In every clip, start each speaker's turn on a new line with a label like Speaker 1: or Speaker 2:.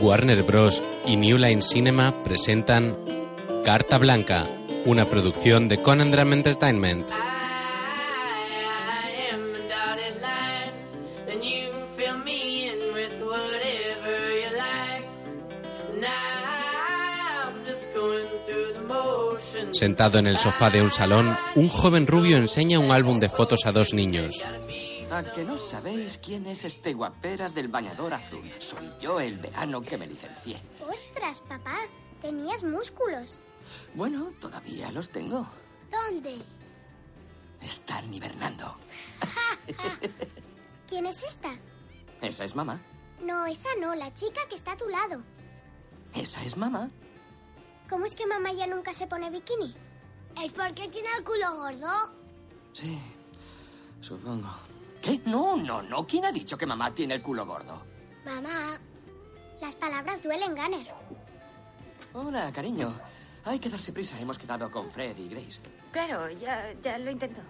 Speaker 1: Warner Bros. y New Line Cinema presentan Carta Blanca, una producción de Conan Drum Entertainment.
Speaker 2: I am a dotted line, and you fill me in with whatever you like. Now I'm just going through the motions.
Speaker 1: Sentado en el sofá de un salón, un joven rubio enseña un álbum de fotos a dos niños.
Speaker 3: A que no sabéis quién es este guapera del bañador azul. Soy yo el verano que me licencié.
Speaker 4: Ostras, papá, tenías músculos.
Speaker 3: Bueno, todavía los tengo.
Speaker 4: ¿Dónde?
Speaker 3: Están hibernando.
Speaker 4: ¿Quién es esta?
Speaker 3: Esa es mamá.
Speaker 4: No, esa no, la chica que está a tu lado.
Speaker 3: Esa es mamá.
Speaker 4: ¿Cómo es que mamá ya nunca se pone bikini? Es porque tiene el culo gordo.
Speaker 3: Sí, supongo. ¿Qué? No, no, no. ¿Quién ha dicho que mamá tiene el culo gordo?
Speaker 4: Mamá, las palabras duelen, Gunner.
Speaker 3: Hola, cariño. Hay que darse prisa. Hemos quedado con Fred y Grace.
Speaker 5: Claro, ya, ya lo intento.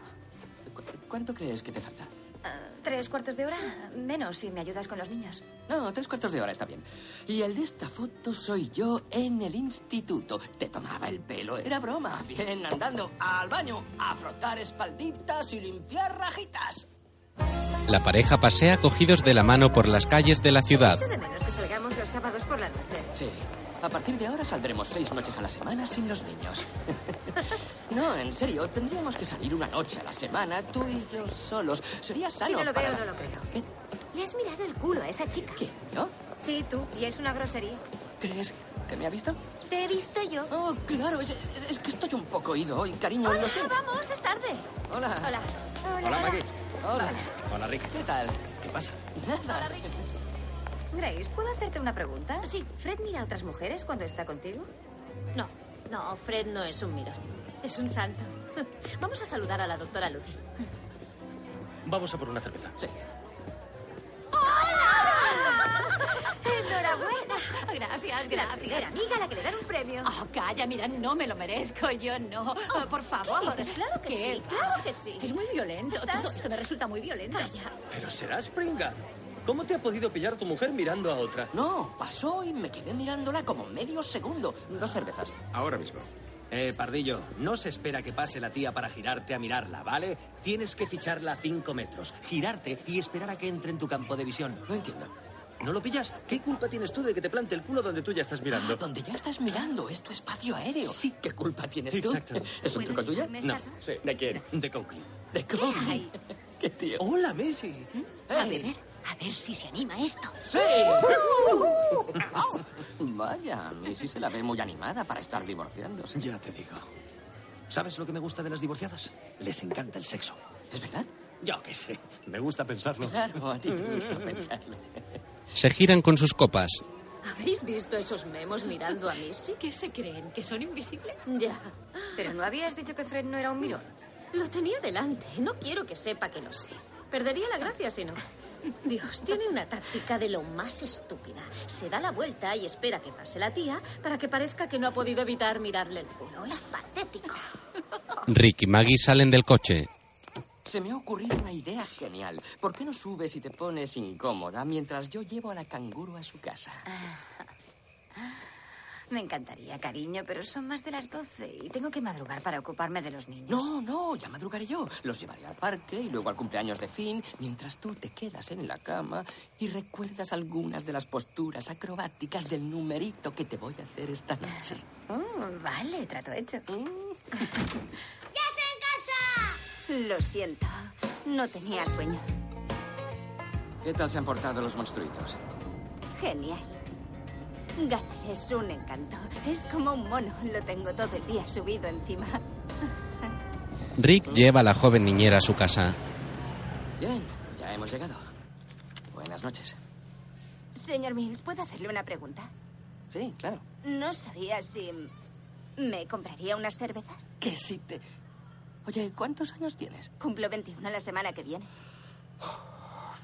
Speaker 3: ¿Cu- ¿Cuánto crees que te falta?
Speaker 5: Ah, ¿Tres cuartos de hora? Menos si me ayudas con los niños.
Speaker 3: No, tres cuartos de hora está bien. Y el de esta foto soy yo en el instituto. Te tomaba el pelo, era broma. Bien, andando al baño, a frotar espalditas y limpiar rajitas.
Speaker 1: La pareja pasea cogidos de la mano por las calles de la ciudad.
Speaker 5: Echo de menos que salgamos los sábados por la noche.
Speaker 3: Sí, a partir de ahora saldremos seis noches a la semana sin los niños. no, en serio, tendríamos que salir una noche a la semana, tú y yo solos. Sería sano.
Speaker 5: Si no lo
Speaker 3: para-
Speaker 5: veo, no lo creo.
Speaker 3: ¿Qué?
Speaker 5: ¿Le has mirado el culo a esa chica?
Speaker 3: ¿Quién? ¿Yo?
Speaker 5: Sí, tú, y es una grosería.
Speaker 3: ¿Crees que me ha visto?
Speaker 5: Te he visto yo.
Speaker 3: Oh, claro, es, es- es que estoy un poco ido hoy, cariño.
Speaker 5: Hola,
Speaker 3: lo siento.
Speaker 5: vamos, es tarde.
Speaker 3: Hola.
Speaker 5: Hola. Ah. Hola,
Speaker 3: Hola. Hola, Rick. ¿Qué tal? ¿Qué pasa? Nada.
Speaker 5: Grace, ¿puedo hacerte una pregunta? Sí. ¿Fred mira a otras mujeres cuando está contigo?
Speaker 6: No, no, Fred no es un mirón. Es un santo. Vamos a saludar a la doctora Lucy.
Speaker 7: Vamos a por una cerveza.
Speaker 3: Sí.
Speaker 5: Enhorabuena.
Speaker 8: Gracias,
Speaker 5: La
Speaker 8: gracias.
Speaker 5: primera amiga a la que le dan un premio.
Speaker 8: Oh, calla, mira, no me lo merezco, yo no. Oh, por favor.
Speaker 5: dices? Claro que
Speaker 8: ¿Qué
Speaker 5: sí,
Speaker 8: va?
Speaker 5: claro que sí.
Speaker 8: Es muy violento,
Speaker 5: ¿Estás?
Speaker 8: todo esto me resulta muy violento. Calla.
Speaker 7: Pero serás pringado. ¿Cómo te ha podido pillar tu mujer mirando a otra?
Speaker 3: No, pasó y me quedé mirándola como medio segundo. Dos cervezas.
Speaker 9: Ahora mismo.
Speaker 7: Eh, Pardillo, no se espera que pase la tía para girarte a mirarla, ¿vale? Tienes que ficharla a cinco metros, girarte y esperar a que entre en tu campo de visión.
Speaker 3: No entiendo.
Speaker 7: ¿No lo pillas? ¿Qué culpa tienes tú de que te plante el culo donde tú ya estás mirando?
Speaker 3: Ah, Donde ya estás mirando es tu espacio aéreo. Sí. ¿Qué culpa tienes tú?
Speaker 7: Exacto.
Speaker 3: ¿Es un truco tuyo?
Speaker 5: llevarme
Speaker 7: No.
Speaker 5: estas dos?
Speaker 9: Sí.
Speaker 3: ¿De quién?
Speaker 7: De Coakley.
Speaker 3: ¿De cómo? ¿Qué tío?
Speaker 7: Hola, Messi.
Speaker 8: A
Speaker 3: ¡Ey!
Speaker 8: ver, a ver si se anima esto.
Speaker 3: ¡Sí! Vaya, a mí sí se la ve muy animada para estar divorciándose.
Speaker 7: Ya te digo. ¿Sabes lo que me gusta de las divorciadas? Les encanta el sexo.
Speaker 3: ¿Es verdad?
Speaker 7: Yo qué sé. Me gusta pensarlo.
Speaker 3: Claro, a ti te gusta pensarlo.
Speaker 1: Se giran con sus copas.
Speaker 6: ¿Habéis visto esos memos mirando a Missy?
Speaker 8: ¿Qué se creen? ¿Que son invisibles?
Speaker 6: Ya.
Speaker 5: Pero no habías dicho que Fred no era un mirón.
Speaker 6: Lo tenía delante. No quiero que sepa que lo sé. Perdería la gracia si no. Dios, tiene una táctica de lo más estúpida. Se da la vuelta y espera que pase la tía para que parezca que no ha podido evitar mirarle el culo. Es patético.
Speaker 1: Rick y Maggie salen del coche.
Speaker 3: Se me ha ocurrido una idea genial. ¿Por qué no subes y te pones incómoda mientras yo llevo a la canguro a su casa?
Speaker 5: Ah, Me encantaría, cariño, pero son más de las 12 y tengo que madrugar para ocuparme de los niños.
Speaker 3: No, no, ya madrugaré yo. Los llevaré al parque y luego al cumpleaños de Finn, mientras tú te quedas en la cama y recuerdas algunas de las posturas acrobáticas del numerito que te voy a hacer esta noche.
Speaker 5: Oh, vale, trato hecho.
Speaker 4: ¡Ya está en casa!
Speaker 5: Lo siento, no tenía sueño.
Speaker 3: ¿Qué tal se han portado los monstruitos?
Speaker 5: Genial. Gunner es un encanto. Es como un mono. Lo tengo todo el día subido encima.
Speaker 1: Rick lleva a la joven niñera a su casa.
Speaker 3: Bien, ya hemos llegado. Buenas noches.
Speaker 5: Señor Mills, ¿puedo hacerle una pregunta?
Speaker 3: Sí, claro.
Speaker 5: No sabía si... ¿Me compraría unas cervezas?
Speaker 3: Que si te... Oye, ¿cuántos años tienes?
Speaker 5: Cumplo 21 la semana que viene.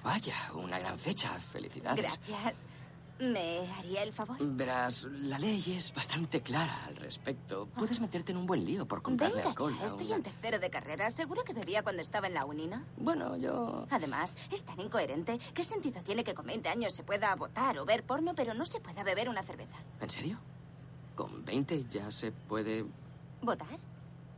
Speaker 3: Vaya, una gran fecha. Felicidades.
Speaker 5: Gracias.
Speaker 10: ¿Me haría el favor?
Speaker 3: Verás, la ley es bastante clara al respecto. Puedes meterte en un buen lío por comprarle
Speaker 10: Ah. Venga,
Speaker 3: alcohol.
Speaker 10: ya,
Speaker 3: a
Speaker 10: estoy
Speaker 3: una-
Speaker 10: en tercero de carrera. Seguro que bebía cuando estaba en la uni, ¿no?
Speaker 3: Bueno, yo.
Speaker 10: Además, es tan incoherente. ¿Qué sentido tiene que con 20 años se pueda votar o ver porno, pero no se pueda beber una cerveza?
Speaker 3: ¿En serio? ¿Con 20 ya se puede.?
Speaker 10: ¿Votar?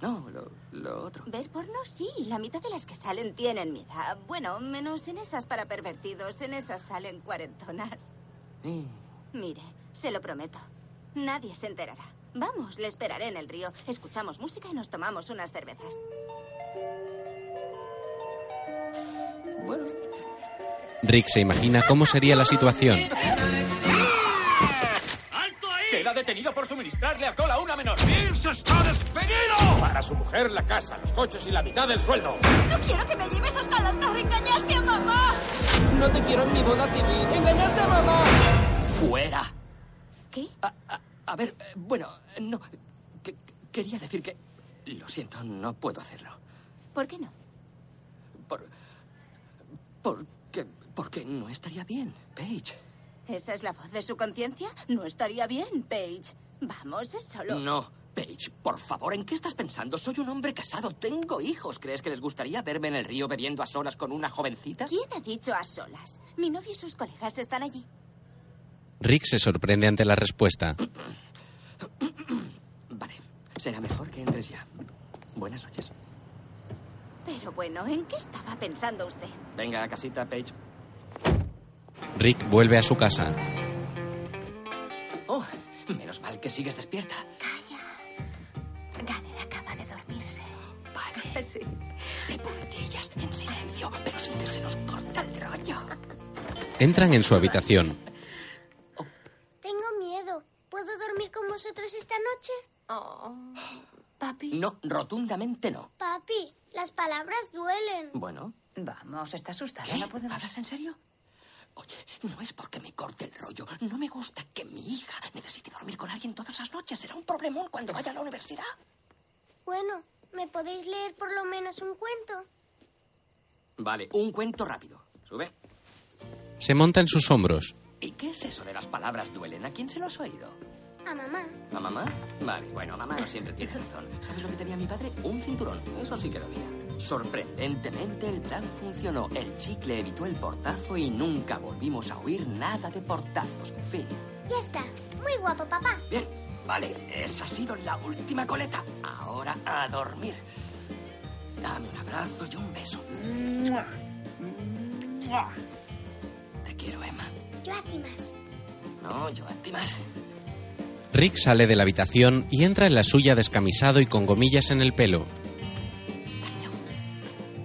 Speaker 3: No, lo, lo otro.
Speaker 10: ¿Ver porno? Sí, la mitad de las que salen tienen mi edad. Bueno, menos en esas para pervertidos, en esas salen cuarentonas.
Speaker 3: Sí.
Speaker 10: Mire, se lo prometo. Nadie se enterará. Vamos, le esperaré en el río. Escuchamos música y nos tomamos unas cervezas.
Speaker 3: Bueno,
Speaker 1: Rick se imagina cómo sería la situación.
Speaker 11: ¡Alto ahí!
Speaker 12: Queda detenido por suministrarle alcohol a una menor.
Speaker 11: ¡Mills está despedido!
Speaker 13: Para su mujer, la casa, los coches y la mitad del sueldo.
Speaker 10: No quiero que me lleves hasta el altar. Engañaste a mamá.
Speaker 3: no te quiero en mi boda civil. ¡Engañaste a mamá! ¡Fuera!
Speaker 10: ¿Qué?
Speaker 3: A, a- a ver, eh, bueno, eh, no. que- que- quería decir que. Lo siento, no puedo hacerlo.
Speaker 10: ¿Por qué no?
Speaker 3: Por. Porque. Porque no estaría bien, Paige.
Speaker 10: ¿Esa es la voz de su conciencia? No estaría bien, Paige. Vamos, es solo...
Speaker 3: No, Paige, por favor, ¿en qué estás pensando? Soy un hombre casado, tengo hijos. ¿Crees que les gustaría verme en el río bebiendo a solas con una jovencita?
Speaker 10: ¿Quién ha dicho a solas? Mi novio y sus colegas están allí.
Speaker 1: Rick se sorprende ante la respuesta.
Speaker 3: Vale, será mejor que entres ya. Buenas noches.
Speaker 10: Pero bueno, ¿en qué estaba pensando usted?
Speaker 3: Venga a casita, Paige.
Speaker 1: Rick vuelve a su casa.
Speaker 3: Oh, menos mal que sigues despierta.
Speaker 10: Ganner acaba de dormirse.
Speaker 3: Vale. Sí. De puntillas, en silencio, pero sin que se nos corta el rollo.
Speaker 1: Entran en su habitación.
Speaker 4: Tengo miedo. ¿Puedo dormir con vosotros esta noche? Oh.
Speaker 10: Papi.
Speaker 3: No, rotundamente no.
Speaker 4: Papi, las palabras duelen.
Speaker 3: Bueno.
Speaker 10: Vamos, está asustada.
Speaker 3: ¿Qué? ¿Hablas en serio? Oye, no es porque me corte el rollo. No me gusta que mi hija necesite dormir con alguien todas las noches. Será un problemón cuando vaya a la universidad.
Speaker 4: Bueno, ¿me podéis leer por lo menos un cuento?
Speaker 3: Vale, un cuento rápido. Sube.
Speaker 1: Se monta en sus hombros.
Speaker 3: ¿Y qué es eso de las palabras duelen? ¿eh? ¿A quién se lo has oído?
Speaker 4: A mamá.
Speaker 3: ¿A mamá? Vale, bueno, mamá no siempre tiene razón. ¿Sabes lo que tenía mi padre? Un cinturón. Eso sí que dolía. Sorprendentemente, el plan funcionó. El chicle evitó el portazo y nunca volvimos a oír nada de portazos. Fin.
Speaker 4: Ya está. Muy guapo, papá.
Speaker 3: Bien, vale, esa ha sido la última coleta. Ahora a dormir. Dame un abrazo y un beso. Te quiero, Emma.
Speaker 4: Yo a ti más.
Speaker 3: No, yo a ti más.
Speaker 1: Rick sale de la habitación y entra en la suya descamisado y con gomillas en el pelo.
Speaker 3: Cariño.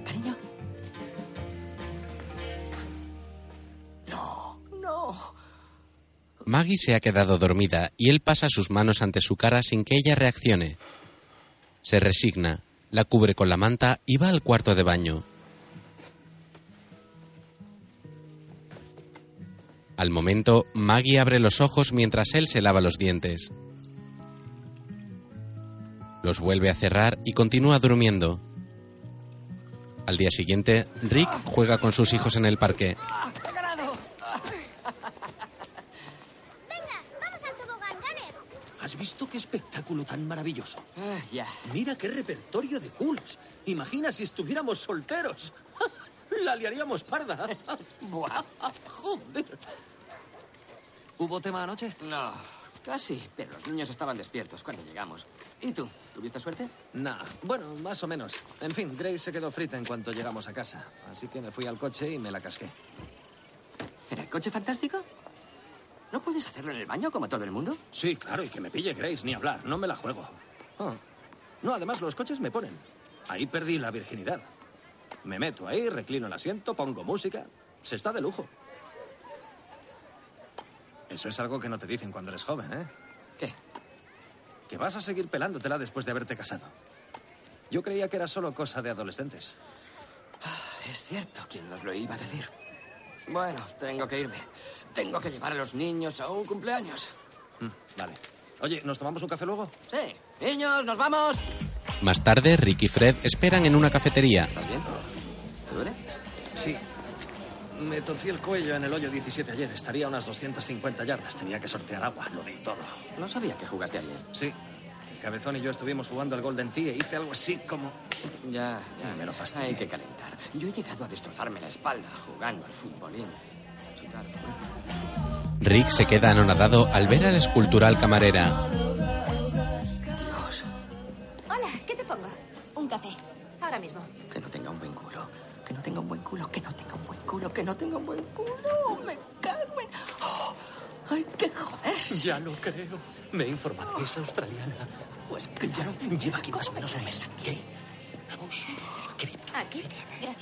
Speaker 3: Cariño. No. No.
Speaker 1: Maggie se ha quedado dormida y él pasa sus manos ante su cara sin que ella reaccione. Se resigna, la cubre con la manta y va al cuarto de baño. Al momento, Maggie abre los ojos mientras él se lava los dientes. Los vuelve a cerrar y continúa durmiendo. Al día siguiente, Rick juega con sus hijos en el parque.
Speaker 3: Ah, ¡He ganado!
Speaker 4: Venga, vamos al tobogán, Gunner.
Speaker 12: ¿Has visto qué espectáculo tan maravilloso?
Speaker 3: Ah, ya.
Speaker 12: Mira qué repertorio de culos. Imagina si estuviéramos solteros. La liaríamos parda.
Speaker 3: Buah.
Speaker 12: Joder. ¿Hubo tema anoche?
Speaker 3: No. Casi, pero los niños estaban despiertos cuando llegamos. ¿Y tú? ¿Tuviste suerte?
Speaker 12: Nah, bueno, más o menos. En fin, Grace se quedó frita en cuanto llegamos a casa. Así que me fui al coche y me la casqué.
Speaker 3: ¿Era el coche fantástico? ¿No puedes hacerlo en el baño como todo el mundo?
Speaker 12: Sí, claro, y que me pille Grace, ni hablar, no me la juego. Ah, No, además los coches me ponen. Ahí perdí la virginidad. Me meto ahí, reclino el asiento, pongo música. Se está de lujo. Eso es algo que no te dicen cuando eres joven, ¿eh?
Speaker 3: ¿Qué?
Speaker 12: Que vas a seguir pelándotela después de haberte casado. Yo creía que era solo cosa de adolescentes.
Speaker 3: Ah, Es cierto, ¿quién nos lo iba a decir? Bueno, tengo que irme. Tengo que llevar a los niños a un cumpleaños.
Speaker 12: Mm, vale. Oye, ¿nos tomamos un café luego?
Speaker 3: Sí, niños, nos vamos.
Speaker 1: Más tarde, Rick y Fred esperan en una cafetería.
Speaker 3: ¿Estás bien? ¿Te duele?
Speaker 12: Sí. Me torcí el cuello en el hoyo 17 ayer. Estaría a unas 250 yardas. Tenía que sortear agua. Lo di todo.
Speaker 3: No sabía que jugaste ayer.
Speaker 12: Sí. El cabezón y yo estuvimos jugando al Golden Tee e hice algo así como...
Speaker 3: Ya,
Speaker 12: Ya me lo fastidié.
Speaker 3: Hay que calentar. Yo he llegado a destrozarme la espalda jugando al futbolín. Chutar fuerte.
Speaker 1: Rick se queda anonadado al ver a la escultural camarera.
Speaker 5: Hola, ¿qué te pongo? Un café. Ahora mismo.
Speaker 3: Que no tenga un buen culo. Que no tenga un buen culo. Que no tenga un buen culo. Que no tenga un buen culo. Me cago en... Oh, ¡Ay, qué joder!
Speaker 12: Ya lo creo. Me he informado. Es australiana.
Speaker 3: Oh. Pues claro,
Speaker 12: Lleva aquí más o menos un mes. ¿Qué?
Speaker 5: Aquí. Gracias.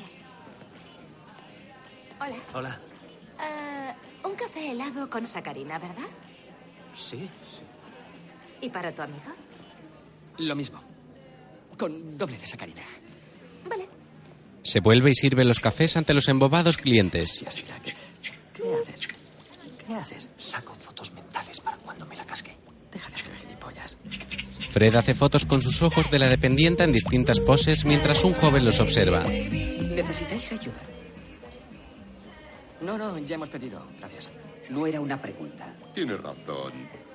Speaker 5: Hola.
Speaker 12: Hola.
Speaker 5: Eh, un café helado con sacarina, ¿verdad?
Speaker 12: Sí, sí.
Speaker 5: ¿Y para tu amigo?
Speaker 3: lo mismo. Con doble de sacarina.
Speaker 5: Vale.
Speaker 1: Se vuelve y sirve los cafés ante los embobados clientes.
Speaker 3: Gracias, Black. ¿Qué haces? ¿Qué haces? Saco fotos mentales para cuando me la casque. Deja de hacer gilipollas.
Speaker 1: Fred hace fotos con sus ojos de la dependienta en distintas poses mientras un joven los observa.
Speaker 3: ¿Necesitáis ayuda? No, no, ya hemos pedido. Gracias. No era una pregunta.
Speaker 14: Tienes razón.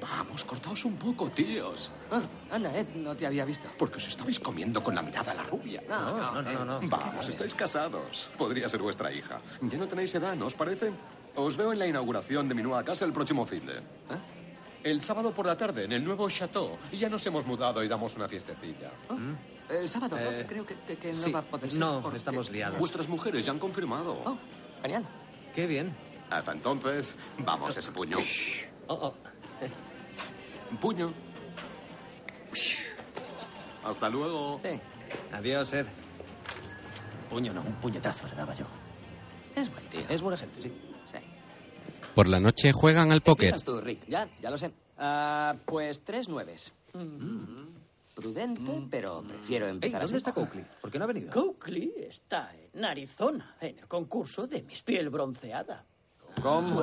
Speaker 14: Vamos, cortaos un poco, tíos.
Speaker 3: Ah, anda, Ed, no te había visto.
Speaker 14: Porque os estabais comiendo con la mirada a la rubia.
Speaker 3: No, no,
Speaker 12: No, no, no.
Speaker 14: Vamos, estáis casados. Podría ser vuestra hija. Ya no tenéis edad, ¿no os parece? Os veo en la inauguración de mi nueva casa el próximo fin de. ¿eh? El sábado por la tarde, en el nuevo chateau. Ya nos hemos mudado y damos una fiestecilla.
Speaker 3: El sábado, ¿no?
Speaker 12: Eh,
Speaker 3: Creo que, que- Oh, que no
Speaker 12: sí.
Speaker 3: va a poder ser.
Speaker 12: No,
Speaker 3: porque-
Speaker 12: estamos liados.
Speaker 14: Vuestras mujeres ya han confirmado.
Speaker 3: Oh, genial.
Speaker 12: Qué bien.
Speaker 14: Hasta entonces, Pues, vamos ese puño.
Speaker 12: Oh, oh.
Speaker 14: Puño. Hasta luego.
Speaker 3: Sí,
Speaker 12: Adiós, Ed. Puño no, un puñetazo le daba yo.
Speaker 3: es buen tío.
Speaker 12: Es buena gente, sí.
Speaker 3: Sí.
Speaker 1: Por la noche juegan al póker.
Speaker 3: Empiezas tú, Rick. Ya, ya lo sé. Ah, pues tres nueves.
Speaker 14: Mm.
Speaker 3: Mm. Prudente, pero prefiero
Speaker 12: Ey,
Speaker 3: empezar
Speaker 12: ¿dónde
Speaker 3: así.
Speaker 12: está Coakley? ¿Por qué no ha venido?
Speaker 7: Coakley está en Arizona, en el concurso de Miss Piel Bronceada.
Speaker 3: ¿Cómo?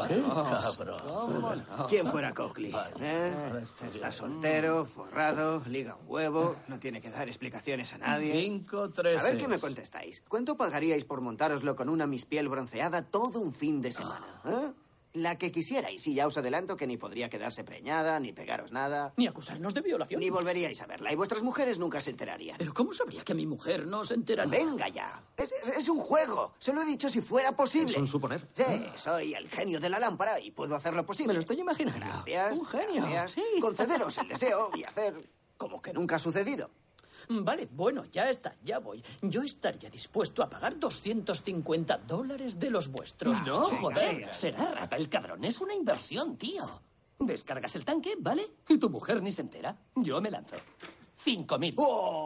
Speaker 7: ¿Quién fuera Coakley? ¿eh? Está soltero, forrado, liga un huevo, no tiene que dar explicaciones a nadie.
Speaker 11: Cinco,
Speaker 7: A
Speaker 11: tres.
Speaker 7: ver qué me contestáis. ¿Cuánto pagaríais por montároslo con una Miss Piel Bronceada todo un fin de semana?
Speaker 12: Ah.
Speaker 7: ¿eh? La que quisierais, y ya os adelanto que ni podría quedarse preñada, ni pegaros nada.
Speaker 11: Ni acusarnos de violación.
Speaker 7: Ni volveríais a verla, y vuestras mujeres nunca se enterarían.
Speaker 11: Pero ¿cómo sabría que mi mujer no se entera?
Speaker 7: Venga ya. Es, es- es un juego. Solo he dicho si fuera posible.
Speaker 12: Es un suponer.
Speaker 7: Sí, soy el genio de la lámpara y puedo hacerlo posible.
Speaker 3: Me lo estoy imaginando.
Speaker 7: Gracias.
Speaker 3: Un genio.
Speaker 7: gracias.
Speaker 3: Sí.
Speaker 7: Concederos el deseo y hacer como que nunca ha sucedido.
Speaker 11: Vale, bueno, ya está, ya voy. Yo estaría dispuesto a pagar 250 dólares de los vuestros.
Speaker 7: No,
Speaker 11: Sí,
Speaker 7: joder,
Speaker 11: venga.
Speaker 3: Será rata el cabrón, es una inversión, tío. Descargas el tanque, ¿vale? Y tu mujer ni se entera. Yo me lanzo. Cinco mil.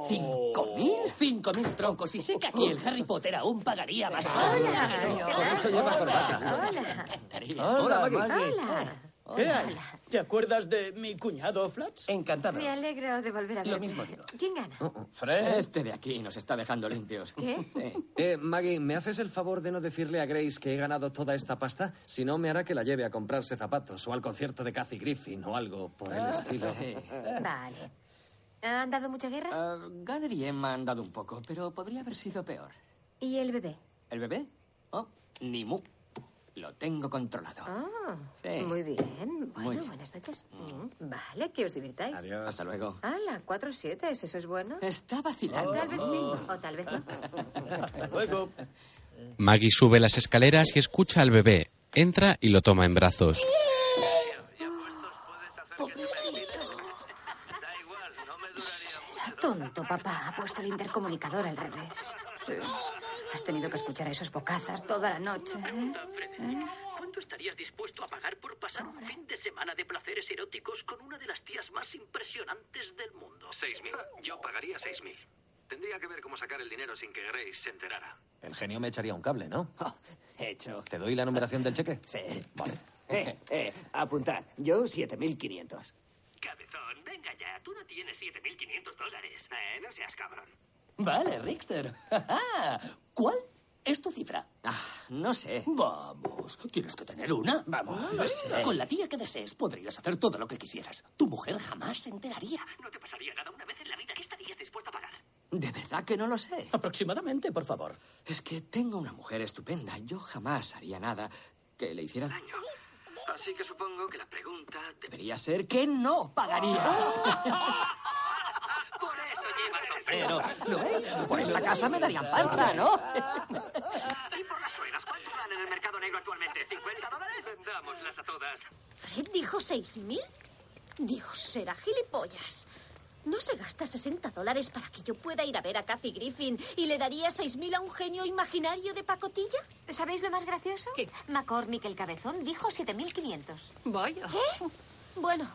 Speaker 3: ¿Cinco mil? Cinco mil troncos. Y sé que aquí el Harry Potter aún pagaría más.
Speaker 15: Hola.
Speaker 12: Por eso lleva corbata.
Speaker 15: Hola.
Speaker 12: Hola,
Speaker 7: Hola,
Speaker 12: Maggie.
Speaker 15: Hola.
Speaker 11: ¿Qué hay? ¿Te acuerdas de mi cuñado Flats?
Speaker 3: Encantado.
Speaker 5: Me alegro de volver a verte.
Speaker 3: Lo mismo digo.
Speaker 5: ¿Quién gana?
Speaker 11: Fred.
Speaker 3: Uh, Este de aquí nos está dejando limpios.
Speaker 5: ¿Qué?
Speaker 3: Sí.
Speaker 12: Eh, Maggie, ¿me haces el favor de no decirle a Grace que he ganado toda esta pasta? Si no, me hará que la lleve a comprarse zapatos o al concierto de Kathy Griffin o algo por el estilo.
Speaker 3: Ah, Sí.
Speaker 5: Vale. ¿Han dado mucha guerra?
Speaker 3: Ah, Gunner y Emma han dado un poco, pero podría haber sido peor.
Speaker 5: ¿Y el bebé?
Speaker 3: ¿El bebé? Oh, ni mu. Lo tengo controlado.
Speaker 5: Ah,
Speaker 3: Sí.
Speaker 5: Muy bien. Bueno,
Speaker 3: Muy bien.
Speaker 5: buenas noches. Mm, Vale, que os divirtáis.
Speaker 12: Adiós.
Speaker 3: Hasta luego.
Speaker 5: Hala, cuatro siete, ¿eso es bueno?
Speaker 3: Está vacilando. Oh.
Speaker 5: Tal vez sí, o tal vez no.
Speaker 11: Hasta luego.
Speaker 1: Maggie sube las escaleras y escucha al bebé. Entra y lo toma en brazos.
Speaker 5: Era tonto, papá. Ha puesto el intercomunicador al revés. Sí. Has tenido que escuchar a esos bocazas toda la noche. ¿eh?
Speaker 7: ¿Cuánto estarías dispuesto a pagar por pasar un fin de semana de placeres eróticos con una de las tías más impresionantes del mundo?
Speaker 16: Seis mil. Yo pagaría seis mil. Tendría que ver cómo sacar el dinero sin que Grace se enterara.
Speaker 12: El genio me echaría un cable, ¿no?
Speaker 7: Oh, hecho.
Speaker 12: ¿Te doy la numeración del cheque?
Speaker 7: Sí.
Speaker 12: Vale.
Speaker 7: Eh, eh, apuntad. Yo 7.500.
Speaker 16: Cabezón, venga ya. Tú no tienes 7.500 dólares.
Speaker 7: Eh,
Speaker 16: no seas cabrón.
Speaker 11: Vale, Rickster. ¿Cuál es tu cifra?
Speaker 3: Ah, no sé.
Speaker 11: Vamos, tienes que tener una. Vamos.
Speaker 7: Ah,
Speaker 11: Con la tía que desees podrías hacer todo lo que quisieras. Tu mujer jamás se enteraría.
Speaker 16: No te pasaría nada una vez en la vida. ¿Qué estarías dispuesto a pagar?
Speaker 3: ¿De verdad que no lo sé?
Speaker 17: Aproximadamente, por favor.
Speaker 3: Es que tengo una mujer estupenda. Yo jamás haría nada que le hiciera daño.
Speaker 7: Así que supongo que la pregunta debe...
Speaker 3: Debería ser que no pagaría.
Speaker 7: Por eso llevas
Speaker 3: Pero,
Speaker 7: sombrero.
Speaker 3: ¿lo veis? Por esta casa me darían pasta, ¿no?
Speaker 7: ¿Y por las suelas cuánto dan en el mercado negro actualmente? ¿50 dólares? Vendámoslas a todas.
Speaker 6: ¿Fred dijo 6.000? Dios, será gilipollas. ¿No se gasta 60 dólares para que yo pueda ir a ver a Kathy Griffin y le daría 6.000 a un genio imaginario de pacotilla?
Speaker 5: ¿Sabéis lo más gracioso? McCormick, el cabezón, dijo 7.500.
Speaker 6: Vaya. ¿Qué? Bueno,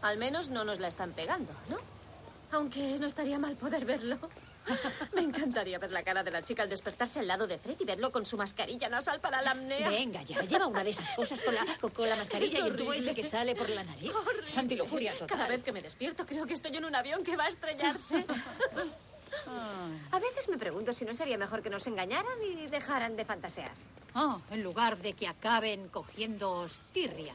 Speaker 6: al menos no nos la están pegando, ¿no? Aunque no estaría mal poder verlo. Me encantaría ver la cara de la chica al despertarse al lado de Fred y verlo con su mascarilla nasal para la apnea.
Speaker 5: Venga ya, lleva una de esas cosas con la, con, con la mascarilla
Speaker 6: Es
Speaker 5: y el tubo
Speaker 6: horrible.
Speaker 5: ese que sale por la nariz. Santilujuria total.
Speaker 6: Cada vez que me despierto creo que estoy en un avión que va a estrellarse.
Speaker 5: Ah.
Speaker 18: A veces me pregunto si no sería mejor que nos engañaran y dejaran de fantasear.
Speaker 5: Oh, en lugar de que acaben cogiendo tirria.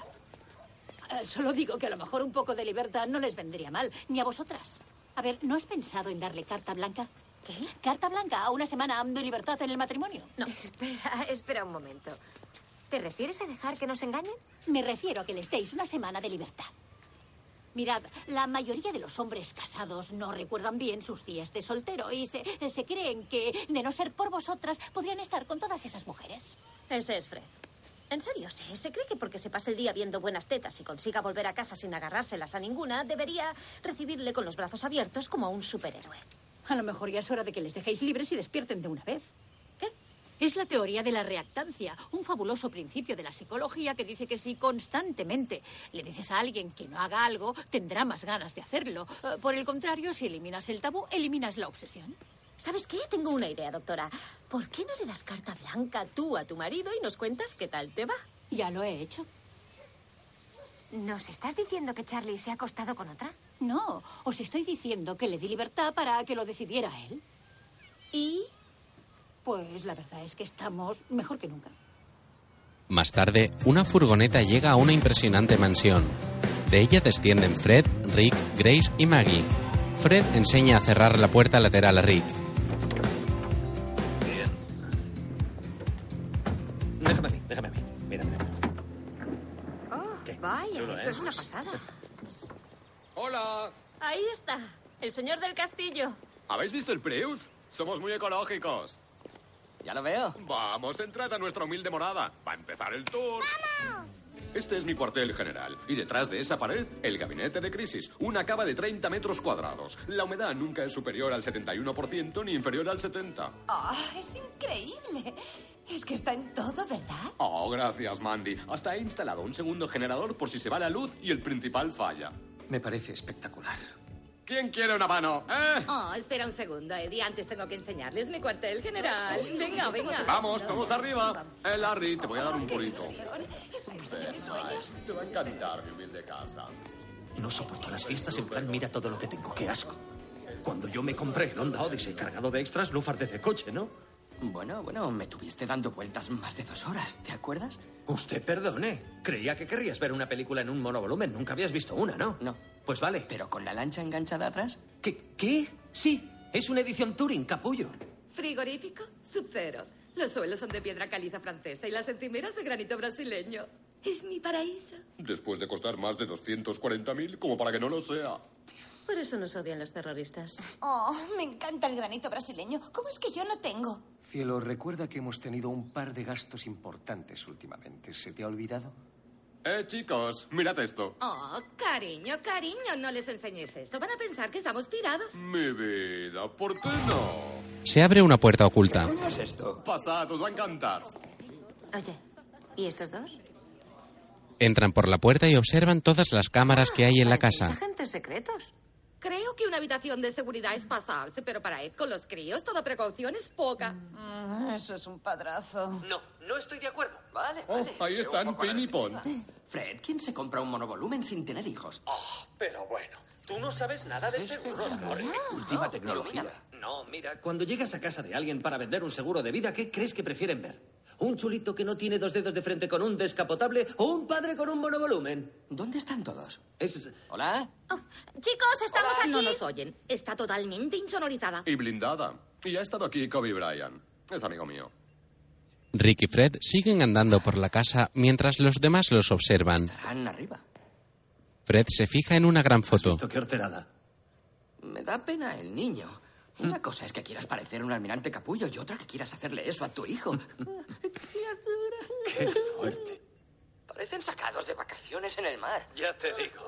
Speaker 5: solo digo que a lo mejor un poco de libertad no les vendría mal, ni a vosotras. A ver, ¿no has pensado en darle carta blanca? ¿Qué? Carta blanca a una semana de libertad en el matrimonio.
Speaker 18: No. Espera, espera un momento. ¿Te refieres a dejar que nos engañen?
Speaker 5: Me refiero a que les deis una semana de libertad. Mirad, la mayoría de los hombres casados no recuerdan bien sus días de soltero y se, se creen que, de no ser por vosotras, podrían estar con todas esas mujeres.
Speaker 6: Ese es Fred. En serio, se, se cree que porque se pase el día viendo buenas tetas y consiga volver a casa sin agarrárselas a ninguna, debería recibirle con los brazos abiertos como a un superhéroe.
Speaker 5: A lo mejor ya es hora de que les dejéis libres y despierten de una vez. ¿Qué? Es la teoría de la reactancia, un fabuloso principio de la psicología que dice que si constantemente le dices a alguien que no haga algo, tendrá más ganas de hacerlo. Eh, Por el contrario, si eliminas el tabú, eliminas la obsesión.
Speaker 6: ¿Sabes qué? Tengo una idea, doctora. ¿Por qué no le das carta blanca tú a tu marido y nos cuentas qué tal te va?
Speaker 5: Ya lo he hecho.
Speaker 18: ¿Nos estás diciendo que Charlie se ha acostado con otra?
Speaker 5: No, os estoy diciendo que le di libertad para que lo decidiera él.
Speaker 6: ¿Y?
Speaker 5: Pues la verdad es que estamos mejor que nunca.
Speaker 1: Más tarde, una furgoneta llega a una impresionante mansión. De ella descienden Fred, Rick, Grace y Maggie. Fred enseña a cerrar la puerta lateral a Rick.
Speaker 19: Déjame a mí, déjame a mí. Mira, mira.
Speaker 6: Oh, vaya,
Speaker 19: Chulo,
Speaker 6: esto
Speaker 19: ¿eh?
Speaker 6: es una pasada.
Speaker 14: ¡Hola!
Speaker 6: Ahí está, el señor del castillo.
Speaker 14: ¿Habéis visto el Prius? Somos muy ecológicos.
Speaker 3: Ya lo veo.
Speaker 14: Vamos, entrad a nuestra humilde morada. Va a empezar el tour. Este es mi cuartel general. Y detrás de esa pared, el gabinete de crisis. Una cava de 30 metros cuadrados. La humedad nunca es superior al 71% ni inferior al 70%.
Speaker 10: Ah, es increíble. Es que está en todo, ¿verdad?
Speaker 14: Oh, gracias, Mandy. Hasta he instalado un segundo generador por si se va la luz y el principal falla.
Speaker 7: Me parece espectacular.
Speaker 14: ¿Quién quiere una mano? ¿Eh?
Speaker 10: Ah,
Speaker 11: Oh, espera un segundo, Eddie. Antes tengo que enseñarles mi cuartel general. Venga, venga.
Speaker 14: Vamos, todos arriba. Eh, Larry, te voy a dar un purito. Te va a encantar mi humilde casa.
Speaker 12: No soporto las fiestas en plan mira todo lo que tengo, qué asco. Cuando yo me compré el Honda Odyssey cargado de extras, no fardé de coche, ¿no?
Speaker 3: Bueno, bueno, me tuviste dando vueltas más de dos horas, ¿te acuerdas?
Speaker 12: Usted perdone. Creía que querrías ver una película en un monovolumen. Nunca habías visto una, ¿no? No. Pues vale.
Speaker 3: ¿Pero con la lancha enganchada atrás?
Speaker 12: ¿Qué? ¿Qué? Sí, es una edición Touring, capullo.
Speaker 10: Frigorífico, subcero. Los suelos son de piedra caliza francesa y las encimeras de granito brasileño. Es mi paraíso.
Speaker 14: Después de costar más de 240.000, como para que no lo sea.
Speaker 6: Por eso nos odian los terroristas.
Speaker 10: Oh, me encanta el granito brasileño. ¿Cómo es que yo no tengo?
Speaker 7: Cielo, recuerda que hemos tenido un par de gastos importantes últimamente. ¿Se te ha olvidado?
Speaker 14: Eh, chicos, mirad esto.
Speaker 11: Oh, cariño, cariño, no les enseñes eso. Van a pensar que estamos pirados.
Speaker 14: Mi vida, ¿por qué no?
Speaker 1: Se abre una puerta oculta.
Speaker 14: es esto? Pasad, os va a encantar.
Speaker 18: Oye, ¿y estos dos?
Speaker 1: Entran por la puerta y observan todas las cámaras que hay en la casa.
Speaker 11: agentes secretos. Creo que una habitación de seguridad es pasarse, pero para Ed con los críos toda precaución es poca.
Speaker 20: Mm.
Speaker 21: Ah,
Speaker 10: Eso es un padrazo.
Speaker 3: No, no estoy de acuerdo. Vale,
Speaker 14: Oh,
Speaker 3: vale.
Speaker 14: ahí están Pin y Pon.
Speaker 3: Fred, ¿quién se compra un monovolumen sin tener hijos?
Speaker 14: Oh.
Speaker 12: Pero bueno, tú no sabes nada de seguros.
Speaker 19: Última tecnología.
Speaker 12: No, mira, cuando llegas a casa de alguien para vender un seguro de vida, ¿qué crees que prefieren ver? un chulito que no tiene dos dedos de frente con un descapotable o un padre con un monovolumen.
Speaker 3: ¿Dónde están todos?
Speaker 12: Es...
Speaker 3: ¿Hola?
Speaker 6: Chicos, estamos aquí.
Speaker 22: No nos oyen. Está totalmente insonorizada.
Speaker 14: Y blindada. Y ha estado aquí Kobe Bryant. Es amigo mío.
Speaker 1: Rick y Fred siguen andando por la casa mientras los demás los observan.
Speaker 3: Estarán arriba.
Speaker 1: Fred se fija en una gran foto.
Speaker 12: Qué horterada. ¿Mm?
Speaker 3: Me da pena el niño. Una cosa es que quieras parecer un almirante capullo y otra que quieras hacerle eso a tu hijo.
Speaker 12: Qué fuerte.
Speaker 3: Parecen sacados de vacaciones en el mar.
Speaker 7: Ya te digo.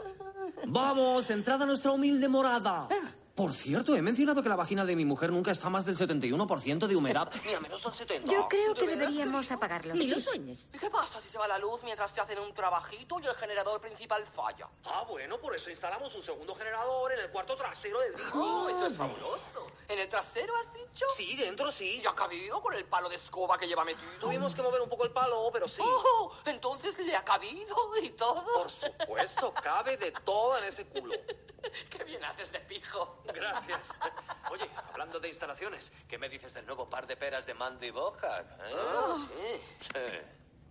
Speaker 12: Vamos, entrada a nuestra humilde morada.
Speaker 3: Ah.
Speaker 12: Por cierto, he mencionado que la vagina de mi mujer nunca está más del 71% de humedad. Ni a menos del 70.
Speaker 5: Yo creo que deberíamos apagarlo.
Speaker 22: Ni
Speaker 5: sí.
Speaker 22: lo sueñes.
Speaker 21: ¿Y qué pasa si se va la luz mientras te hacen un trabajito y el generador principal falla?
Speaker 12: Ah, bueno, por eso instalamos un segundo generador en el cuarto trasero del...
Speaker 21: ¡Oh, eso es fabuloso! ¿En el trasero has dicho?
Speaker 12: Sí, dentro sí.
Speaker 21: ¿Ya ha cabido con el palo de escoba que lleva metido?
Speaker 12: Tuvimos que mover un poco el palo, pero sí.
Speaker 21: ¡Oh! Entonces le ha cabido y todo.
Speaker 12: Por supuesto, cabe de todo en ese culo.
Speaker 21: ¡Qué bien haces de pijo!
Speaker 12: Gracias. Oye, hablando de instalaciones, ¿qué me dices del nuevo par de peras de Mandy Bohan? Oh.
Speaker 3: Ah, sí.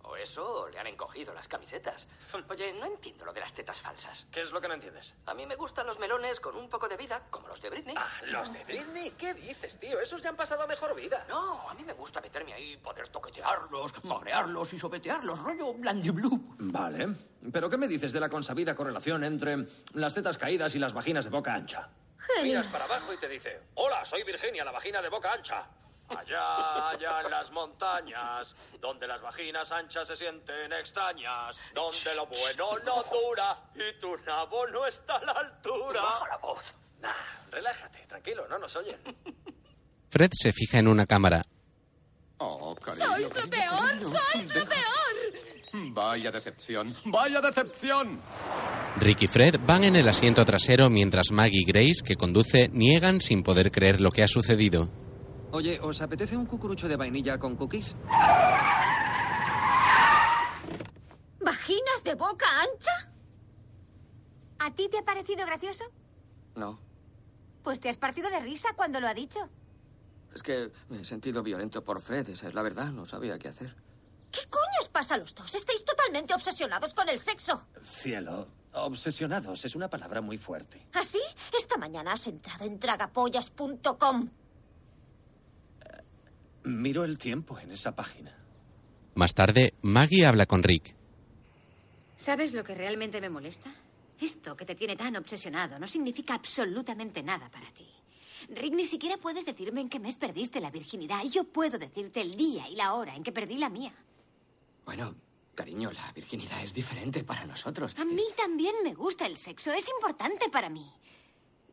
Speaker 3: O eso, o le han encogido las camisetas. Oye, no entiendo lo de las tetas falsas.
Speaker 12: Hmm. ¿Qué es lo que no entiendes?
Speaker 3: A mí me gustan los melones con un poco de vida, como los de Britney.
Speaker 12: Ah, los de Britney, ¿qué dices, tío? Esos ya han pasado a mejor vida.
Speaker 3: No, a mí me gusta meterme ahí, poder toquetearlos, marearlos y sopetearlos, rollo Blandy Blue.
Speaker 12: Vale. ¿Pero qué me dices de la consabida correlación entre las tetas caídas y las vaginas de boca ancha?
Speaker 7: Miras para abajo y te dice, hola, soy Virginia, la vagina de boca ancha. Allá, allá en las montañas, donde las vaginas anchas se sienten extrañas, donde lo bueno no dura y tu nabo no está a la altura.
Speaker 3: Baja la voz.
Speaker 7: Nah, relájate, tranquilo, no nos oyen.
Speaker 1: Fred se fija en una cámara.
Speaker 14: Oh, cariño.
Speaker 10: ¡Sois lo peor! ¡Sois lo peor!
Speaker 14: Vaya decepción. Vaya decepción.
Speaker 1: Rick y Fred van en el asiento trasero mientras Maggie y Grace, que conduce, niegan sin poder creer lo que ha sucedido.
Speaker 12: Oye, ¿os apetece un cucurucho de vainilla con cookies?
Speaker 6: ¿Vaginas de boca ancha?
Speaker 5: ¿A ti te ha parecido gracioso?
Speaker 3: No,
Speaker 5: Pues te has partido de risa cuando lo ha dicho.
Speaker 3: es que me he sentido violento por Fred, esa es la verdad, no sabía qué hacer.
Speaker 6: ¿Qué coño os pasa a los dos? Estáis totalmente obsesionados con el sexo.
Speaker 12: Cielo, obsesionados es una palabra muy fuerte.
Speaker 6: ¿Así? ¿Ah, Esta mañana has entrado en tragapollas.com.
Speaker 12: Miro el tiempo en esa página.
Speaker 1: Más tarde, Maggie habla con Rick.
Speaker 5: ¿Sabes lo que realmente me molesta? Esto que te tiene tan obsesionado no significa absolutamente nada para ti. Rick, ni siquiera puedes decirme en qué mes perdiste la virginidad. y Yo puedo decirte el día y la hora en que perdí la mía.
Speaker 3: Bueno, cariño, la virginidad es diferente para nosotros.
Speaker 5: A mí también me gusta el sexo, es importante para mí.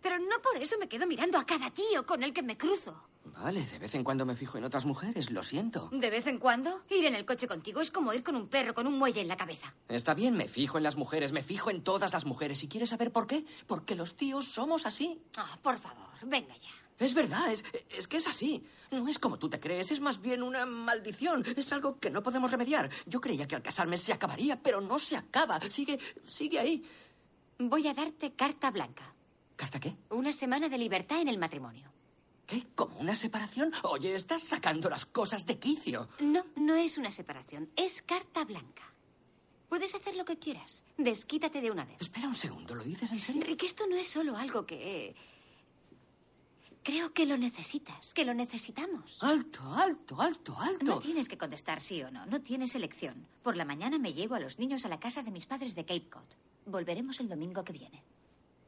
Speaker 5: Pero no por eso me quedo mirando a cada tío con el que me cruzo.
Speaker 3: Vale, de vez en cuando me fijo en otras mujeres, lo siento.
Speaker 5: De vez en cuando, ir en el coche contigo es como ir con un perro con un muelle en la cabeza.
Speaker 3: Está bien, me fijo en las mujeres, me fijo en todas las mujeres. ¿Y quieres saber por qué? Porque los tíos somos así.
Speaker 5: Ah, por favor, venga ya.
Speaker 3: Es verdad, es, es que es así. No es como tú te crees, es más bien una maldición. Es algo que no podemos remediar. Yo creía que al casarme se acabaría, pero no se acaba. Sigue, sigue ahí.
Speaker 5: Voy a darte carta blanca.
Speaker 3: ¿Carta qué?
Speaker 5: Una semana de libertad en el matrimonio.
Speaker 3: ¿Qué? ¿Como una separación? Oye, estás sacando las cosas de quicio.
Speaker 5: No, no es una separación, es carta blanca. Puedes hacer lo que quieras. Desquítate de una vez.
Speaker 3: Espera un segundo, ¿lo dices en serio?
Speaker 5: Rick, esto no es solo algo que... Creo que lo necesitas, que lo necesitamos.
Speaker 3: Alto, alto, alto, alto.
Speaker 5: No tienes que contestar sí o no, no tienes elección. Por la mañana me llevo a los niños a la casa de mis padres de Cape Cod. Volveremos el domingo que viene.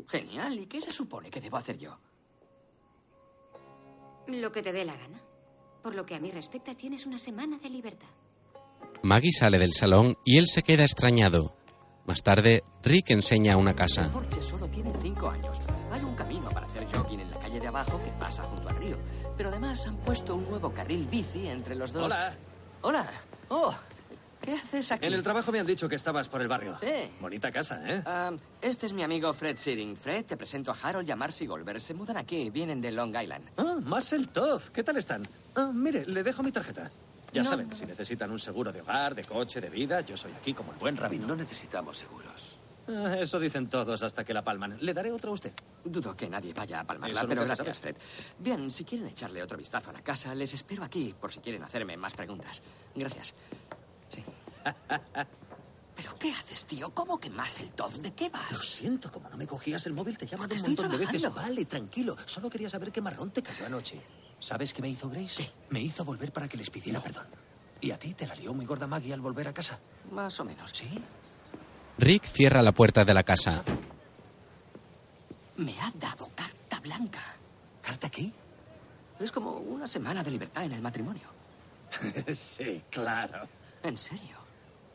Speaker 3: Genial, ¿y qué se supone que debo hacer yo?
Speaker 5: Lo que te dé la gana. Por lo que a mí respecta, tienes una semana de libertad.
Speaker 1: Maggie sale del salón y él se queda extrañado. Más tarde, Rick enseña una casa.
Speaker 3: Porsche solo tiene cinco años. Hay un camino para hacer jogging en la calle de abajo que pasa junto al río. Pero además han puesto un nuevo carril bici entre los dos.
Speaker 12: Hola.
Speaker 3: Hola. Oh, ¿qué haces aquí?
Speaker 12: En el trabajo me han dicho que estabas por el barrio.
Speaker 3: Sí.
Speaker 12: Bonita casa, ¿eh?
Speaker 3: Ah, este es mi amigo Fred Searing. Fred, te presento a Harold y a Marcy Goldberg. Se mudan aquí, vienen de Long Island.
Speaker 12: Ah, Muscle Tough. ¿Qué tal están? Ah, mire, le dejo mi tarjeta. Ya
Speaker 3: No,
Speaker 12: saben,
Speaker 3: no.
Speaker 12: si necesitan un seguro de hogar, de coche, de vida, yo soy aquí como el buen rabino. No necesitamos seguros. Ah, Eso dicen todos hasta que la palman. Le daré otra a usted.
Speaker 3: Dudo que nadie vaya a
Speaker 12: Eso
Speaker 3: palmarla,
Speaker 12: nunca
Speaker 3: pero
Speaker 12: se
Speaker 3: gracias,
Speaker 12: sabe.
Speaker 3: Fred. Bien, si quieren echarle otro vistazo a la casa, les espero aquí por si quieren hacerme más preguntas. Gracias. Sí. ¿Pero qué haces, tío? ¿Cómo quemas el Todd? ¿De qué vas?
Speaker 12: Lo siento, como no me cogías el móvil, te llamo
Speaker 3: Porque
Speaker 12: un
Speaker 3: estoy
Speaker 12: montón de veces.
Speaker 3: trabajando.
Speaker 12: Vale, tranquilo. Solo quería saber qué marrón te cayó anoche. ¿Sabes qué me hizo Grace? Me hizo volver para que les pidiera perdón. Y a ti te la lió muy gorda Maggie al volver a casa.
Speaker 3: Más o menos.
Speaker 12: ¿Sí?
Speaker 1: Rick cierra la puerta de la casa.
Speaker 3: Me ha dado carta blanca.
Speaker 12: ¿Carta qué?
Speaker 3: Es como una semana de libertad en el matrimonio.
Speaker 12: sí, claro.
Speaker 3: ¿En serio?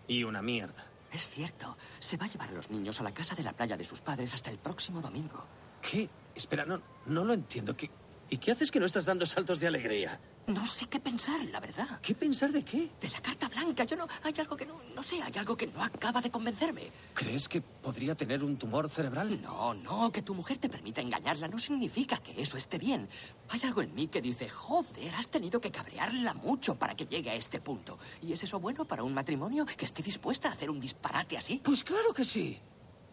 Speaker 12: Y una mierda.
Speaker 3: Es cierto. Se va a llevar a los niños a la casa de la playa de sus padres hasta el próximo domingo.
Speaker 12: ¿Qué? Espera, no, no lo entiendo. ¿Qué, ¿Y qué haces que no estás dando saltos de alegría?
Speaker 3: No sé qué pensar, la verdad.
Speaker 12: ¿Qué pensar de qué?
Speaker 3: De la carta blanca. Yo no. Hay algo que no. No sé. Hay algo que no acaba de convencerme.
Speaker 12: ¿Crees que podría tener un tumor cerebral?
Speaker 3: No, no. Oh, Que tu mujer te permita engañarla no significa que eso esté bien. Hay algo en mí que dice: joder, has tenido que cabrearla mucho para que llegue a este punto. ¿Y es eso bueno para un matrimonio que esté dispuesta a hacer un disparate así?
Speaker 12: Pues claro que sí.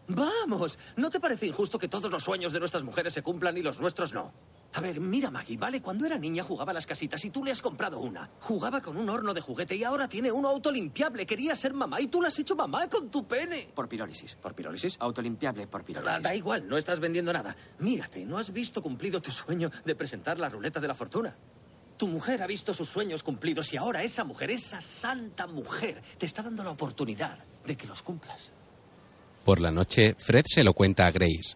Speaker 12: Vamos, ¿no te parece injusto que todos los sueños de nuestras mujeres se cumplan y los nuestros no? A ver, mira Maggie, ¿vale? Cuando era niña jugaba a las casitas y tú le has comprado una. Jugaba con un horno de juguete y ahora tiene uno autolimpiable. Quería ser mamá y tú la has hecho mamá con tu pene.
Speaker 3: Por pirólisis.
Speaker 12: ¿Por pirólisis?
Speaker 3: Autolimpiable por
Speaker 12: Da,
Speaker 3: pirólisis.
Speaker 12: da igual, no estás vendiendo nada. Mírate, no has visto cumplido tu sueño de presentar la ruleta de la fortuna. Tu mujer ha visto sus sueños cumplidos y ahora esa mujer, esa santa mujer, te está dando la oportunidad de que los cumplas.
Speaker 1: Por la noche, Fred se lo cuenta a Grace.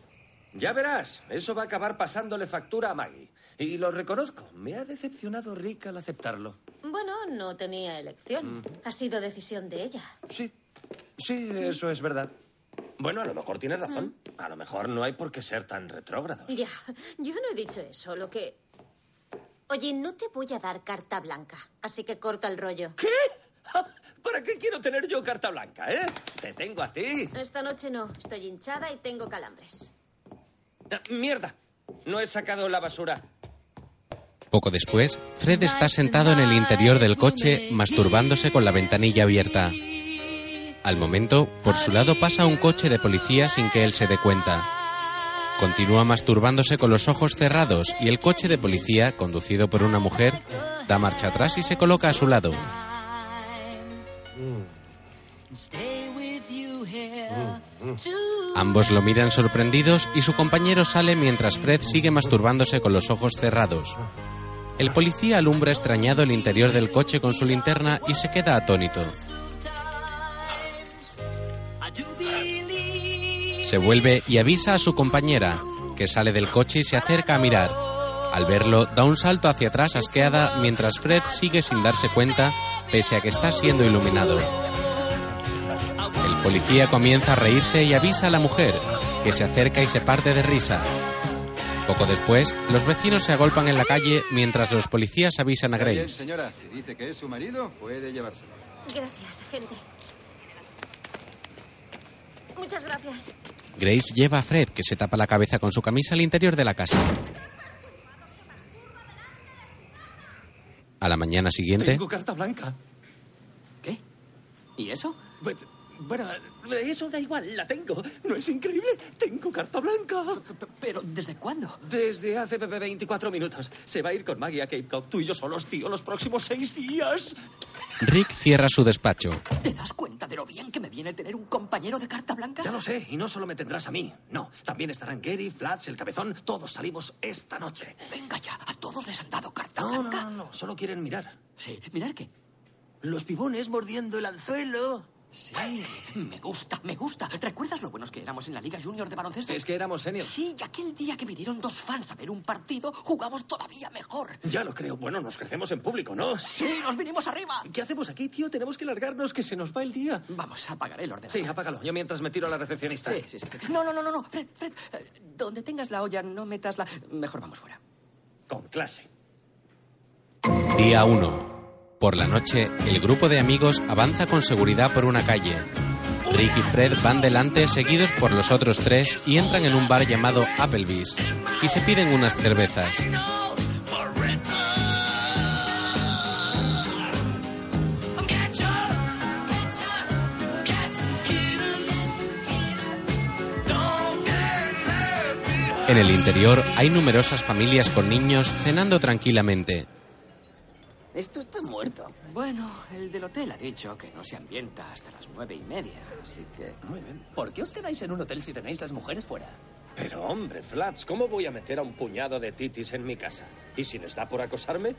Speaker 12: Ya verás, eso va a acabar pasándole factura a Maggie. Y lo reconozco, me ha decepcionado Rick al aceptarlo. Mm.
Speaker 6: Bueno, no tenía
Speaker 19: Mm.
Speaker 6: elección. Ha sido decisión de ella.
Speaker 12: Sí, sí, eso es verdad. Bueno, a lo mejor tienes razón. A lo mejor no hay por qué ser tan retrógrado.
Speaker 6: Ya, yo no he dicho eso, lo que... Oye, no te voy a dar carta blanca, así que corta el rollo.
Speaker 12: ¿Qué? ¿Para qué quiero tener yo carta blanca, eh? Te tengo a ti.
Speaker 6: Esta noche no, estoy hinchada y tengo calambres.
Speaker 12: Ah, ¡Mierda! No he sacado la basura.
Speaker 1: Poco después, Fred está sentado en el interior del coche masturbándose con la ventanilla abierta. Al momento, por su lado pasa un coche de policía sin que él se dé cuenta. Continúa masturbándose con los ojos cerrados y el coche de policía, conducido por una mujer, da marcha atrás y se coloca a su lado. Ambos lo miran sorprendidos y su compañero sale mientras Fred sigue masturbándose con los ojos cerrados. El policía alumbra extrañado el interior del coche con su linterna y se queda atónito. Se vuelve y avisa a su compañera, que sale del coche y se acerca a mirar. Al verlo, da un salto hacia atrás asqueada mientras Fred sigue sin darse cuenta, pese a que está siendo iluminado. El policía comienza a reírse y avisa a la mujer, que se acerca y se parte de risa. Poco después, los vecinos se agolpan en la calle mientras los policías avisan a
Speaker 23: Está bien,
Speaker 1: Grace.
Speaker 23: señora, si dice que es su marido, puede llevárselo.
Speaker 6: Gracias, agente. Muchas gracias.
Speaker 1: Grace lleva a Fred, que se tapa la cabeza con su camisa al interior de la casa. A la mañana siguiente,
Speaker 12: Tengo carta blanca.
Speaker 3: ¿Y eso?
Speaker 12: Bueno, eso da igual, la tengo. ¿No es increíble? Tengo carta blanca.
Speaker 3: ¿Pero desde cuándo?
Speaker 12: Desde hace ve- ve- 24 minutos. Se va a ir con Maggie a Cape Cod, tú y yo solos, tío, los próximos seis días.
Speaker 1: Rick cierra su despacho.
Speaker 3: ¿Te das cuenta de lo bien que me viene tener un compañero de carta blanca?
Speaker 12: Ya lo sé, y no solo me tendrás a mí. No, también estarán Gary, Flats, el cabezón. Todos salimos esta noche.
Speaker 3: Venga ya, a todos les han dado carta
Speaker 12: No, no,
Speaker 3: blanca.
Speaker 12: no, no, solo quieren mirar.
Speaker 3: Sí, ¿mirar qué?
Speaker 12: Los pibones mordiendo el anzuelo.
Speaker 3: Sí, me gusta, me gusta. ¿Recuerdas lo buenos que éramos en la Liga Junior de baloncesto?
Speaker 12: Es que éramos seniors.
Speaker 3: Sí, y aquel día que vinieron dos fans a ver un partido, jugamos todavía mejor.
Speaker 12: Ya lo creo. Bueno, nos crecemos en público, ¿no?
Speaker 3: Sí, nos vinimos arriba.
Speaker 12: ¿Qué hacemos aquí, tío? Tenemos que largarnos, que se nos va el día.
Speaker 3: Vamos, apagaré el ordenador.
Speaker 12: Sí, apágalo. Yo mientras me tiro a la recepcionista.
Speaker 3: Sí, sí, sí. sí. No, no, no, no, no. Fred, Fred, eh, donde tengas la olla, no metas la... Mejor vamos fuera.
Speaker 12: Con clase.
Speaker 1: Día 1. Por la noche, el grupo de amigos avanza con seguridad por una calle. Rick y Fred van delante seguidos por los otros tres y entran en un bar llamado Applebee's y se piden unas cervezas. En el interior hay numerosas familias con niños cenando tranquilamente.
Speaker 3: Esto está muerto. Bueno, el del hotel ha dicho que no se ambienta hasta las nueve y media, así que...
Speaker 12: Muy bien. ¿Por qué os quedáis en un hotel si tenéis las mujeres fuera? Pero hombre, Flats, ¿cómo voy a meter a un puñado de titis en mi casa? ¿Y si les da por acosarme?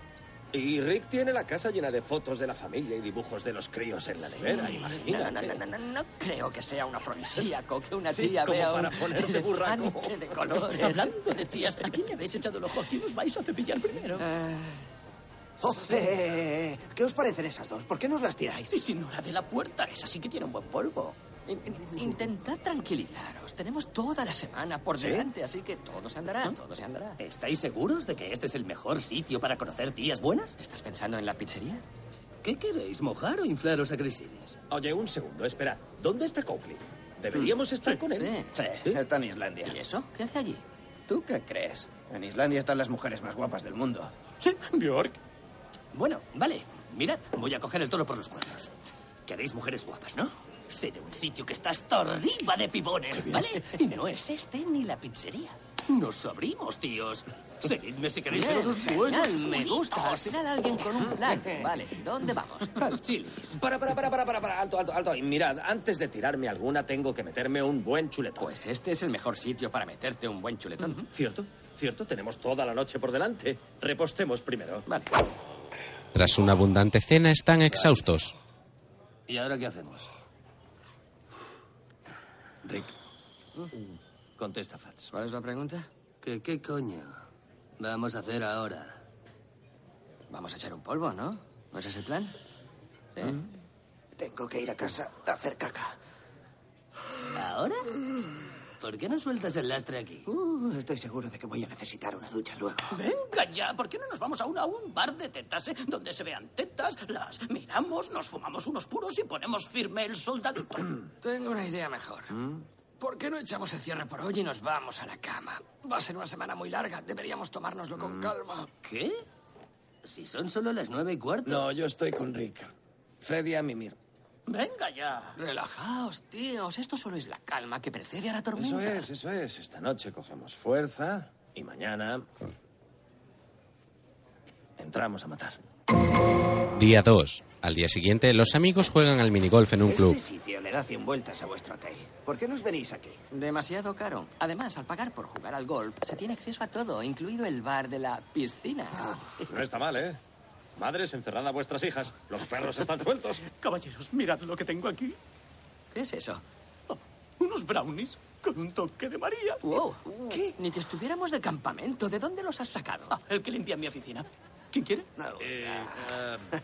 Speaker 12: Y Rick tiene la casa llena de fotos de la familia y dibujos de los críos en la
Speaker 3: Sí.
Speaker 12: nevera, imagínate.
Speaker 3: No, no, no, no, no, no creo que sea un afrodisíaco que una
Speaker 12: Sí,
Speaker 3: tía
Speaker 12: como
Speaker 3: vea
Speaker 12: para
Speaker 3: un
Speaker 12: ponerte burraco.
Speaker 3: elefante de colores.
Speaker 7: Hablando de tías, ¿a quién le habéis echado el ojo? ¿A quién os vais a cepillar primero?
Speaker 12: Eh,
Speaker 3: Eh,
Speaker 24: Oh, eh, eh, eh, ¿Qué os parecen esas dos? ¿Por qué no os las tiráis?
Speaker 7: Sí, sí, no, la de la puerta, esa sí que tiene un buen polvo.
Speaker 3: In- in- Intentad tranquilizaros. Tenemos toda la semana por
Speaker 7: ¿Sí?
Speaker 3: delante, así que todo se andará,
Speaker 24: ¿Ah?
Speaker 3: todo se andará.
Speaker 7: ¿Estáis seguros de que este es el mejor sitio para conocer tías buenas?
Speaker 3: ¿Estás pensando en la pizzería?
Speaker 7: ¿Qué queréis, mojar o inflaros agresivos?
Speaker 12: Oye, un segundo, esperad. ¿Dónde está Coakley?
Speaker 3: Mm,
Speaker 12: Deberíamos estar con él. ¿Eh?
Speaker 24: Sí, está en Islandia.
Speaker 3: ¿Y eso? ¿Qué hace allí?
Speaker 24: ¿Tú qué crees? En Islandia están las mujeres más guapas del mundo.
Speaker 7: Sí, Bjork. Bueno, vale. Mirad, voy a coger el toro por los cuernos. Queréis mujeres guapas, ¿no? Sé de un sitio que está hasta arriba de pibones, ¿vale? Y no es este ni la pizzería. Nos abrimos, tíos. Seguidme si queréis ver
Speaker 3: Bien,
Speaker 7: unos
Speaker 3: genial,
Speaker 7: buenos
Speaker 3: me gusta. Al
Speaker 7: juditos.
Speaker 3: final alguien con un plan. Vale, ¿dónde vamos?
Speaker 12: Para, para, para, para, para, para, alto, alto, alto. Y mirad, antes de tirarme alguna, tengo que meterme un buen chuletón. Pues
Speaker 3: este es el mejor sitio para meterte un buen chuletón.
Speaker 12: Cierto, cierto, tenemos toda la noche por delante. Repostemos primero. Vale.
Speaker 1: Tras una abundante cena están exhaustos.
Speaker 7: ¿Y ahora qué hacemos? Rick. Mm. Contesta, Fats.
Speaker 3: ¿Cuál es la pregunta?
Speaker 7: ¿Qué, ¿Qué coño vamos a hacer ahora?
Speaker 3: Vamos a echar un polvo, ¿no? ¿No es ese el plan? ¿Eh?
Speaker 24: ¿Mm? Tengo que ir a casa a hacer caca.
Speaker 7: ¿Ahora? ¿Por qué no sueltas el lastre aquí?
Speaker 24: Uh, estoy seguro de que voy a necesitar una ducha luego.
Speaker 7: Venga ya, ¿por qué no nos vamos aún a un bar de tetas eh, donde se vean tetas, las miramos, nos fumamos unos puros y ponemos firme el soldadito?
Speaker 3: Tengo una idea mejor. ¿Por qué no echamos el cierre por hoy y nos vamos a la cama? Va a ser una semana muy larga. Deberíamos tomárnoslo
Speaker 24: Mm.
Speaker 3: con calma.
Speaker 7: ¿Qué? Si son solo las nueve y cuarto.
Speaker 12: No, yo estoy con Rick. Freddy a mimir.
Speaker 7: Venga ya.
Speaker 3: Relajaos, tíos. Esto solo es la calma que precede a la tormenta.
Speaker 12: Eso es, eso es. Esta noche cogemos fuerza y mañana entramos a matar.
Speaker 1: Día 2. Al día siguiente, los amigos juegan al minigolf en un club.
Speaker 24: Este sitio le da 100 vueltas a vuestro hotel. ¿Por qué no os venís aquí?
Speaker 3: Demasiado caro. Además, al pagar por jugar al golf, se tiene acceso a todo, incluido el bar de la piscina.
Speaker 24: Ah.
Speaker 12: No está mal, ¿eh? Madres, encerrad a vuestras hijas. Los perros están sueltos.
Speaker 7: Caballeros, mirad lo que tengo aquí.
Speaker 3: ¿Qué es eso?
Speaker 7: Ah, Unos brownies con un toque de María.
Speaker 3: ¡Wow! ¿Qué? Ni que estuviéramos de campamento. ¿De dónde los has sacado?
Speaker 7: Ah, el que limpia mi oficina. ¿Quién quiere? Eh,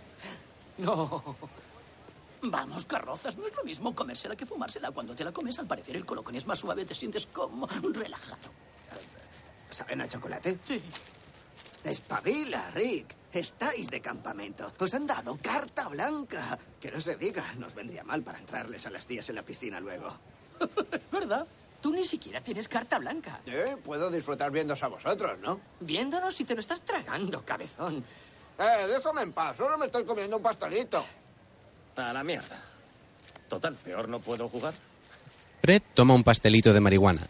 Speaker 3: No.
Speaker 7: Vamos, carrozas, no es lo mismo comérsela que fumársela. Cuando te la comes, al parecer el colocón es más suave, te sientes como relajado.
Speaker 24: ¿Saben a chocolate?
Speaker 7: Sí.
Speaker 24: Espabila, Rick. Estáis de campamento. Os han dado carta blanca. Que no se diga, nos vendría mal para entrarles a las tías en la piscina luego.
Speaker 7: ¿Verdad?
Speaker 3: Tú ni siquiera tienes carta blanca.
Speaker 24: Eh, puedo disfrutar viéndose a vosotros, ¿no?
Speaker 3: Viéndonos si te lo estás tragando, cabezón.
Speaker 24: Eh, déjame en paz. Solo me estoy comiendo un pastelito.
Speaker 12: A la mierda. Total, peor no puedo jugar.
Speaker 1: Fred toma un pastelito de marihuana.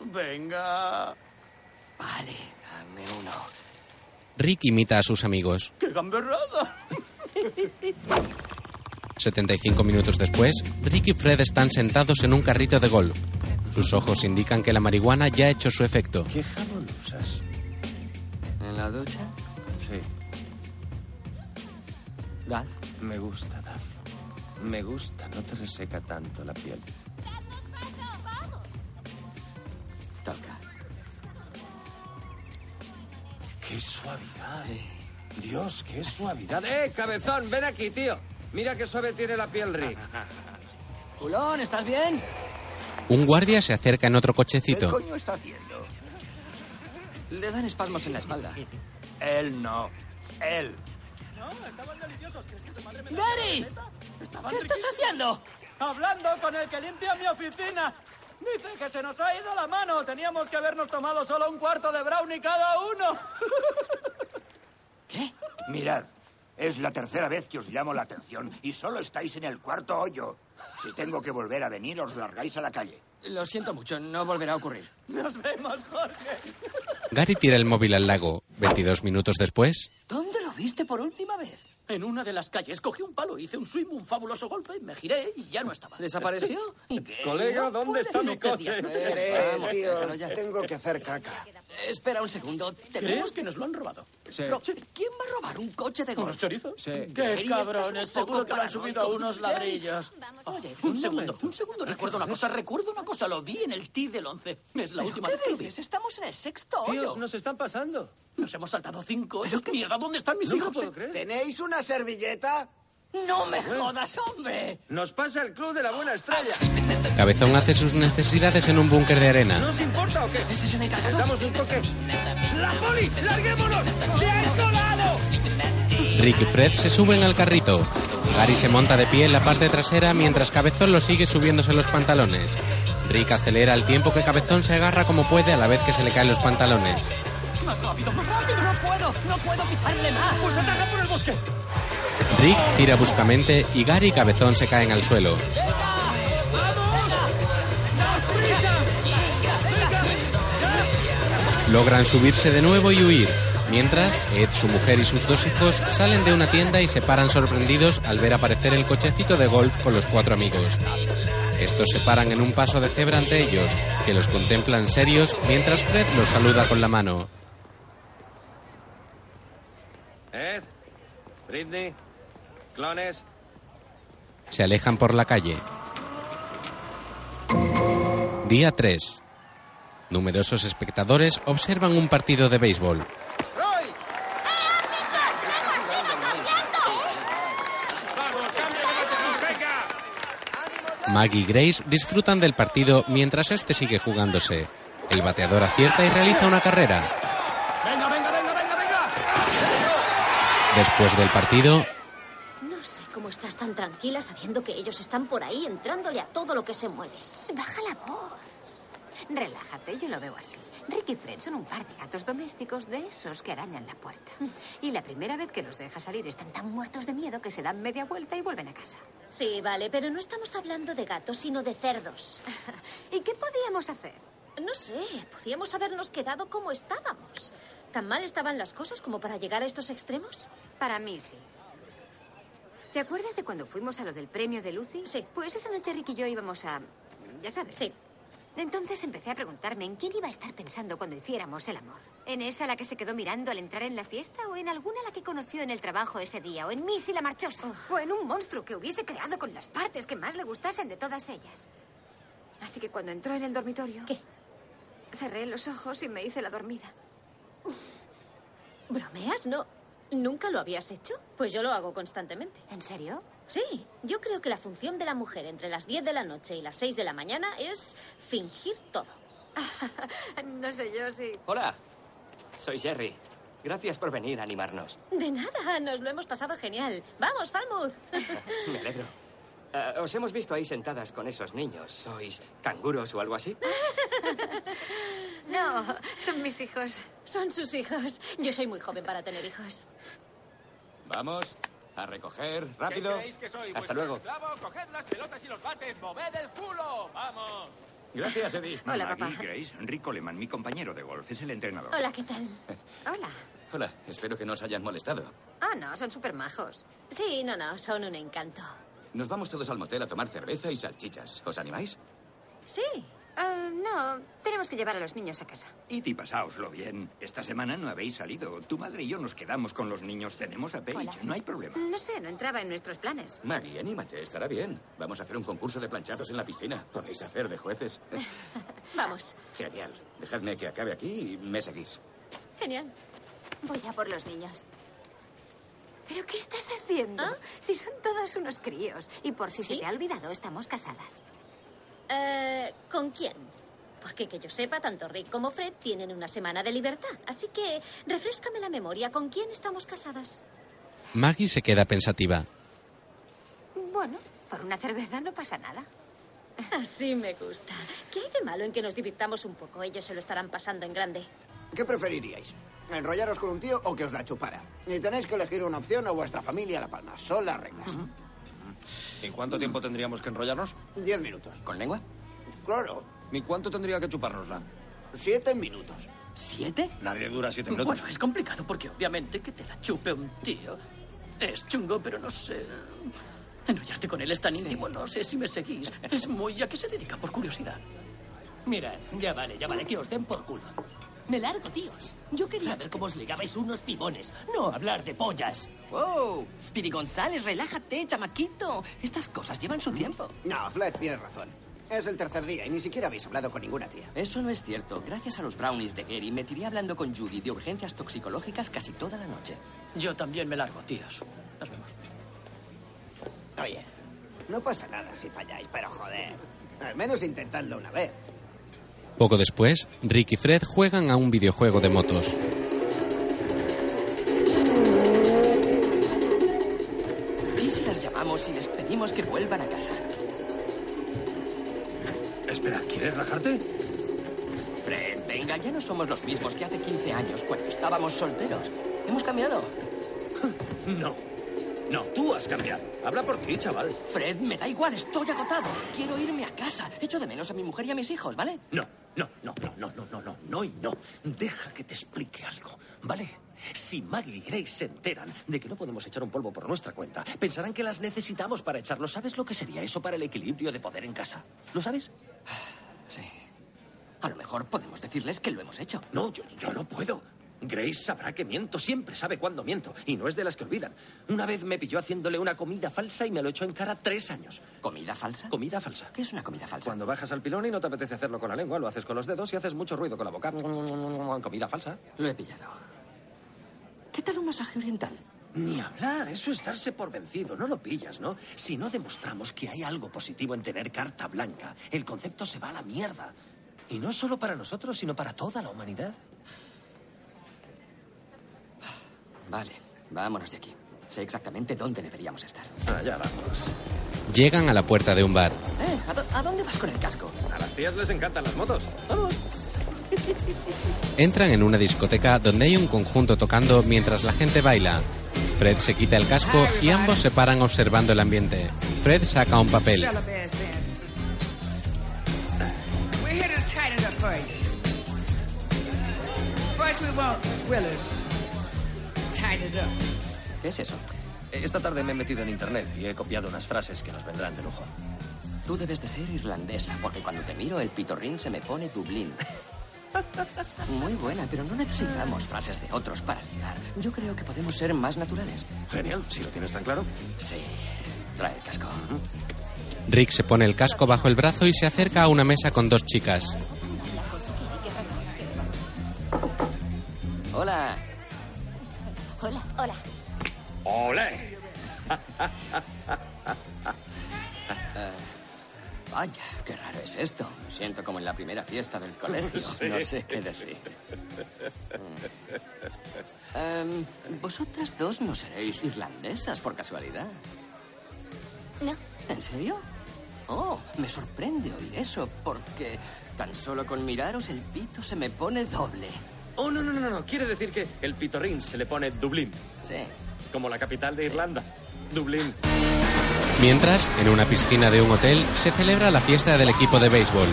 Speaker 7: Venga.
Speaker 3: Vale, dame uno.
Speaker 1: Rick imita a sus amigos.
Speaker 7: ¡Qué gamberrada!
Speaker 1: 75 minutos después, Rick y Fred están sentados en un carrito de golf. Sus ojos indican que la marihuana ya ha hecho su efecto.
Speaker 12: ¿Qué jabón usas?
Speaker 3: ¿En la ducha?
Speaker 12: Sí.
Speaker 3: ¿Daz?
Speaker 12: Me gusta, Daf. Me gusta, no te reseca tanto la piel.
Speaker 3: Toca.
Speaker 12: ¡Qué suavidad! Dios, qué suavidad. ¡Eh, cabezón! Ven aquí, tío. Mira qué suave tiene la piel, Rick.
Speaker 3: Culón, ¿estás bien?
Speaker 1: Un guardia se acerca en otro cochecito.
Speaker 24: está haciendo?
Speaker 3: Le dan espasmos en la espalda.
Speaker 24: Él no. Él.
Speaker 7: No, estaban deliciosos, que es que tu madre me
Speaker 3: ¡Gary! ¿Qué estás haciendo?
Speaker 7: Hablando con el que limpia mi oficina. Dice que se nos ha ido la mano. Teníamos que habernos tomado solo un cuarto de brownie cada uno.
Speaker 25: Mirad, es la tercera vez que os llamo la atención y solo estáis en el cuarto hoyo. Si tengo que volver a venir, os largáis a la calle.
Speaker 3: Lo siento mucho, no volverá a ocurrir.
Speaker 7: Nos vemos, Jorge.
Speaker 1: Gary tira el móvil al lago. 22 minutos después,
Speaker 7: ¿Dónde lo viste por última vez? En una de las calles. Cogí un palo, hice un swing, un fabuloso golpe, me giré y ya no estaba.
Speaker 12: ¿Desapareció?
Speaker 7: ¿Qué?
Speaker 12: Colega,
Speaker 7: No puede
Speaker 12: ¿dónde está
Speaker 7: ser,
Speaker 12: mi
Speaker 7: no te
Speaker 12: coche?
Speaker 7: rías, no te
Speaker 12: Eh,
Speaker 7: rías.
Speaker 12: eh,
Speaker 7: Vamos,
Speaker 12: tío,
Speaker 7: déjalo ya.
Speaker 26: Tengo que hacer caca.
Speaker 7: Espera un segundo. Tenemos que nos lo han robado. Pero, ¿Quién va a robar un coche de golf? ¿Unos chorizos?
Speaker 3: Qué cabrones, seguro que lo han subido a unos ladrillos.
Speaker 7: Oye, un segundo, un segundo. Recuerdo una cosa, recuerdo una cosa. Lo vi en el tee del 11. Es la última vez que lo vi. Estamos en el sexto
Speaker 12: Tíos, nos están pasando.
Speaker 7: Nos hemos saltado cinco hoyos. Mierda, ¿dónde están mis
Speaker 12: No
Speaker 7: hijos?
Speaker 12: lo puedo creer.
Speaker 7: ¿Tenéis una servilleta? ¡No me jodas, hombre!
Speaker 12: Nos pasa el club de la buena estrella.
Speaker 1: Cabezón hace sus necesidades en un búnker de
Speaker 12: ¿No
Speaker 1: arena.
Speaker 12: os importa o qué? ¿Les damos un toque? ¡La poli! ¡Larguémonos! ¡Se ha colado!
Speaker 1: Rick y Fred se suben al carrito. Gary se monta de pie en la parte trasera mientras Cabezón lo sigue subiéndose los pantalones. Rick acelera al tiempo que Cabezón se agarra como puede a la vez que se le caen los pantalones.
Speaker 7: ¡Más rápido, más rápido! ¡No puedo! ¡No puedo pisarle más! ¡Pues ataca por el bosque!
Speaker 1: Rick gira bruscamente y Gary y Cabezón se caen al suelo. Logran subirse de nuevo y huir, mientras Ed, su mujer y sus dos hijos salen de una tienda y se paran sorprendidos al ver aparecer el cochecito de golf con los cuatro amigos. Estos se paran en un paso de cebra ante ellos, que los contemplan serios mientras Fred los saluda con la mano.
Speaker 12: Ed, Britney, clones.
Speaker 1: Se alejan por la calle. Día 3. Numerosos espectadores observan un partido de béisbol. Maggie y Grace disfrutan del partido mientras este sigue jugándose. El bateador acierta y realiza una carrera.
Speaker 12: ¡Venga, venga, venga, venga, venga!
Speaker 1: Después del partido,
Speaker 6: No sé cómo estás tan tranquila sabiendo que ellos están por ahí entrándole a todo lo que se mueve.
Speaker 5: Baja la voz. Relájate, yo lo veo así. Rick y Fred son un par de gatos domésticos de esos que arañan la puerta. Y la primera vez que los deja salir están tan muertos de miedo que se dan media vuelta y vuelven a casa.
Speaker 6: Sí, vale, pero no estamos hablando de gatos, sino de cerdos.
Speaker 5: ¿Y qué podíamos hacer?
Speaker 6: No sé, podíamos habernos quedado como estábamos. ¿Tan mal estaban las cosas como para llegar a estos extremos?
Speaker 5: Para mí sí. ¿Te acuerdas de cuando fuimos a lo del premio de Lucy? Sí. Pues esa noche Rick y yo íbamos a... Ya sabes. Sí. Entonces empecé a preguntarme en quién iba a estar pensando cuando hiciéramos el amor. ¿En esa la que se quedó mirando al entrar en la fiesta? ¿O en alguna la que conoció en el trabajo ese día? ¿O en Missy la marchosa? ¿O en un monstruo que hubiese creado con las partes que más le gustasen de todas ellas? Así que cuando entró en el dormitorio... ¿Qué? Cerré los ojos y me hice la dormida.
Speaker 6: ¿Bromeas? No. ¿Nunca lo habías hecho? Pues yo lo hago constantemente.
Speaker 5: ¿En serio?
Speaker 6: Sí, yo creo que la función de la mujer entre las 10 de la noche y las 6 de la mañana es fingir todo.
Speaker 5: No sé yo si...
Speaker 3: Hola, soy Jerry. Gracias por venir a animarnos.
Speaker 6: De nada, nos lo hemos pasado genial. Vamos, Falmouth.
Speaker 3: Me alegro. Ah, os hemos visto ahí sentadas con esos niños. ¿Sois canguros o algo así?
Speaker 5: No, son mis hijos.
Speaker 6: Son sus hijos. Yo soy muy joven para tener hijos.
Speaker 26: Vamos a recoger. Rápido. Hasta
Speaker 6: Pues,
Speaker 7: vuestro
Speaker 26: luego.
Speaker 7: Pues ¡Coged las pelotas y los bates! ¡Moved el culo! ¡Vamos!
Speaker 26: Gracias, Eddie.
Speaker 6: Hola,
Speaker 26: Maggie,
Speaker 6: papá.
Speaker 26: Grace, Rick Coleman, mi compañero de golf, es el entrenador.
Speaker 6: Hola, ¿qué tal?
Speaker 5: Hola.
Speaker 26: Hola, espero que no os hayan molestado.
Speaker 5: Ah, no, son súper majos.
Speaker 6: Sí, no, no, son un encanto.
Speaker 26: Nos vamos todos al motel a tomar cerveza y salchichas. ¿Os animáis?
Speaker 6: Sí.
Speaker 5: Ah, no, tenemos que llevar a los niños a casa.
Speaker 26: Y ti, pasáoslo bien. Esta semana no habéis salido. Tu madre y yo nos quedamos con los niños. Tenemos a Paige.
Speaker 5: Hola.
Speaker 26: No hay problema.
Speaker 5: No sé, no entraba en nuestros planes.
Speaker 26: Maggie, anímate. Estará bien. Vamos a hacer un concurso de planchados en la piscina. Podéis hacer de jueces.
Speaker 6: Vamos.
Speaker 26: Genial. Dejadme que acabe aquí y me seguís.
Speaker 6: Genial.
Speaker 5: Voy a por los niños. ¿Ah? ¿Pero qué estás haciendo? Si son todos unos críos. Y por si se te ha olvidado, estamos casadas.
Speaker 6: Eh, ¿Con quién? Porque que yo sepa, tanto Rick como Fred tienen una semana de libertad. Así que refrescame la memoria. ¿Con quién estamos casadas?
Speaker 1: Maggie se queda pensativa.
Speaker 5: Bueno, por una cerveza no pasa nada.
Speaker 6: Así me gusta. ¿Qué hay de malo en que nos divirtamos un poco? Ellos se lo estarán pasando en grande.
Speaker 27: ¿Qué preferiríais? ¿Enrollaros con un tío o que os la chupara? Y tenéis que elegir una opción o vuestra familia la palma. Son las reglas.
Speaker 12: ¿En cuánto tiempo tendríamos que enrollarnos?
Speaker 27: Diez minutos.
Speaker 3: ¿Con lengua?
Speaker 27: Claro.
Speaker 12: ¿Ni cuánto tendría que chupárnosla?
Speaker 28: Siete minutos.
Speaker 7: ¿Siete?
Speaker 12: Nadie dura siete minutos.
Speaker 7: Bueno, es complicado porque obviamente que te la chupe un tío. Es chungo, pero no sé. Enrollarte con él es tan íntimo, no sé si me seguís. Es muy a qué se dedica, por curiosidad.
Speaker 29: Mirad, ya vale, ya vale, que os den por culo. Me largo, tíos. Yo quería ver cómo os ligabais unos pibones, no hablar de pollas.
Speaker 3: ¡Wow! Speedy González, relájate, chamaquito. Estas cosas llevan su tiempo.
Speaker 28: No, Fletch tiene razón. Es el tercer día y ni siquiera habéis hablado con ninguna tía.
Speaker 3: Eso no es cierto. Gracias a los brownies de Gary me tiré hablando con Judy de urgencias toxicológicas casi toda la noche.
Speaker 7: Yo también me largo, tíos. Nos vemos.
Speaker 28: Oye, no pasa nada si falláis, pero joder. Al menos intentadlo una vez.
Speaker 1: Poco después, Rick y Fred juegan a un videojuego de motos.
Speaker 3: ¿Y si las llamamos y les pedimos que vuelvan a casa?
Speaker 12: Espera, ¿quieres rajarte?
Speaker 3: Fred, venga, ya no somos los mismos que hace 15 años cuando estábamos solteros. Hemos cambiado.
Speaker 12: No. No, tú has cambiado. Habla por ti, chaval.
Speaker 3: Fred, me da igual, estoy agotado. Quiero irme a casa. Echo de menos a mi mujer y a mis hijos, ¿vale?
Speaker 12: No, no, no, no, no, no, no, no, no y no. Deja que te explique algo, ¿vale? Si Maggie y Grace se enteran de que no podemos echar un polvo por nuestra cuenta, pensarán que las necesitamos para echarlo. ¿Sabes lo que sería eso para el equilibrio de poder en casa? ¿Lo sabes?
Speaker 3: Ah, Sí. A lo mejor podemos decirles que lo hemos hecho.
Speaker 12: No, yo, yo no puedo. Grace sabrá que miento, siempre sabe cuándo miento, y no es de las que olvidan. Una vez me pilló haciéndole una comida falsa y me lo echó en cara tres años.
Speaker 3: ¿Comida falsa?
Speaker 12: Comida falsa.
Speaker 3: ¿Qué es una comida falsa?
Speaker 12: Cuando bajas al pilón y no te apetece hacerlo con la lengua, lo haces con los dedos y haces mucho ruido con la boca. Comida falsa.
Speaker 3: Lo he pillado. ¿Qué tal un masaje oriental?
Speaker 12: Ni hablar, eso es darse por vencido, no lo pillas, ¿no? Si no demostramos que hay algo positivo en tener carta blanca, el concepto se va a la mierda. Y no solo para nosotros, sino para toda la humanidad.
Speaker 3: Vale, vámonos de aquí. Sé exactamente dónde deberíamos estar.
Speaker 12: Allá vamos.
Speaker 1: Llegan a la puerta de un bar.
Speaker 3: ¿Eh? ¿A, dó- a dónde vas con el casco?
Speaker 12: A las tías les encantan las motos. Vamos.
Speaker 1: Entran en una discoteca donde hay un conjunto tocando mientras la gente baila. Fred se quita el casco y ambos se paran observando el ambiente. Fred saca un papel.
Speaker 11: We're here to tighten it up for you. First we want Willard. Tighten it up.
Speaker 3: ¿Qué es eso?
Speaker 12: Eh, Esta tarde me he metido en internet y he copiado unas frases que nos vendrán de lujo.
Speaker 3: Tú debes de ser irlandesa, porque cuando te miro el pitorrín se me pone Dublín. Muy buena, pero no necesitamos frases de otros para ligar. Yo creo que podemos ser más naturales.
Speaker 12: Genial, si lo tienes tan claro.
Speaker 3: Sí, trae el casco.
Speaker 1: Rick se pone el casco bajo el brazo y se acerca a una mesa con dos chicas.
Speaker 3: Hola,
Speaker 22: Hola. Hola.
Speaker 12: ¡Ole!
Speaker 3: Eh, vaya, qué raro es esto. Me siento como en la primera fiesta del colegio.
Speaker 12: Sí.
Speaker 3: No sé qué decir. Em, Vosotras dos no seréis irlandesas por casualidad.
Speaker 22: No.
Speaker 3: ¿En serio? Oh, me sorprende oír eso, porque tan solo con miraros el pito se me pone doble.
Speaker 12: Oh, no, no, no, no. Quiere decir que el pitorrín se le pone Dublín.
Speaker 3: Sí.
Speaker 12: Como la capital de Irlanda. Dublín.
Speaker 1: Mientras, en una piscina de un hotel, se celebra la fiesta del equipo de béisbol.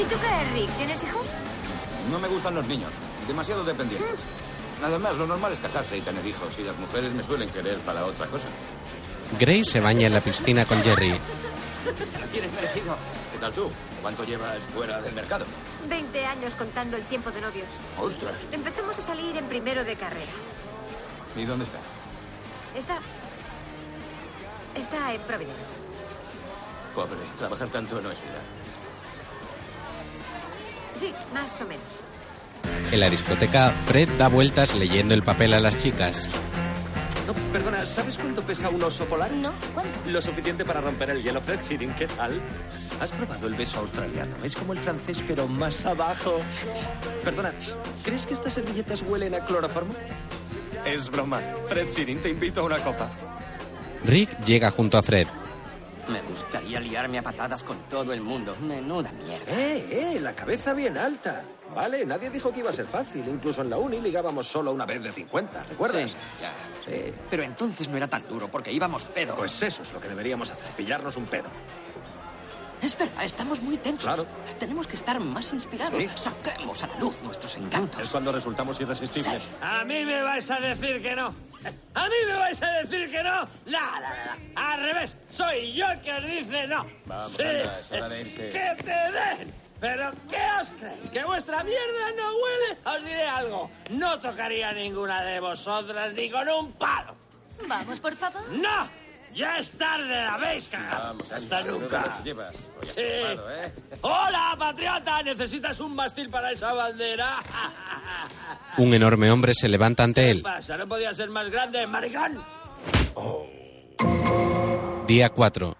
Speaker 5: ¿Y tú qué, Rick? ¿Tienes hijos?
Speaker 12: No me gustan los niños.
Speaker 26: Demasiado dependientes. Además, lo normal es casarse y tener hijos, y las mujeres me suelen querer para otra cosa.
Speaker 1: Grace se baña en la piscina con Jerry.
Speaker 26: Te lo tienes merecido. ¿Qué tal tú? ¿Cuánto llevas fuera del mercado?
Speaker 5: 20 años contando el tiempo de novios.
Speaker 26: ¡Ostras!
Speaker 5: Empezamos a salir en primero de carrera.
Speaker 26: ¿Y dónde está?
Speaker 5: Está. Está en Providence.
Speaker 26: Pobre, trabajar tanto no es vida.
Speaker 5: Sí, más o menos.
Speaker 1: En la discoteca, Fred da vueltas leyendo el papel a las chicas.
Speaker 12: No, perdona, ¿sabes cuánto pesa un oso polar? No,
Speaker 22: ¿cuánto?
Speaker 12: Lo suficiente para romper el hielo, Fred Sheeran. ¿Qué tal? ¿Has probado el beso australiano? Es como el francés, pero más abajo. Perdona, ¿crees que estas servilletas huelen a cloroformo? Es broma. Fred Sheeran, te invito a una copa.
Speaker 1: Rick llega junto a Fred.
Speaker 3: Me gustaría liarme a patadas con todo el mundo. Menuda mierda.
Speaker 12: Eh, eh, la cabeza bien alta. Vale, nadie dijo que iba a ser fácil. Incluso en la uni ligábamos solo una vez de 50, ¿recuerdas?
Speaker 3: Sí, ya. Pero entonces no era tan duro porque íbamos pedo.
Speaker 12: Pues eso es lo que deberíamos hacer, pillarnos un pedo.
Speaker 3: Es verdad, estamos muy tensos.
Speaker 12: Claro.
Speaker 3: Tenemos que estar más inspirados.
Speaker 12: Sí.
Speaker 3: Saquemos a la luz nuestros encantos.
Speaker 12: Es cuando resultamos irresistibles.
Speaker 2: A mí me vais a decir que no. A mí me vais a decir que no. Nada, nada. Al revés, soy yo el que os dice no.
Speaker 26: Vamos,
Speaker 2: sí.
Speaker 26: anda, es hora de irse.
Speaker 2: Que te den. Pero ¿qué os creéis? ¿Que vuestra mierda no huele? Os diré algo. No tocaría a ninguna de vosotras ni con un palo.
Speaker 5: Vamos, por favor.
Speaker 2: ¡No! Ya es tarde, la habéis cagado.
Speaker 26: Vamos,
Speaker 2: Hasta
Speaker 26: ánimo,
Speaker 2: nunca.
Speaker 26: no te llevas. Voy a
Speaker 2: Sí.
Speaker 26: estar malo, ¿eh?
Speaker 2: ¡Hola, patriota! ¿Necesitas un mástil para esa bandera?
Speaker 1: Un enorme hombre se levanta ante
Speaker 2: ¿Qué
Speaker 1: él.
Speaker 2: pasa? ¿No podía ser más grande, maricón?
Speaker 1: Día 4.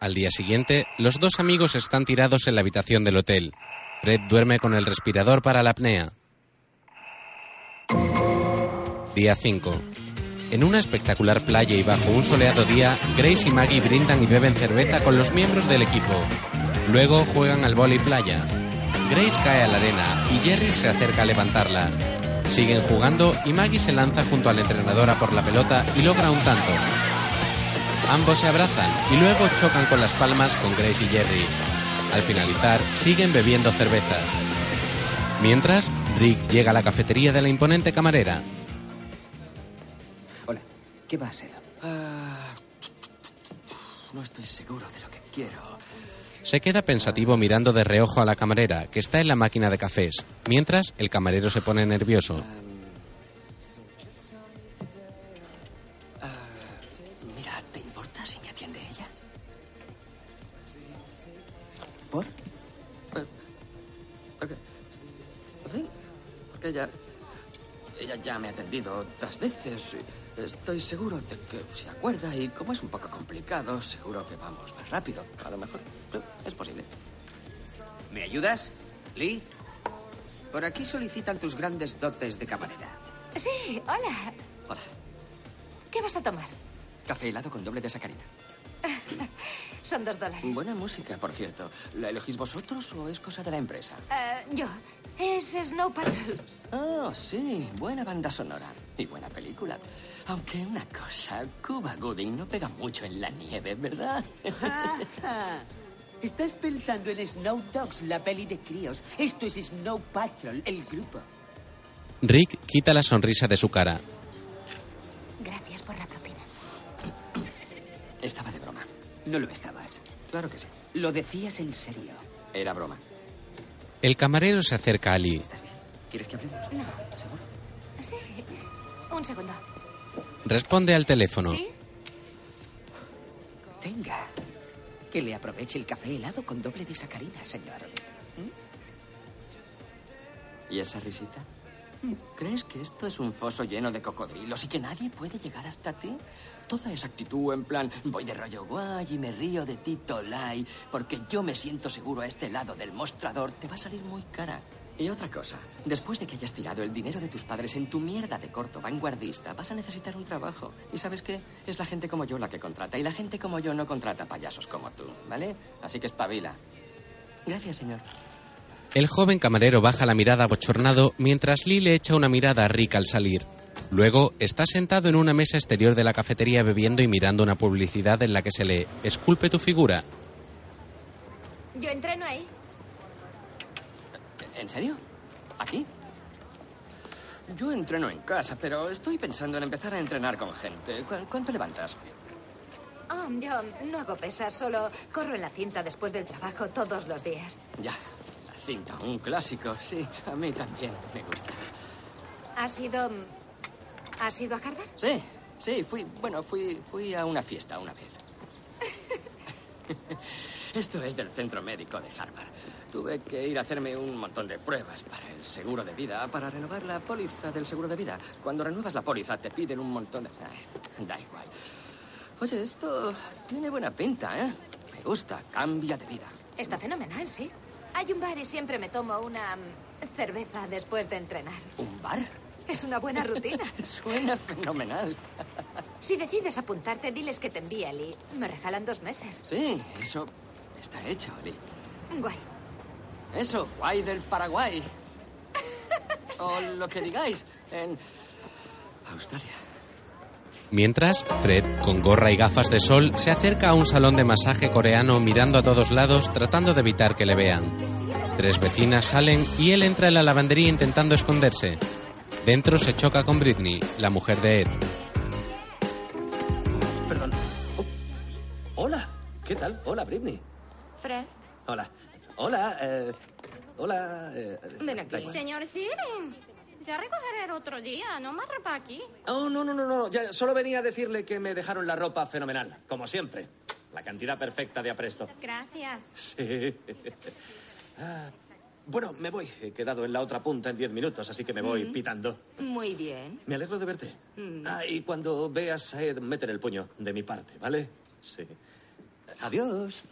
Speaker 1: Al día siguiente, los dos amigos están tirados en la habitación del hotel. Fred duerme con el respirador para la apnea. Día 5. En una espectacular playa y bajo un soleado día, Grace y Maggie brindan y beben cerveza con los miembros del equipo. Luego juegan al vóley playa. Grace cae a la arena y Jerry se acerca a levantarla. Siguen jugando y Maggie se lanza junto a la entrenadora por la pelota y logra un tanto. Ambos se abrazan y luego chocan con las palmas con Grace y Jerry. Al finalizar, siguen bebiendo cervezas. Mientras, Rick llega a la cafetería de la imponente camarera.
Speaker 30: ¿Qué va a ser?
Speaker 3: Ah, No estoy seguro de lo que quiero.
Speaker 1: Se queda pensativo mirando de reojo a la camarera, que está en la máquina de cafés. Mientras, el camarero se pone nervioso.
Speaker 3: Mira, ¿te importa si me atiende ella?
Speaker 30: ¿Por?
Speaker 3: Eh, Porque. sí, Porque ella. Ella ya me ha atendido otras veces. y Estoy seguro de que se acuerda y como es un poco complicado, seguro que vamos más rápido. A lo mejor. eh, Es posible.
Speaker 8: ¿Me ayudas, Lee? Por aquí solicitan tus grandes dotes de camarera.
Speaker 31: Sí, hola.
Speaker 3: Hola.
Speaker 31: ¿Qué vas a tomar?
Speaker 3: Café helado con doble de sacarina.
Speaker 31: Son dos dólares.
Speaker 3: Buena música, por cierto. ¿La elegís vosotros o es cosa de la empresa?
Speaker 31: Eh, yo. Es Snow Patrol.
Speaker 3: Oh, sí, buena banda sonora y buena película. Aunque una cosa, Cuba Gooding no pega mucho en la nieve, ¿verdad?
Speaker 32: Ah. Ajá. Estás pensando en Snow Dogs, la peli de críos. Esto es Snow Patrol, el grupo.
Speaker 1: Rick quita la sonrisa de su cara.
Speaker 31: Gracias por la propina.
Speaker 3: Estaba de broma.
Speaker 32: No lo estabas.
Speaker 3: Claro que sí.
Speaker 32: Lo decías en serio.
Speaker 3: Era broma.
Speaker 1: El camarero se acerca a Lee.
Speaker 3: ¿Quieres que hablemos?
Speaker 31: No.
Speaker 3: ¿Seguro?
Speaker 31: Sí. Un segundo.
Speaker 1: Responde al teléfono.
Speaker 31: ¿Sí?
Speaker 32: Tenga. Que le aproveche el café helado con doble de sacarina, señor. ¿Mm?
Speaker 3: ¿Y esa risita? ¿Crees que esto es un foso lleno de cocodrilos y que nadie puede llegar hasta ti? Toda esa actitud en plan, voy de rollo guay y me río de Tito Lai porque yo me siento seguro a este lado del mostrador, te va a salir muy cara. Y otra cosa, después de que hayas tirado el dinero de tus padres en tu mierda de corto vanguardista, vas a necesitar un trabajo. ¿Y sabes qué? Es la gente como yo la que contrata y la gente como yo no contrata payasos como tú, ¿vale? Así que espabila. Gracias, señor.
Speaker 1: El joven camarero baja la mirada bochornado mientras Lee le echa una mirada a Rick al salir. Luego está sentado en una mesa exterior de la cafetería bebiendo y mirando una publicidad en la que se lee Esculpe tu figura.
Speaker 31: Yo entreno ahí.
Speaker 3: ¿En serio? ¿Aquí? Yo entreno en casa, pero estoy pensando en empezar a entrenar con gente. ¿Cu- ¿Cuánto levantas?
Speaker 31: Ah, yo no hago pesas, solo corro en la cinta después del trabajo todos los días.
Speaker 3: Ya, la cinta, un clásico, sí. A mí también me gusta.
Speaker 31: ¿Has ido. ¿Has ido a Harvard?
Speaker 3: Sí, sí, fui, bueno, fui, fui a una fiesta una vez. Esto es del centro médico de Harvard. Tuve que ir a hacerme un montón de pruebas para el seguro de vida, para renovar la póliza del seguro de vida. Cuando renuevas la póliza te piden un montón de... Ay, da igual. Oye, esto tiene buena pinta, ¿eh? Me gusta, cambia de vida.
Speaker 31: Está fenomenal, sí. Hay un bar y siempre me tomo una mm, cerveza después de entrenar.
Speaker 3: ¿Un bar?
Speaker 31: Es una buena rutina.
Speaker 3: Suena fenomenal.
Speaker 31: Si decides apuntarte, diles que te envíe Lee. Me regalan dos meses.
Speaker 3: Sí, eso está hecho, Oli.
Speaker 31: Guay.
Speaker 3: Eso, guay del Paraguay. O lo que digáis, en Australia.
Speaker 1: Mientras, Fred, con gorra y gafas de sol, se acerca a un salón de masaje coreano mirando a todos lados tratando de evitar que le vean. Tres vecinas salen y él entra en la lavandería intentando esconderse. Dentro se choca con Britney, la mujer de Ed.
Speaker 12: Perdón. Oh, Hola. ¿Qué tal? Hola, Britney.
Speaker 4: Fred,
Speaker 12: Hola. Hola. eh, hola. eh,
Speaker 4: ven
Speaker 12: da
Speaker 4: aquí.
Speaker 12: igual.
Speaker 4: Señor Siren, ya recogeré el otro día, no me arrepa aquí.
Speaker 12: Oh, no, no, no, no. Ya, solo venía a decirle que me dejaron la ropa fenomenal, como siempre. La cantidad perfecta de apresto.
Speaker 4: Gracias.
Speaker 12: Sí. Ah, bueno, me voy. He quedado en la otra punta en diez minutos, así que me voy
Speaker 4: Mm.
Speaker 12: pitando.
Speaker 4: Muy bien.
Speaker 12: Me alegro de verte.
Speaker 4: Mm.
Speaker 12: Ah, y cuando veas a Ed, meten el puño de mi parte, ¿vale? Sí. Adiós.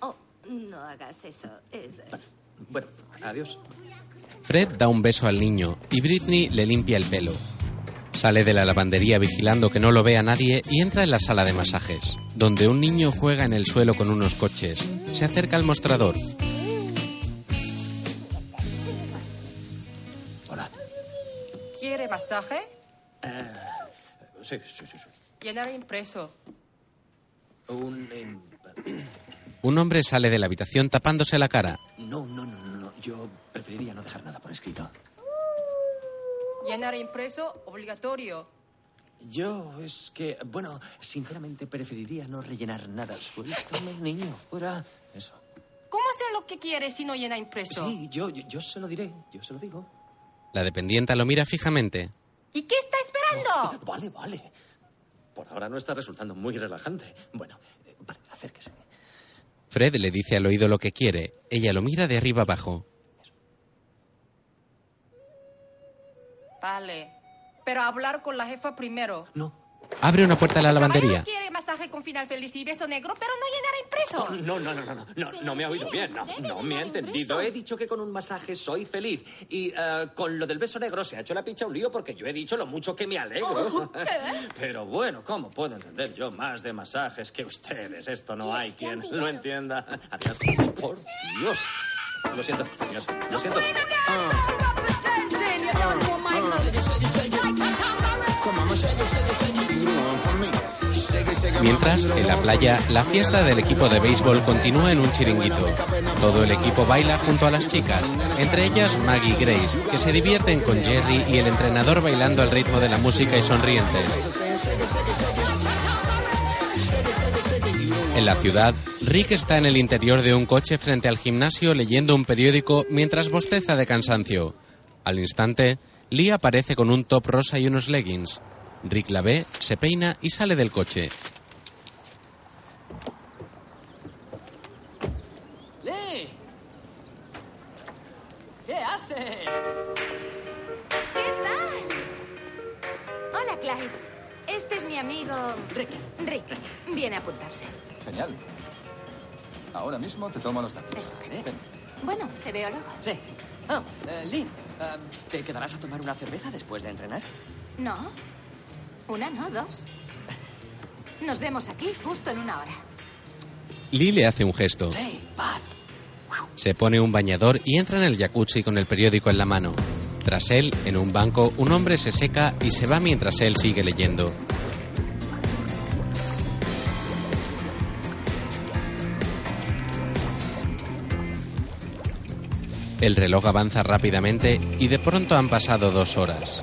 Speaker 4: Oh, no hagas eso. Es...
Speaker 12: Bueno, adiós.
Speaker 1: Fred da un beso al niño y Britney le limpia el pelo. Sale de la lavandería vigilando que no lo vea nadie y entra en la sala de masajes, donde un niño juega en el suelo con unos coches. Se acerca al mostrador.
Speaker 20: ¿Quiere masaje?
Speaker 12: Sí, sí, sí. sí.
Speaker 20: Llenar impreso.
Speaker 12: Un. em,
Speaker 1: Un hombre sale de la habitación tapándose la cara.
Speaker 12: No, no, no, no, no. Yo preferiría no dejar nada por escrito.
Speaker 20: Llenar impreso obligatorio.
Speaker 12: Yo es que, bueno, sinceramente preferiría no rellenar nada. Suéltame, niño, fuera. Eso.
Speaker 20: ¿Cómo hacer lo que quiere si no llena impreso?
Speaker 12: Sí, yo, yo, yo se lo diré, yo se lo digo.
Speaker 1: La dependienta lo mira fijamente.
Speaker 20: ¿Y qué está esperando?
Speaker 12: Vale, vale. Por ahora no está resultando muy relajante. Bueno, eh, vale, acérquese.
Speaker 1: Fred le dice al oído lo que quiere. Ella lo mira de arriba abajo.
Speaker 20: Vale. Pero hablar con la jefa primero.
Speaker 1: Abre una puerta a la lavandería.
Speaker 20: Caballero quiere masaje con final feliz y beso negro, pero no llenar impreso.
Speaker 12: No, no, no, no, no, no, no me ha oído bien, no, no me ha entendido. He dicho que con un masaje soy feliz y eh, con lo del beso negro se ha hecho la pincha un lío porque yo he dicho lo mucho que me
Speaker 26: Oh,
Speaker 11: Oh.
Speaker 12: alegro. Pero bueno, ¿cómo puedo entender yo más de masajes que ustedes? Esto no hay quien lo entienda. Adiós. Por Dios. Lo siento, adiós. Lo siento.
Speaker 1: Mientras, en la playa, la fiesta del equipo de béisbol continúa en un chiringuito. Todo el equipo baila junto a las chicas, entre ellas Maggie y Grace, que se divierten con Jerry y el entrenador bailando al ritmo de la música y sonrientes. En la ciudad, Rick está en el interior de un coche frente al gimnasio leyendo un periódico mientras bosteza de cansancio. Al instante, Lee aparece con un top rosa y unos leggings. Rick la ve, se peina y sale del coche.
Speaker 3: ¡Lee! ¿Qué haces?
Speaker 31: Hola, Clyde. Este es mi amigo. Rick. Rick. Viene a apuntarse.
Speaker 26: Genial. Ahora mismo te tomo los datos. Ven.
Speaker 31: Bueno, te veo luego.
Speaker 3: Sí. Ah, eh, Lee, ah, ¿te quedarás a tomar una cerveza después de entrenar?
Speaker 31: No. Una, no, dos. Nos vemos aquí justo en una hora.
Speaker 1: Lee le hace un gesto. Se pone un bañador y entra en el jacuzzi con el periódico en la mano. Tras él, en un banco, un hombre se seca y se va mientras él sigue leyendo. El reloj avanza rápidamente y de pronto han pasado dos horas.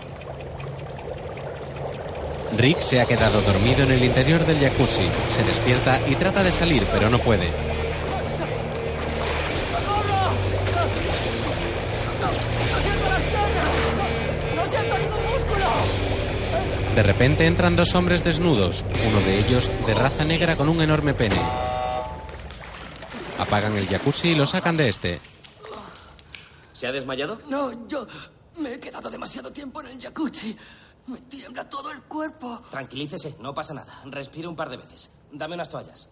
Speaker 1: Rick se ha quedado dormido en el interior del jacuzzi. Se despierta y trata de salir, pero no puede.
Speaker 20: ¡No siento ningún músculo!
Speaker 1: De repente entran dos hombres desnudos, uno de ellos de raza negra con un enorme pene. Apagan el jacuzzi y lo sacan de este.
Speaker 12: ¿Se ha desmayado?
Speaker 33: No, yo me he quedado demasiado tiempo en el jacuzzi. Me tiembla todo el cuerpo.
Speaker 21: Tranquilícese, no pasa nada. Respire un par de veces. Dame unas toallas.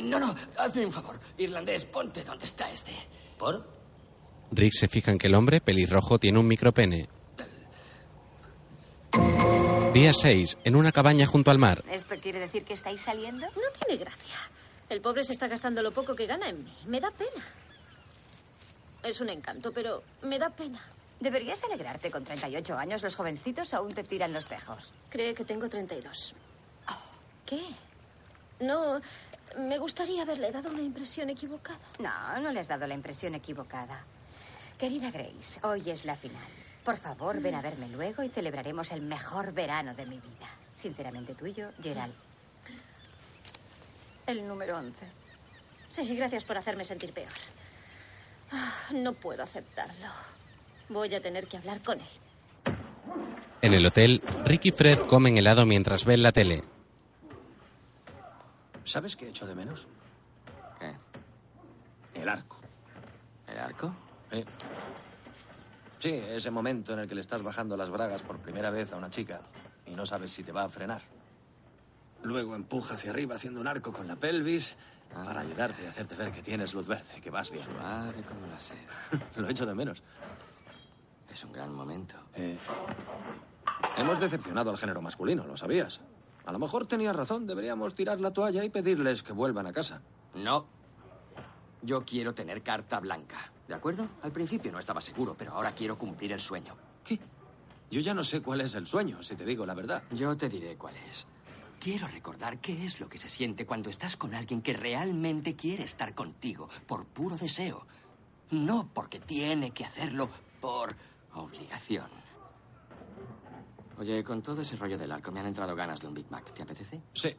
Speaker 33: No, no, hazme un favor. Irlandés, ponte donde está este.
Speaker 21: ¿Por?
Speaker 1: Rick se fija en que el hombre pelirrojo tiene un micropene. Día 6, en una cabaña junto al mar.
Speaker 5: ¿Esto quiere decir que estáis saliendo?
Speaker 6: No tiene gracia. El pobre se está gastando lo poco que gana en mí. Me da pena. Es un encanto, pero me da pena.
Speaker 5: Deberías alegrarte. Con 38 años los jovencitos aún te tiran los tejos. Oh,
Speaker 6: Cree que tengo 32. ¿Qué? No, me gustaría haberle dado una impresión equivocada.
Speaker 5: No, no le has dado la impresión equivocada. Querida Grace, hoy es la final. Por favor,
Speaker 6: Mm.
Speaker 5: ven a verme luego y celebraremos el mejor verano de mi vida. Sinceramente tuyo, Gerald.
Speaker 6: El número 11. Sí, gracias por hacerme sentir peor. Ah, No puedo aceptarlo. Voy a tener que hablar con él.
Speaker 1: En el hotel, Rick y Fred comen helado mientras ven la tele.
Speaker 12: ¿Sabes qué echo de menos? El arco.
Speaker 3: ¿El arco?
Speaker 12: Sí, ese momento en el que le estás bajando las bragas por primera vez a una chica y no sabes si te va a frenar. Luego empuja hacia arriba haciendo un arco con la pelvis para ayudarte y hacerte ver que tienes luz verde, que vas bien.
Speaker 3: Ah. Suave como la sed.
Speaker 12: Lo echo de menos.
Speaker 3: Es un gran momento.
Speaker 12: Eh, hemos decepcionado al género masculino, ¿lo sabías? A lo mejor tenías razón, deberíamos tirar la toalla y pedirles que vuelvan a casa.
Speaker 3: No. Yo quiero tener carta blanca. ¿De acuerdo? Al principio no estaba seguro, pero ahora quiero cumplir el sueño.
Speaker 12: Yo ya no sé cuál es el sueño, si te digo la verdad.
Speaker 3: Yo te diré cuál es. Quiero recordar qué es lo que se siente cuando estás con alguien que realmente quiere estar contigo, por puro deseo. No porque tiene que hacerlo por obligación. Oye, con todo ese rollo del arco me han entrado ganas de un Big Mac. ¿Te apetece?
Speaker 12: Sí.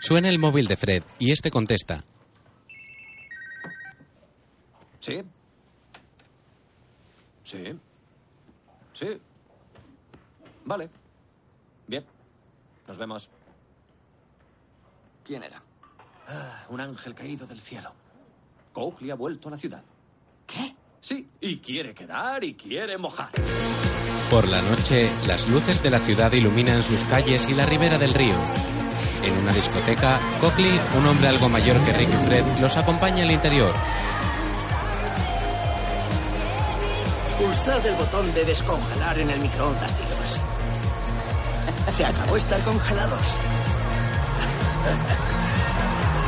Speaker 1: Suena el móvil de Fred y este contesta.
Speaker 12: ¿Sí? Sí. Sí. Vale. Bien. Nos vemos.
Speaker 3: ¿Quién era?
Speaker 12: Ah, un ángel caído del cielo. Coakley ha vuelto a la ciudad. ¿Qué? Sí, y quiere quedar y quiere mojar.
Speaker 1: Por la noche, las luces de la ciudad iluminan sus calles y la ribera del río. En una discoteca, Cockley, un hombre algo mayor que Rick y Fred, los acompaña al interior.
Speaker 7: Pulsad el botón de descongelar en el microondas, tíos. Se acabó estar congelados.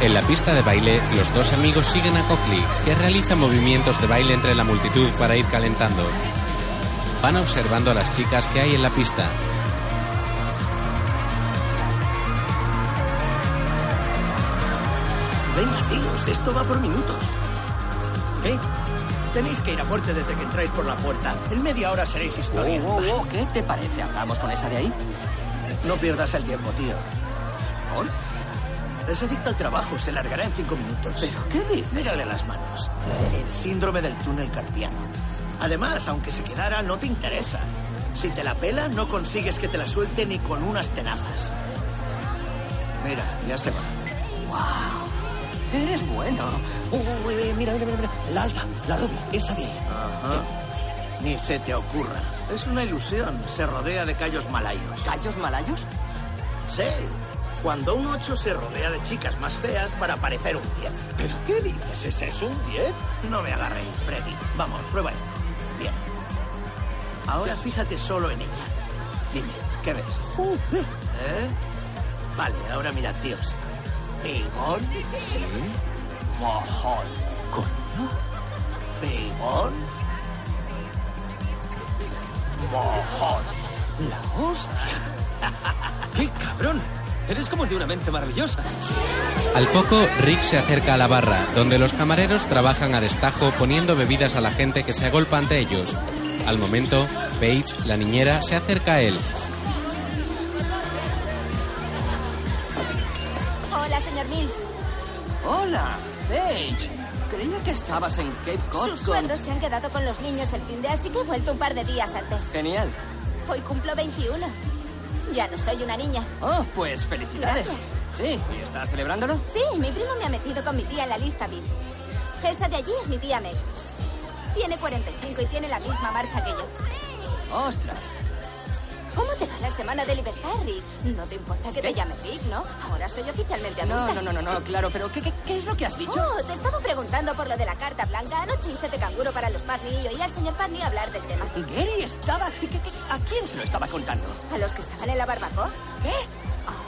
Speaker 1: En la pista de baile, los dos amigos siguen a Cockley, que realiza movimientos de baile entre la multitud para ir calentando. Van observando a las chicas que hay en la pista.
Speaker 7: Venga, tíos, esto va por minutos. ¿Qué? Tenéis que ir a muerte desde que entráis por la puerta. En media hora seréis historia.
Speaker 3: Oh, oh, oh, ¿Qué te parece? ¿Hablamos con esa de ahí?
Speaker 7: No pierdas el tiempo, tío.
Speaker 3: Oh,
Speaker 7: Es adicta al trabajo, se largará en cinco minutos. ¿Pero qué dices? Mírale las manos. El síndrome del túnel carpiano. Además, aunque se quedara, no te interesa. Si te la pela, no consigues que te la suelte ni con unas tenazas. Mira, ya se va.
Speaker 3: ¡Wow! Eres bueno.
Speaker 7: Uh, uh, eh, mira, mira, mira, mira. La alta, la rubia, esa de ahí. Ni se te ocurra. Es una ilusión. Se rodea de callos malayos.
Speaker 3: ¿Callos malayos?
Speaker 7: Sí. Cuando un 8 se rodea de chicas más feas para parecer un 10. ¿Pero qué dices? ¿Ese es un 10? No me agarréis, Freddy. Vamos, prueba esto. Bien. Ahora fíjate solo en ella. Dime, ¿qué ves? ¿Eh? Vale, ahora mirad, tíos. Pibón. Sí. Mojón. ¿Coño? Pibón. Mojón. La hostia.
Speaker 12: ¡Qué cabrón! Eres como el de una mente maravillosa.
Speaker 1: Al poco, Rick se acerca a la barra, donde los camareros trabajan a destajo poniendo bebidas a la gente que se agolpa ante ellos. Al momento, Paige, la niñera, se acerca a él.
Speaker 10: Hola, señor Mills.
Speaker 3: Hola, Paige. Creía que estabas en Cape Cod.
Speaker 10: Sus
Speaker 3: con-
Speaker 10: suegros se han quedado con los niños el fin de, así que he vuelto un par de días antes.
Speaker 3: Genial.
Speaker 10: Hoy cumplo 21. Ya no soy una niña.
Speaker 3: Oh, pues felicidades.
Speaker 10: Gracias.
Speaker 3: Sí, ¿y estás celebrándolo?
Speaker 10: Sí, mi primo me ha metido con mi tía en la lista Bill. Esa de allí es mi tía Meg. Tiene 45 y tiene la misma marcha que yo.
Speaker 3: ¡Ostras!
Speaker 10: ¿Cómo te va la semana de libertad, Rick? No te importa que te llame Rick, ¿no? Ahora soy oficialmente
Speaker 3: ¿Eh? No,
Speaker 10: adulta.
Speaker 3: no, no, no, no, claro, pero ¿qué, qué, qué es lo que has dicho?
Speaker 10: Oh, te estaba preguntando por lo de la carta blanca. Anoche hice de canguro para los Padney y oí al señor Padney hablar del tema.
Speaker 3: Gary estaba... ¿qué- qué- qué- ¿A quién se lo estaba contando?
Speaker 10: ¿A los que estaban en la barbacoa?
Speaker 3: ¿Qué?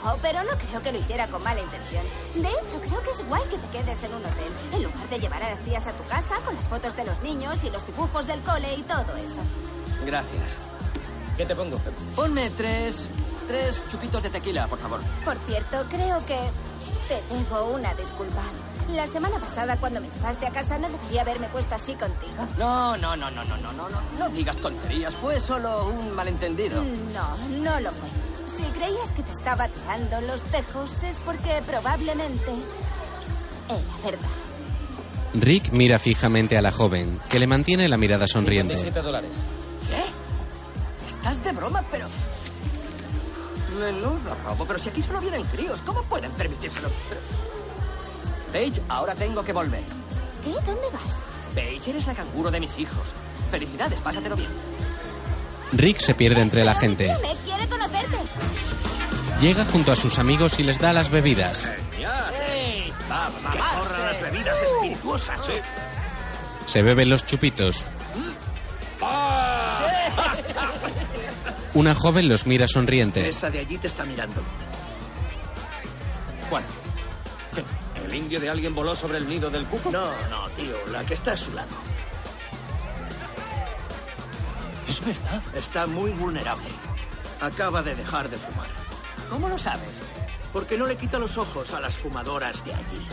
Speaker 10: Oh, pero no creo que lo hiciera con mala intención. De hecho, creo que es guay que te quedes en un hotel, en lugar de llevar a las tías a tu casa con las fotos de los niños y los dibujos del cole y todo eso.
Speaker 3: Gracias. ¿Qué te pongo? Ponme tres. tres chupitos de tequila, por favor.
Speaker 10: Por cierto, creo que te debo una disculpa. La semana pasada, cuando me llevaste a casa, no debería haberme puesto así contigo.
Speaker 3: No, no, no, no, no, no, no, no. No digas tonterías. Fue solo un malentendido.
Speaker 10: No, no lo fue. Si creías que te estaba tirando los tejos es porque probablemente era verdad.
Speaker 1: Rick mira fijamente a la joven, que le mantiene la mirada sonriente.
Speaker 3: dólares.
Speaker 31: ¿Qué?
Speaker 3: Estás de broma, pero. Menudo robo, pero si aquí solo vienen críos, ¿cómo pueden permitírselo? Pero- Paige, ahora tengo que volver.
Speaker 10: ¿Qué? ¿Dónde vas?
Speaker 3: Paige, eres la canguro de mis hijos. Felicidades, pásatelo bien.
Speaker 1: Rick se pierde entre la gente.
Speaker 10: Me quiere conocerte.
Speaker 1: Llega junto a sus amigos y les da las bebidas.
Speaker 7: ¡Ey!
Speaker 31: ¡Vamos,
Speaker 7: ¡Que corran las bebidas espirituosas! ¡Sí!
Speaker 1: Se beben los chupitos. Una joven los mira sonriente.
Speaker 7: Esa de allí te está mirando.
Speaker 12: Juan, ¿qué? ¿El indio de alguien voló sobre el nido del cuco?
Speaker 7: No, no, tío, la que está a su lado.
Speaker 12: Es verdad.
Speaker 7: Está muy vulnerable. Acaba de dejar de fumar.
Speaker 31: ¿Cómo lo sabes?
Speaker 7: Porque no le quita los ojos a las fumadoras de allí.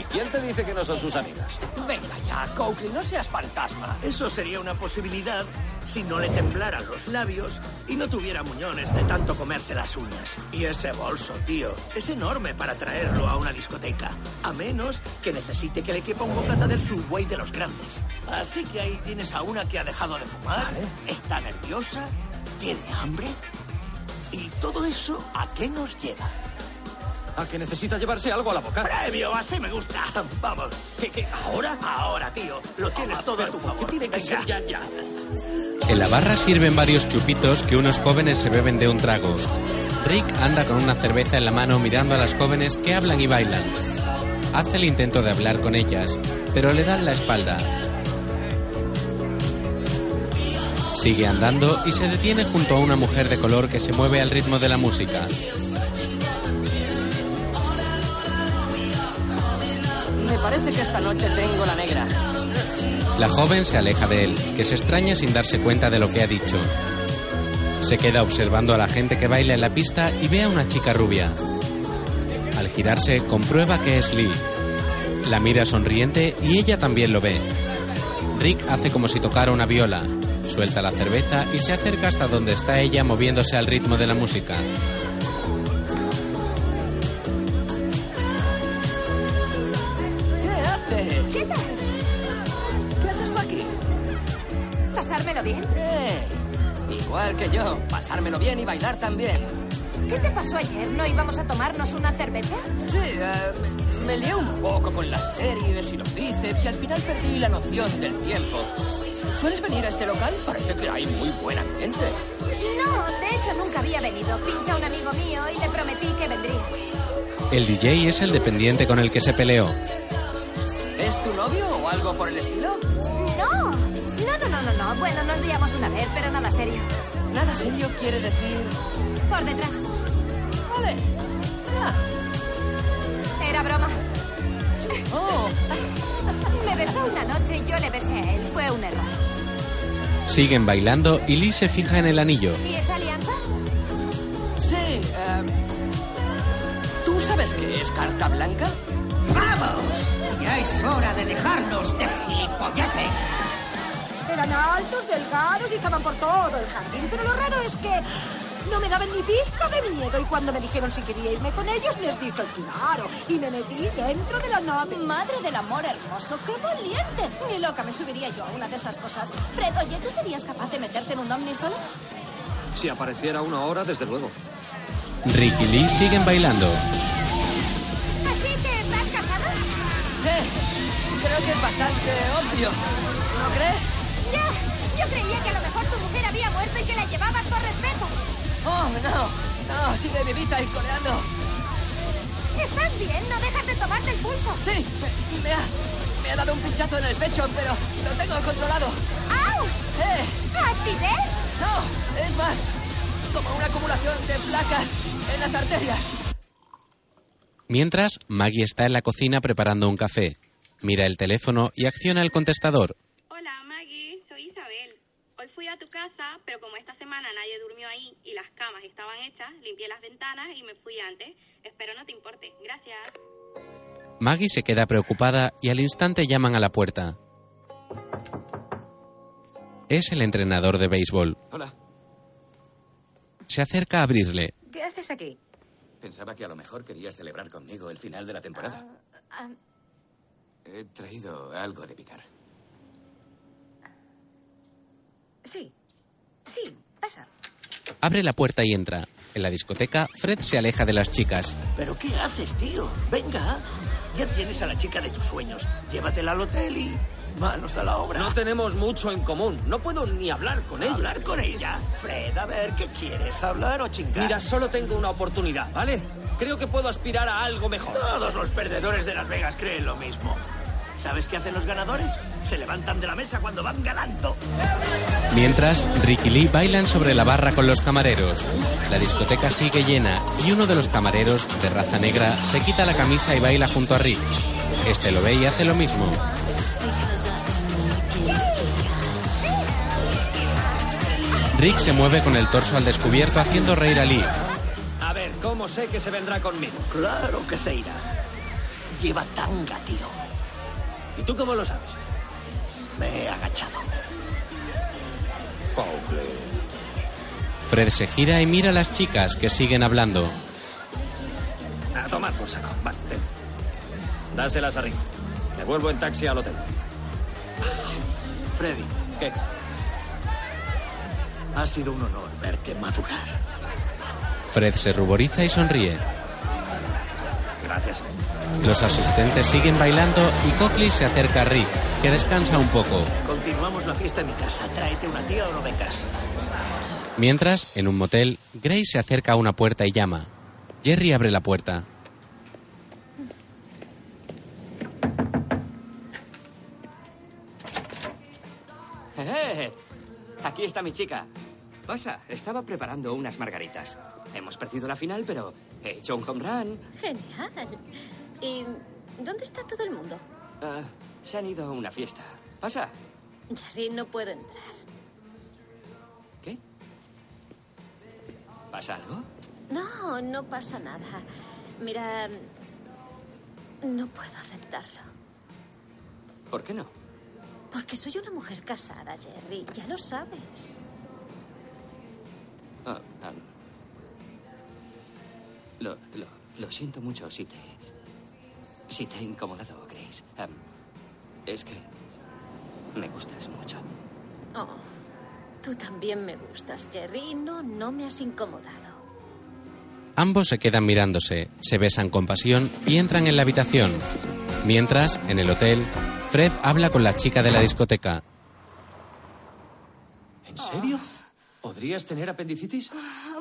Speaker 12: ¿Y quién te dice que no son sus amigas?
Speaker 31: Venga ya, Coakley, no seas fantasma.
Speaker 7: Eso sería una posibilidad si no le temblaran los labios y no tuviera muñones de tanto comerse las uñas. Y ese bolso, tío, es enorme para traerlo a una discoteca. A menos que necesite que le quepa un bocata del subway de los grandes. Así que ahí tienes a una que ha dejado de fumar, está nerviosa, tiene hambre. ¿Y todo eso a qué nos lleva?
Speaker 12: ¿A que necesita llevarse algo a la boca?
Speaker 7: ¡Previo! Así me gusta. Vamos. ¿Qué, qué? ¿Ahora? Ahora, tío. Lo tienes todo a tu favor. Tiene que ser ya, ya.
Speaker 1: En la barra sirven varios chupitos que unos jóvenes se beben de un trago. Rick anda con una cerveza en la mano mirando a las jóvenes que hablan y bailan. Hace el intento de hablar con ellas, pero le dan la espalda. Sigue andando y se detiene junto a una mujer de color que se mueve al ritmo de la música.
Speaker 3: Me parece que esta noche tengo la negra.
Speaker 1: La joven se aleja de él, que se extraña sin darse cuenta de lo que ha dicho. Se queda observando a la gente que baila en la pista y ve a una chica rubia. Al girarse, comprueba que es Lee. La mira sonriente y ella también lo ve. Rick hace como si tocara una viola, suelta la cerveza y se acerca hasta donde está ella moviéndose al ritmo de la música.
Speaker 31: ¿Qué haces?
Speaker 10: ¿Qué tal?
Speaker 31: ¿Qué haces tú aquí?
Speaker 10: ¿Pasármelo bien?
Speaker 3: Igual que yo, pasármelo bien y bailar también.
Speaker 10: ¿Qué te pasó ayer? ¿No íbamos a tomarnos una cerveza?
Speaker 3: Sí, eh, me, me lié un poco con las series y los bíceps y al final perdí la noción del tiempo. ¿Sueles venir a este local? Parece que hay muy buena gente.
Speaker 10: No, de hecho nunca había venido. Pincha un amigo mío y le prometí que vendría.
Speaker 1: El DJ es el dependiente con el que se peleó.
Speaker 3: ¿Es tu novio o algo por el estilo?
Speaker 10: No, no, no, no, no, no. Bueno, nos liamos una vez, pero nada serio.
Speaker 3: Nada serio quiere decir...
Speaker 10: Por detrás.
Speaker 3: Vale.
Speaker 10: Era broma.
Speaker 3: Oh.
Speaker 10: Me besó una noche y yo le besé a él. Fue un error.
Speaker 1: Siguen bailando y Lee se fija en el anillo.
Speaker 10: ¿Y esa alianza?
Speaker 3: Sí. eh, ¿Tú sabes qué es carta blanca?
Speaker 31: ¡Vamos! Ya es hora de dejarnos de gilipolleces.
Speaker 10: Eran altos, delgados y estaban por todo el jardín. Pero lo raro es que no me daban ni pizca de miedo. Y cuando me dijeron si quería irme con ellos, les dije claro. Y me metí dentro de la nave.
Speaker 23: Madre del amor hermoso, qué valiente. Ni loca me subiría yo a una de esas cosas. Fred, oye, ¿tú serías capaz de meterte en un ovni solo?
Speaker 12: Si apareciera una hora, desde luego.
Speaker 1: Rick y Lee siguen bailando.
Speaker 10: ¿Así que estás casada? Eh,
Speaker 3: Sí, creo que es bastante obvio. ¿No crees?
Speaker 10: Ya, yo creía que a lo mejor tu mujer había muerto y que la llevabas por respeto.
Speaker 3: Oh, no. No, sigue vivita y coleando.
Speaker 10: ¿Estás bien? ¿No dejas de tomarte el pulso?
Speaker 3: Sí, me, me ha, me ha dado un pinchazo en el pecho, pero lo tengo controlado.
Speaker 10: ¡Au!
Speaker 3: ¡Eh!
Speaker 10: ¿Activé?
Speaker 3: ¡No! Es más, como una acumulación de placas en las arterias.
Speaker 1: Mientras, Maggie está en la cocina preparando un café. Mira el teléfono y acciona el contestador.
Speaker 34: Hola, Maggie, soy Isabel. Hoy fui a tu casa, pero como esta semana nadie durmió ahí y las camas estaban hechas, limpié las ventanas y me fui antes. Espero no te importe. Gracias.
Speaker 1: Maggie se queda preocupada y al instante llaman a la puerta. Es el entrenador de béisbol.
Speaker 26: Hola.
Speaker 1: Se acerca a abrirle.
Speaker 5: ¿Qué haces aquí?
Speaker 26: Pensaba que a lo mejor querías celebrar conmigo el final de la temporada.
Speaker 5: Ah,
Speaker 26: He traído algo de picar.
Speaker 5: sí. Sí, pasa.
Speaker 1: Abre la puerta y entra. En la discoteca, Fred se aleja de las chicas.
Speaker 7: ¿Pero qué haces, tío? Venga. Ya tienes a la chica de tus sueños. Llévatela al hotel y manos a la obra.
Speaker 12: No tenemos mucho en común. No puedo ni hablar con ella.
Speaker 7: ¿Hablar con ella? Fred, a ver, ¿qué quieres? ¿Hablar o chingar?
Speaker 12: Mira, solo tengo una oportunidad, ¿vale? Creo que puedo aspirar a algo mejor.
Speaker 7: Todos los perdedores de Las Vegas creen lo mismo. ¿Sabes qué hacen los ganadores? Se levantan de la mesa cuando van ganando.
Speaker 1: Mientras, Ricky Lee bailan sobre la barra con los camareros. La discoteca sigue llena y uno de los camareros, de raza negra, se quita la camisa y baila junto a Rick. Este lo ve y hace lo mismo. Rick se mueve con el torso al descubierto haciendo reír a Lee.
Speaker 12: A ver, ¿cómo sé que se vendrá conmigo?
Speaker 7: Claro que se irá. Lleva tanga, tío.
Speaker 12: ¿Y tú cómo lo sabes?
Speaker 7: Me he agachado.
Speaker 1: Fred se gira y mira a las chicas que siguen hablando.
Speaker 12: A tomar por saco. Vale, ten. Dáselas a Rick. Me vuelvo en taxi al hotel.
Speaker 7: Freddy,
Speaker 12: ¿Qué?
Speaker 7: ha sido un honor verte madurar.
Speaker 1: Fred se ruboriza y sonríe.
Speaker 12: Gracias.
Speaker 1: Los asistentes siguen bailando y Cockley se acerca a Rick, que descansa un poco.
Speaker 7: Continuamos la fiesta en mi casa. Tráete una tía o no vengas.
Speaker 1: Mientras, en un motel, Grace se acerca a una puerta y llama. Jerry abre la puerta.
Speaker 3: ¡Eh! Aquí está mi chica. Pasa, estaba preparando unas margaritas. Hemos perdido la final, pero he hecho un home run.
Speaker 6: Genial. ¿Y dónde está todo el mundo?
Speaker 3: Ah, se han ido a una fiesta. Pasa.
Speaker 6: Jerry, no puedo entrar.
Speaker 3: ¿Pasa algo?
Speaker 6: No, no pasa nada. Mira, no puedo aceptarlo.
Speaker 3: ¿Por qué no?
Speaker 6: Porque soy una mujer casada, Jerry. Ya lo sabes.
Speaker 3: Ah, ah. Lo, lo- lo siento mucho si te. Si te he incomodado, Grace. Am, es que. Me gustas mucho.
Speaker 6: Oh, tú también me gustas, Jerry. Y No, no me has incomodado.
Speaker 1: Ambos se quedan mirándose, se besan con pasión y entran en la habitación. Mientras, en el hotel, Fred habla con la chica de la discoteca.
Speaker 12: ¿En serio? ¿Podrías tener apendicitis?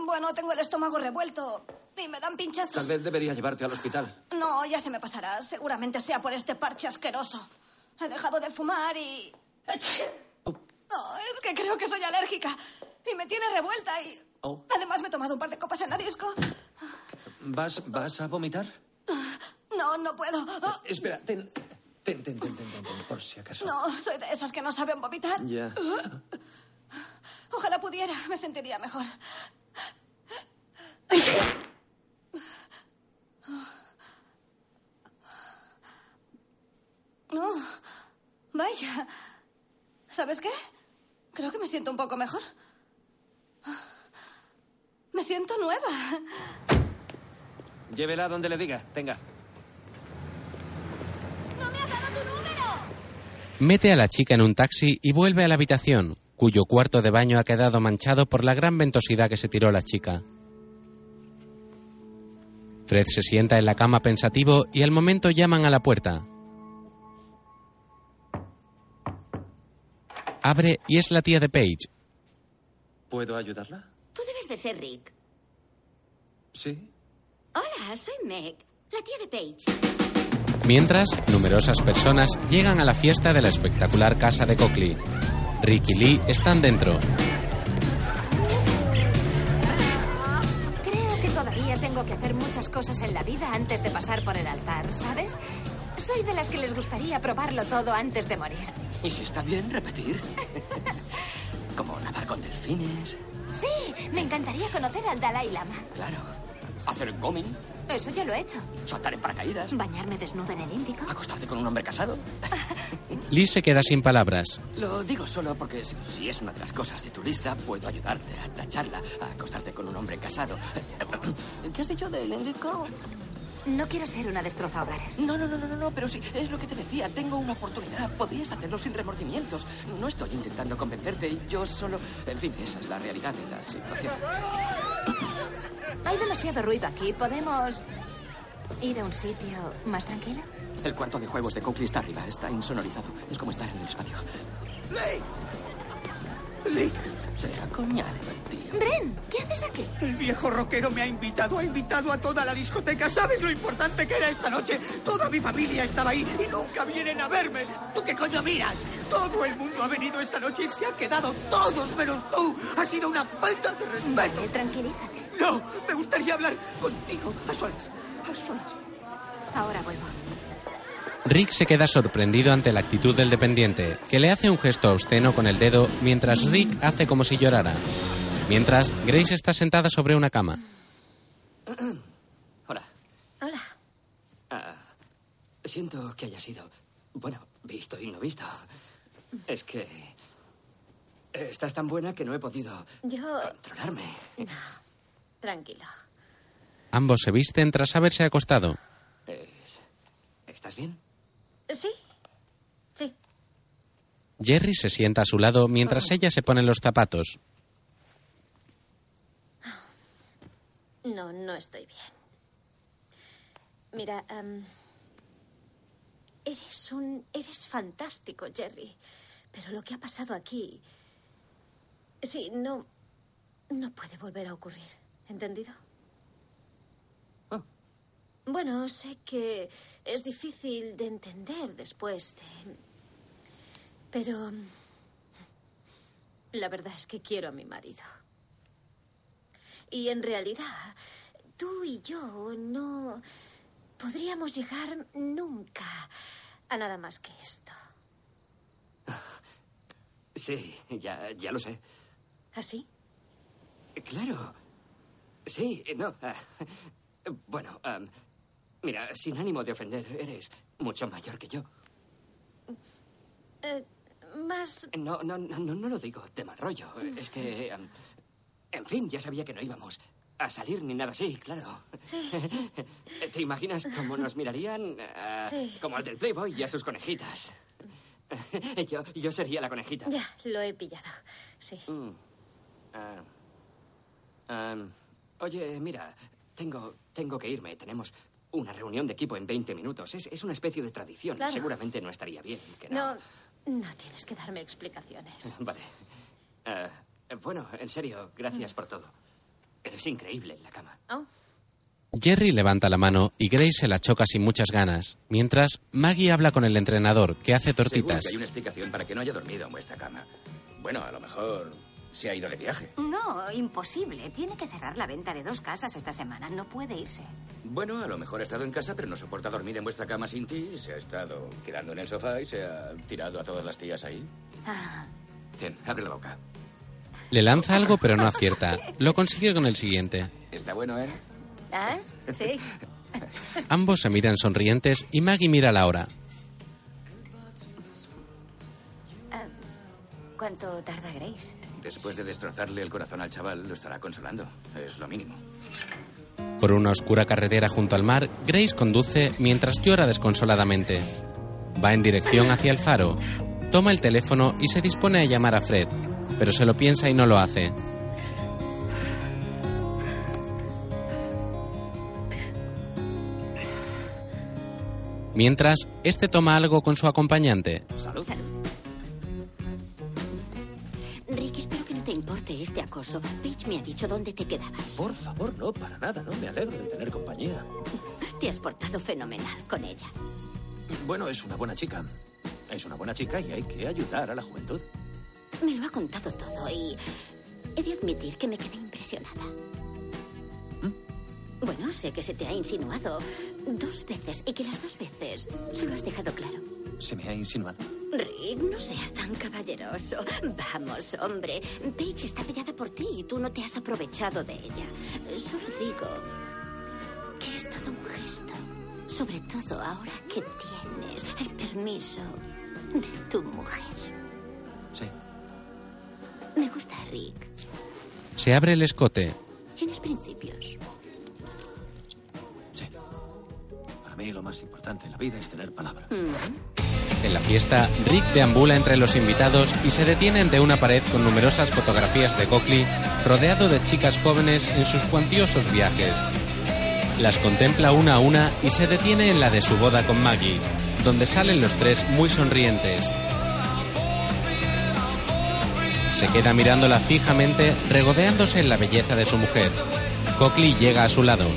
Speaker 23: Bueno, tengo el estómago revuelto y me dan
Speaker 12: Tal
Speaker 23: pinchazos.
Speaker 12: vez debería llevarte al hospital.
Speaker 23: No, ya se me pasará. Seguramente sea por este parche asqueroso. He dejado de fumar y... Oh, es que creo que soy alérgica y me tiene revuelta y...
Speaker 12: Oh.
Speaker 23: Además me he tomado un par de copas en la disco.
Speaker 12: ¿Vas, vas a vomitar?
Speaker 23: No, no puedo. Oh,
Speaker 12: Espera, ten, ten, ten, ten, ten, ten, ten, por si acaso.
Speaker 23: No, soy de esas que no saben vomitar.
Speaker 12: Ya.
Speaker 23: Ojalá pudiera, me sentiría mejor. No, vaya. ¿Sabes qué? Creo que me siento un poco mejor. Me siento nueva.
Speaker 12: Llévela donde le diga. Tenga.
Speaker 1: Mete a la chica en un taxi y vuelve a la habitación, cuyo cuarto de baño ha quedado manchado por la gran ventosidad que se tiró la chica. Fred se sienta en la cama pensativo y al momento llaman a la puerta. Abre y es la tía de Paige.
Speaker 12: ¿Puedo ayudarla?
Speaker 31: Tú debes de ser Rick.
Speaker 12: Sí.
Speaker 31: Hola, soy Meg, la tía de Paige.
Speaker 1: Mientras, numerosas personas llegan a la fiesta de la espectacular casa de Cockley. Rick y Lee están dentro.
Speaker 31: cosas en la vida antes de pasar por el altar, ¿sabes? Soy de las que les gustaría probarlo todo antes de morir.
Speaker 3: ¿Y si está bien repetir? Como nadar con delfines,
Speaker 31: Sí, me encantaría conocer al Dalai Lama.
Speaker 3: claro. Hacer goming,
Speaker 31: Eso ya lo he hecho.
Speaker 3: saltar en paracaídas,
Speaker 31: Bañarme desnuda en el Índico.
Speaker 3: acostarte con un hombre casado.
Speaker 1: Lee se queda sin palabras.
Speaker 3: Lo digo solo porque si- si es una de las cosas de tu lista, puedo ayudarte a tacharla, a acostarte con un hombre casado. ¿Qué has dicho del Índico?
Speaker 31: No quiero ser una destroza hogares.
Speaker 3: No, no, no, no, no, no, pero sí, es lo que te decía. Tengo una oportunidad. Podrías hacerlo sin remordimientos. No estoy intentando convencerte. Yo solo. En fin, esa es la realidad de la situación.
Speaker 31: Hay demasiado ruido aquí. ¿Podemos ir a un sitio más tranquilo?
Speaker 3: El cuarto de juegos de Coakley está arriba. Está insonorizado. Es como estar en el espacio. ¡Lee! Será coñado el tío.
Speaker 31: ¡Bren! ¿Qué haces aquí?
Speaker 7: El viejo rockero me ha invitado, ha invitado a toda la discoteca. ¿Sabes lo importante que era esta noche? Toda mi familia estaba ahí y nunca vienen a verme. ¿Tú qué coño miras? Todo el mundo ha venido esta noche y se han quedado todos menos tú. Ha sido una falta de respeto.
Speaker 31: tranquilízate.
Speaker 7: No, me gustaría hablar contigo a solas. A solas.
Speaker 31: Ahora vuelvo.
Speaker 1: Rick se queda sorprendido ante la actitud del dependiente, que le hace un gesto obsceno con el dedo mientras Rick hace como si llorara. Mientras, Grace está sentada sobre una cama.
Speaker 3: Hola.
Speaker 6: Hola.
Speaker 3: Ah, siento que haya sido. Bueno, visto y no visto. Es que. eh, Estás tan buena que no he podido
Speaker 6: Yo.
Speaker 3: controlarme.
Speaker 6: No. Tranquilo.
Speaker 1: Ambos se visten tras haberse acostado.
Speaker 3: Es- ¿Estás bien?
Speaker 6: Sí.
Speaker 1: Jerry se sienta a su lado mientras ella se pone los zapatos.
Speaker 6: No, no estoy bien. Mira, em, eres un. Eres fantástico, Jerry. Pero lo que ha pasado aquí. Sí, no. No puede volver a ocurrir. ¿Entendido? Bueno, sé que es difícil de entender después de. Pero. em, La verdad es que quiero a mi marido. Y en realidad, tú y yo no podríamos llegar nunca a nada más que esto.
Speaker 3: Sí, ya, ya lo sé. Eh,
Speaker 6: ¿Así?
Speaker 3: Claro. Sí, no. ah, bueno, am, mira, sin ánimo de ofender, eres mucho mayor que yo.
Speaker 6: Eh, más...
Speaker 3: No, no, no, no, no lo digo de mal rollo. Es que. am, en fin, ya sabía que no íbamos a salir ni nada así, claro.
Speaker 6: Sí.
Speaker 3: ¿Te imaginas cómo nos mirarían? Ah,
Speaker 6: Sí.
Speaker 3: Como al del Playboy y a sus conejitas. Yo, yo sería la conejita.
Speaker 6: Ya, lo he pillado. Sí.
Speaker 3: Mm. Ah. Am, oye, mira, tengo, tengo que irme. Tenemos una reunión de equipo en 20 minutos. Es, es una especie de tradición.
Speaker 6: Claro.
Speaker 3: Seguramente no estaría bien. Que no.
Speaker 6: No, no tienes que darme explicaciones.
Speaker 3: Vale. Ah, bueno, en serio, gracias por todo. Eres increíble en la cama.
Speaker 1: Jerry levanta la mano y Grace se la choca sin muchas ganas, mientras Maggie habla con el entrenador, que hace
Speaker 26: Seguro
Speaker 1: tortitas.
Speaker 26: que hay una explicación para que no haya dormido en vuestra cama. Bueno, a lo mejor se ha ido de viaje.
Speaker 31: No, imposible. Tiene que cerrar la venta de dos casas esta semana. No puede irse.
Speaker 26: Bueno, a lo mejor ha estado en casa, pero no soporta dormir en vuestra cama sin ti. y Se ha estado quedando en el sofá y se ha tirado a todas las tías ahí.
Speaker 6: Ah.
Speaker 26: Ten, abre la boca.
Speaker 1: Le lanza algo pero no acierta. Lo consigue con el siguiente.
Speaker 26: Está bueno, ¿eh?
Speaker 6: ¿Ah? Sí.
Speaker 1: Ambos se miran sonrientes y Maggie mira la hora.
Speaker 5: ¿Cuánto tarda Grace?
Speaker 26: Después de destrozarle el corazón al chaval, lo estará consolando. Es lo mínimo.
Speaker 1: Por una oscura carretera junto al mar, Grace conduce mientras llora desconsoladamente. Va en dirección hacia el faro, toma el teléfono y se dispone a llamar a Fred, pero se lo piensa y no lo hace. Mientras, este toma algo con su acompañante.
Speaker 26: Salud.
Speaker 22: Rick, espero que no te importe este acoso. Paige me ha dicho dónde te quedabas.
Speaker 12: Por favor, no, para nada, no. Me alegro de tener compañía.
Speaker 22: Te has portado fenomenal con ella.
Speaker 12: Bueno, es una buena chica. Es una buena chica y hay que ayudar a la juventud.
Speaker 22: Me lo ha contado
Speaker 12: ¿Mm?
Speaker 22: todo y he de admitir que me quedé impresionada. Bueno, sé que se te ha insinuado dos veces y que las dos veces se lo has dejado claro.
Speaker 12: Se me ha insinuado.
Speaker 22: Rick, no seas tan caballeroso. Vamos, hombre. Paige está peleada por ti y tú no te has aprovechado de ella. Solo digo que es todo un gesto. Sobre todo ahora que tienes el permiso de tu mujer.
Speaker 12: Sí.
Speaker 22: Me gusta, Rick.
Speaker 1: Se abre el escote.
Speaker 22: Tienes principios.
Speaker 12: Para mí lo más importante en la vida es tener palabra.
Speaker 1: En la fiesta, Rick deambula entre los invitados y se detiene ante una pared con numerosas fotografías de Cockley, rodeado de chicas jóvenes en sus cuantiosos viajes. Las contempla una a una y se detiene en la de su boda con Maggie, donde salen los tres muy sonrientes. Se queda mirándola fijamente, regodeándose en la belleza de su mujer. Cockley llega a su lado.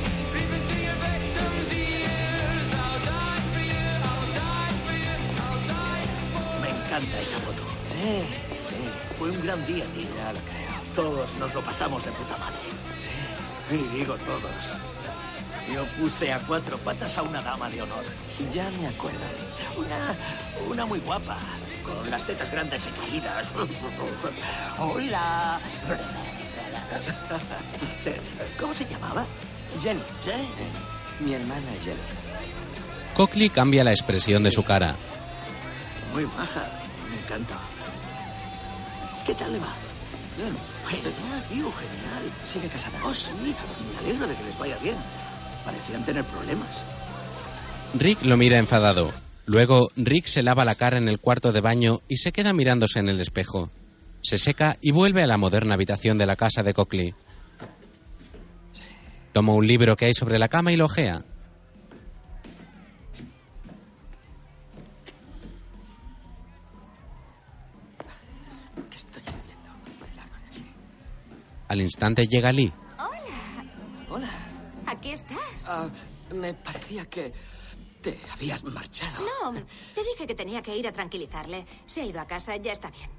Speaker 7: Me encanta esa foto. Sí, sí. Fue un gran día, tío. Ya lo creo. Todos nos lo pasamos de puta madre. Sí. Y digo todos. Yo puse a cuatro patas a una dama de honor. Sí, ya me acuerdo. Una, una muy guapa, con las tetas grandes y caídas. Hola. ¿Cómo se llamaba?
Speaker 3: Jenny,
Speaker 7: Jenny.
Speaker 3: mi hermana Jenny.
Speaker 1: Cockley cambia la expresión de su cara.
Speaker 7: Muy baja. Me encanta. ¿Qué tal le va? Bien. Genial, tío, genial. Sigue casada. Oh, sí. Me alegro de que les vaya bien. Parecían tener problemas.
Speaker 1: Rick lo mira enfadado. Luego, Rick se lava la cara en el cuarto de baño y se queda mirándose en el espejo. Se seca y vuelve a la moderna habitación de la casa de Cockley. Toma un libro que hay sobre la cama y lo ojea. Al instante llega Lee.
Speaker 35: Hola,
Speaker 3: Hola.
Speaker 35: aquí estás.
Speaker 3: Ah, me parecía que te habías marchado.
Speaker 31: No, te dije que tenía que ir a tranquilizarle. Se ha ido a casa, ya está bien.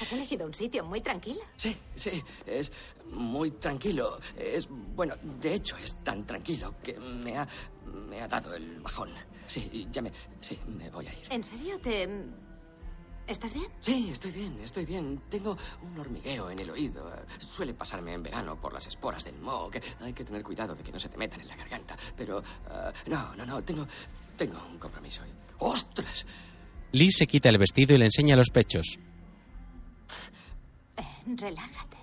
Speaker 31: Has elegido un sitio muy tranquilo.
Speaker 3: Sí, sí, es muy tranquilo. Es, bueno, de hecho es tan tranquilo que me ha, me ha dado el bajón. Sí, ya me, sí, me voy a ir.
Speaker 31: ¿En serio te... mm, ¿Estás bien?
Speaker 3: Sí, estoy bien, estoy bien. Tengo un hormigueo en el oído. Eh, Suele pasarme en verano por las esporas del moho. que Hay que tener cuidado de que no se te metan en la garganta. Pero, eh, no, no, no, tengo, tengo un compromiso hoy. ¡Ostras!
Speaker 1: Lee se quita el vestido y le enseña los pechos.
Speaker 31: Relájate.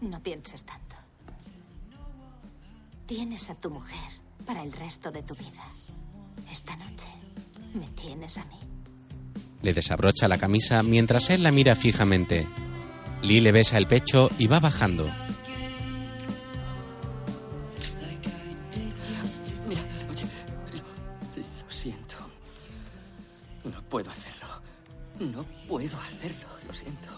Speaker 31: No pienses tanto. Tienes a tu mujer para el resto de tu vida. Esta noche me tienes a mí.
Speaker 1: Le desabrocha la camisa mientras él la mira fijamente. Lee le besa el pecho y va bajando.
Speaker 3: Mira, oye, lo, lo siento. No puedo hacerlo. No puedo hacerlo, lo siento.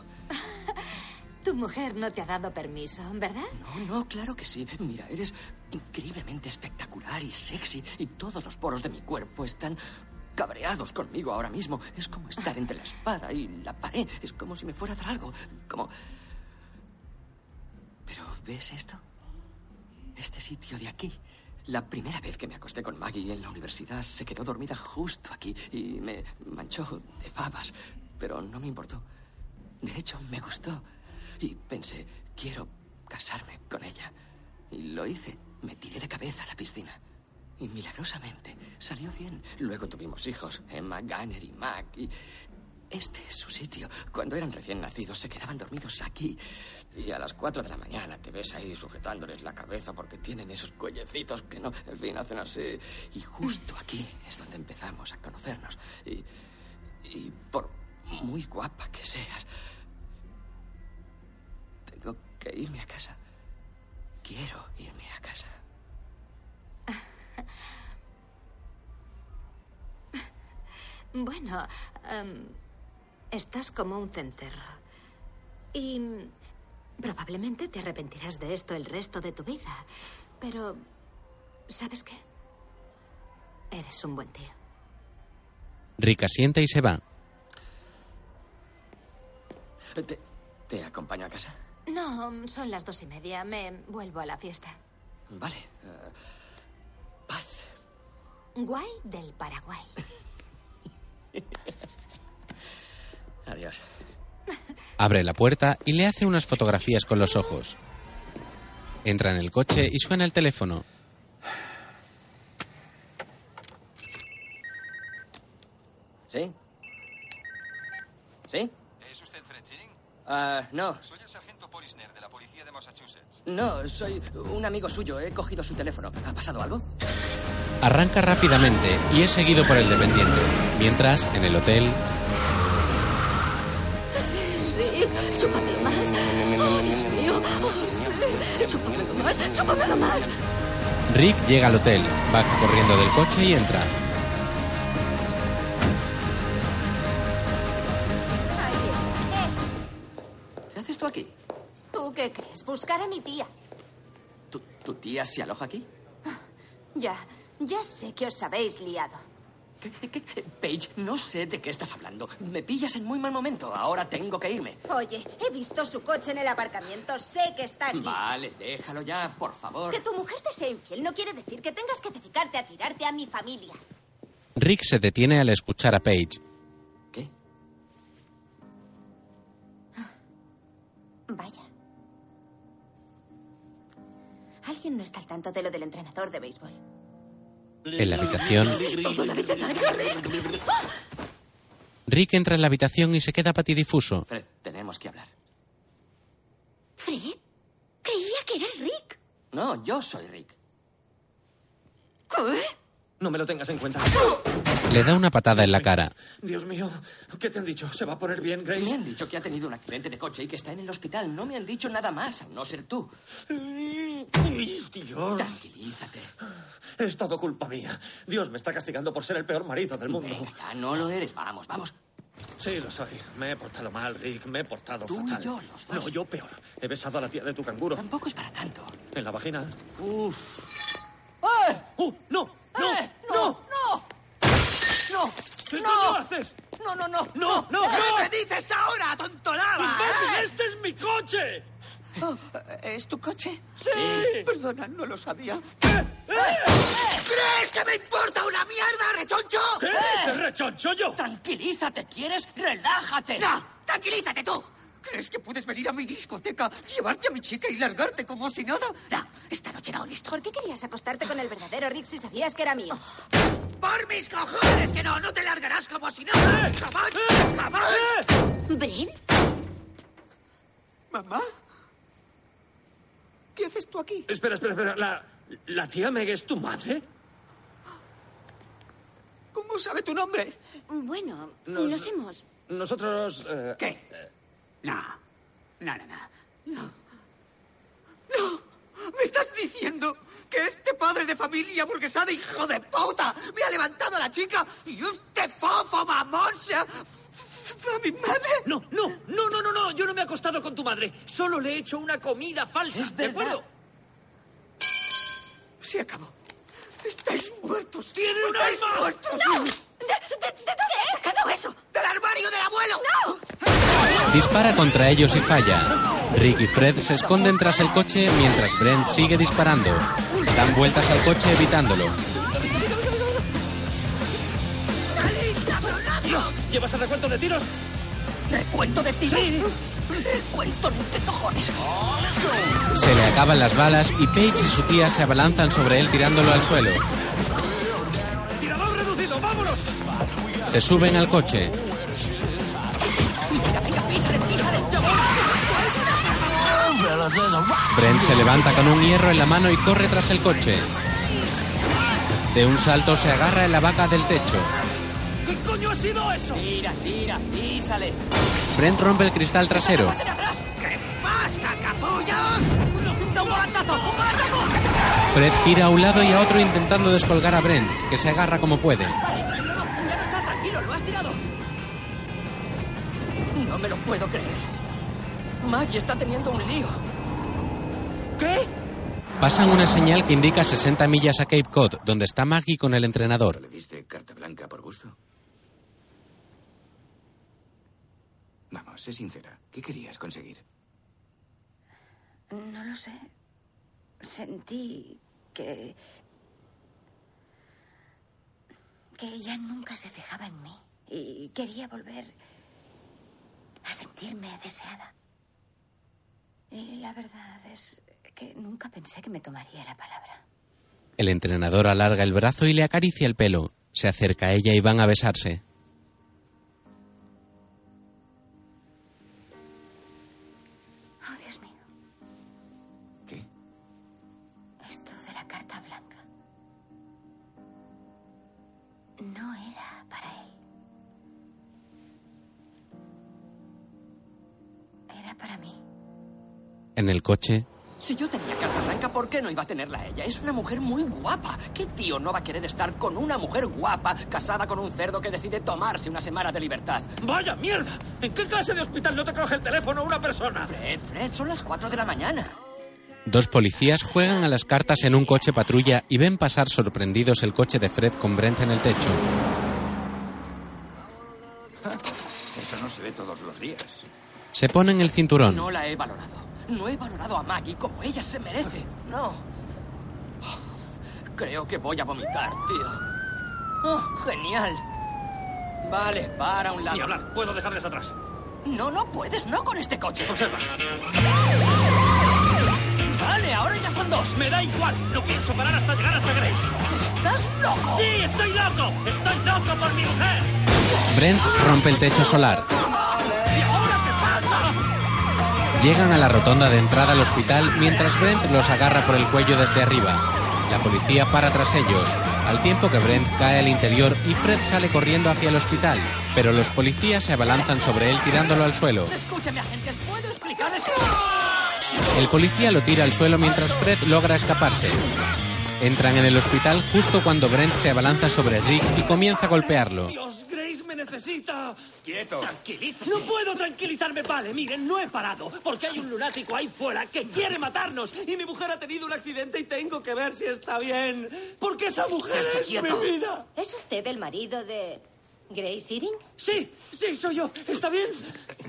Speaker 31: Tu mujer no te ha dado permiso, ¿verdad?
Speaker 3: No, no, claro que sí. Mira, eres increíblemente espectacular y sexy y todos los poros de mi cuerpo están cabreados conmigo ahora mismo. Es como estar entre la espada y la pared. Es como si me fuera a dar algo. Como... Pero, ¿ves esto? Este sitio de aquí. La primera vez que me acosté con Maggie en la universidad se quedó dormida justo aquí y me manchó de babas. Pero no me importó. De hecho, me gustó. Y pensé, quiero casarme con ella. Y lo hice. Me tiré de cabeza a la piscina. Y milagrosamente salió bien. Luego tuvimos hijos, Emma, Gunner y Mac. Y este es su sitio. Cuando eran recién nacidos se quedaban dormidos aquí. Y a las 4 de la mañana te ves ahí sujetándoles la cabeza porque tienen esos cuellecitos que no, en fin, hacen así. Y justo aquí es donde empezamos a conocernos. Y, y por muy guapa que seas, tengo que irme a casa. Quiero irme a casa.
Speaker 31: Bueno, em, estás como un cencerro. Y mm, probablemente te arrepentirás de esto el resto de tu vida. Pero, ¿sabes qué? Eres un buen tío.
Speaker 1: Rick asienta y se va.
Speaker 3: ¿Te, te acompaño a casa?
Speaker 31: No, son las dos y media. Me vuelvo a la fiesta.
Speaker 3: Vale. eh, paz.
Speaker 31: Guay del Paraguay.
Speaker 3: Adiós.
Speaker 1: Abre la puerta y le hace unas fotografías con los ojos. Entra en el coche y suena el teléfono.
Speaker 3: ¿Sí? ¿Sí?
Speaker 36: ¿Es usted Fred Chilling?
Speaker 3: Ah, no.
Speaker 36: Soy el sargento Polisner de la policía de Massachusetts.
Speaker 3: No, soy un amigo suyo. He cogido su teléfono. ¿Ha pasado algo?
Speaker 1: Arranca rápidamente y es seguido por el dependiente. Mientras, en el hotel,
Speaker 11: Sí, Rick, chúpamelo más. Oh, Dios mío. Oh, sí. Chúpamelo más, chúpamelo más.
Speaker 1: Rick llega al hotel, baja corriendo del coche y entra.
Speaker 3: ¿Qué haces tú aquí?
Speaker 31: ¿Tú qué crees? Buscar a mi tía.
Speaker 3: ¿Tu tía se aloja aquí?
Speaker 31: Ya, ya sé que os habéis liado.
Speaker 3: Paige, no sé de qué estás hablando. Me pillas en muy mal momento. Ahora tengo que irme.
Speaker 10: Oye, he visto su coche en el aparcamiento. Sé que está aquí.
Speaker 3: Vale, déjalo ya, por favor.
Speaker 10: Que tu mujer te sea infiel no quiere decir que tengas que dedicarte a tirarte a mi familia.
Speaker 1: Rick se detiene al escuchar a Paige.
Speaker 10: Vaya. Alguien no está al tanto de lo del entrenador de béisbol.
Speaker 1: En la habitación,
Speaker 10: Toda la vida tan
Speaker 1: Rick entra en la habitación y se queda patidifuso.
Speaker 3: Fred, tenemos que hablar.
Speaker 31: ¿Fred? Creía que eras Rick.
Speaker 3: No, yo soy Rick.
Speaker 12: No me lo tengas en cuenta.
Speaker 1: Le da una patada en la cara.
Speaker 12: Dios mío, ¿qué te han dicho? ¿Se va a poner bien, Grace?
Speaker 3: Me han dicho que ha tenido un accidente de coche y que está en el hospital. No me han dicho nada más, a no ser tú.
Speaker 12: Dios.
Speaker 3: Tranquilízate.
Speaker 12: Es todo culpa mía. Dios me está castigando por ser el peor marido del mundo.
Speaker 3: Ya no lo eres. Vamos, vamos.
Speaker 12: Sí, lo soy. Me he portado mal, Rick. Me he portado
Speaker 3: Tú y
Speaker 12: fatal.
Speaker 3: yo, los dos.
Speaker 12: No, yo peor. He besado a la tía de tu canguro. Tampoco
Speaker 3: es para tanto.
Speaker 12: En la vagina.
Speaker 3: Uf.
Speaker 12: ¡Uh! ¡No! ¡No! ¡No!
Speaker 7: ¡Eh! ¡No! ¡No!
Speaker 12: ¡No! haces!
Speaker 7: ¡No, no, no!
Speaker 12: ¡No, no, no!
Speaker 7: ¿Qué me dices ahora, tontolada?
Speaker 12: ¡Imbécil,
Speaker 7: ¡Este es mi coche! Oh, ¿Es tu coche? Sí. Perdona, no lo sabía. ¿Crees que me importa una mierda, rechoncho? ¡Eh!
Speaker 12: ¿Qué dices, rechoncho yo?
Speaker 7: Tranquilízate, ¿quieres? Relájate. No, tranquilízate tú. ¿Crees que puedes venir a mi discoteca, Ah, llevarte a mi chica y largarte como si nada? No, esta noche no, listo.
Speaker 10: ¿Por qué querías acostarte con el verdadero Rick si sabías que era mío?
Speaker 7: ¡Por mis cojones que no! ¡No te largarás como si nada! ¡Jamás! ¡Jamás!
Speaker 31: ¿Bren?
Speaker 7: ¿Mamá? ¿Qué haces tú aquí?
Speaker 12: Espera, espera, espera. ¿La, la tía Meg es tu madre?
Speaker 7: ¿Cómo sabe tu nombre?
Speaker 31: Bueno,
Speaker 12: Nos-
Speaker 31: nos hemos.
Speaker 12: Nosotros. eh, ¿Qué?
Speaker 7: No. No, no, no. No. No. ¿Me estás diciendo que este padre de familia burguesado hijo de puta me ha levantado a la chica y este fofo mamón se ha... ¿A mi madre?
Speaker 12: No, no, no, no, no, no. Yo no me he acostado con tu madre. Solo le he hecho una comida falsa. ¿De acuerdo?
Speaker 7: Se acabó. Estáis muertos. ¡Tiene
Speaker 12: un
Speaker 7: ¡Estáis
Speaker 12: alma!
Speaker 7: muertos!
Speaker 12: ¡No!
Speaker 7: ¿De, dónde has sacado eso? ¡Del armario del abuelo! ¡No!
Speaker 1: Dispara contra ellos y falla. Rick y Fred se esconden tras el coche mientras Brent sigue disparando. Dan vueltas al coche evitándolo.
Speaker 12: Dios, ¿llevas el recuento de tiros?
Speaker 7: ¿Recuento de tiros? ¡Recuento ni qué cojones!
Speaker 1: Se le acaban las balas y Paige y su tía se abalanzan sobre él tirándolo al suelo.
Speaker 12: ¡Tirador reducido! ¡Vámonos!
Speaker 1: Se suben al coche. Brent se levanta con un hierro en la mano y corre tras el coche. De un salto se agarra en la vaca del techo.
Speaker 12: ¿Qué coño ha sido eso?
Speaker 7: Tira, tira, písale.
Speaker 1: Brent rompe el cristal trasero.
Speaker 7: ¿Qué pasa, capullos? ¡Un batazo! ¡Un batazo!
Speaker 1: Fred gira a un lado y a otro intentando descolgar a Brent, que se agarra como puede.
Speaker 7: Ya no está tranquilo, lo has tirado.
Speaker 3: No me lo puedo creer. Maggie está teniendo un lío.
Speaker 7: ¿Qué?
Speaker 1: Pasan una señal que indica 60 millas a Cape Cod, donde está Maggie con el entrenador.
Speaker 26: ¿Diste carta blanca por gusto? Vamos, sé sincera. ¿Qué querías conseguir?
Speaker 5: No lo sé. Sentí que... que ella nunca se fijaba en mí y quería volver a sentirme deseada. Y la verdad es que nunca pensé que me tomaría la palabra.
Speaker 1: El entrenador alarga el brazo y le acaricia el pelo. Se acerca a ella y van a besarse.
Speaker 5: Oh, Dios mío.
Speaker 37: ¿Qué?
Speaker 5: Esto de la carta blanca. No era para él. Era para mí.
Speaker 1: En el coche,
Speaker 3: Si yo tenía carta blanca, ¿por qué no iba a tenerla ella? Es una mujer muy guapa. ¿Qué tío no va a querer estar con una mujer guapa casada con un cerdo que decide tomarse una semana de libertad?
Speaker 12: ¡Vaya mierda! ¿En qué clase de hospital no te coge el teléfono una persona?
Speaker 3: Fred, Fred, son las 4 de la mañana.
Speaker 1: dos policías juegan a las cartas en un coche patrulla y ven pasar sorprendidos el coche de Fred con Brent en el techo.
Speaker 26: Eso no se ve todos los días.
Speaker 1: Se ponen el cinturón.
Speaker 3: No la he valorado. No he valorado a Maggie como ella se merece. No. Creo que voy a vomitar, tío. Oh, genial. Vale, para un lado.
Speaker 12: Ni hablar, puedo dejarles atrás.
Speaker 3: No, no puedes, no con este coche.
Speaker 12: Observa.
Speaker 3: Vale, ahora ya son dos.
Speaker 12: Me da igual, no pienso parar hasta llegar hasta Grace.
Speaker 3: ¿Estás loco?
Speaker 12: ¡Sí, estoy loco! ¡Estoy loco por mi mujer!
Speaker 1: Brent rompe el techo solar. Llegan a la rotonda de entrada al hospital mientras Brent los agarra por el cuello desde arriba. La policía para tras ellos, al tiempo que Brent cae al interior y Fred sale corriendo hacia el hospital, pero los policías se abalanzan sobre él tirándolo al suelo.
Speaker 3: Escúchame, agentes, ¿puedo explicar esto?
Speaker 1: El policía lo tira al suelo mientras Fred logra escaparse. Entran en el hospital justo cuando Brent se abalanza sobre Rick y comienza a golpearlo.
Speaker 12: ¡Dios, Grace me necesita!
Speaker 26: ¡Quieto!
Speaker 12: ¡Tranquilízate! ¡No puedo tranquilizarme, vale! Miren, no he parado, porque hay un lunático ahí fuera que quiere matarnos y mi mujer ha tenido un accidente y tengo que ver si está bien, porque esa mujer es
Speaker 10: quieto.
Speaker 12: mi vida.
Speaker 10: ¿Es usted el marido de Grace Eating?
Speaker 12: Sí, sí, soy yo. ¿Está bien?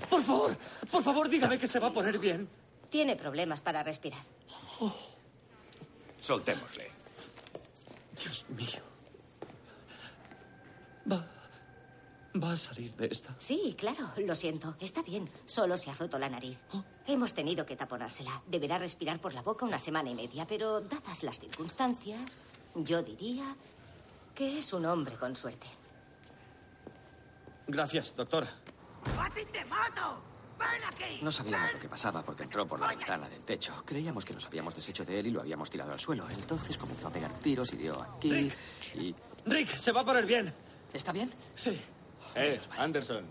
Speaker 12: Por favor, por favor, dígame que se va a poner bien.
Speaker 10: Tiene problemas para respirar.
Speaker 26: Soltémosle.
Speaker 12: Dios mío. Va. Va a salir de esta.
Speaker 10: Sí, claro, lo siento. Está bien. Solo se ha roto la nariz. Hemos tenido que taponársela. Deberá respirar por la boca una semana y media, pero dadas las circunstancias, yo diría que es un hombre con suerte.
Speaker 12: Gracias, doctora.
Speaker 11: ¡A ti te mato! ¡Ven aquí!
Speaker 38: No sabíamos lo que pasaba porque entró por la ventana del techo. Creíamos que nos habíamos deshecho de él y lo habíamos tirado al suelo. Entonces comenzó a pegar tiros y dio aquí y...
Speaker 12: Rick, se va a poner bien.
Speaker 38: ¿Está bien?
Speaker 12: Sí.
Speaker 37: Eh, Anderson.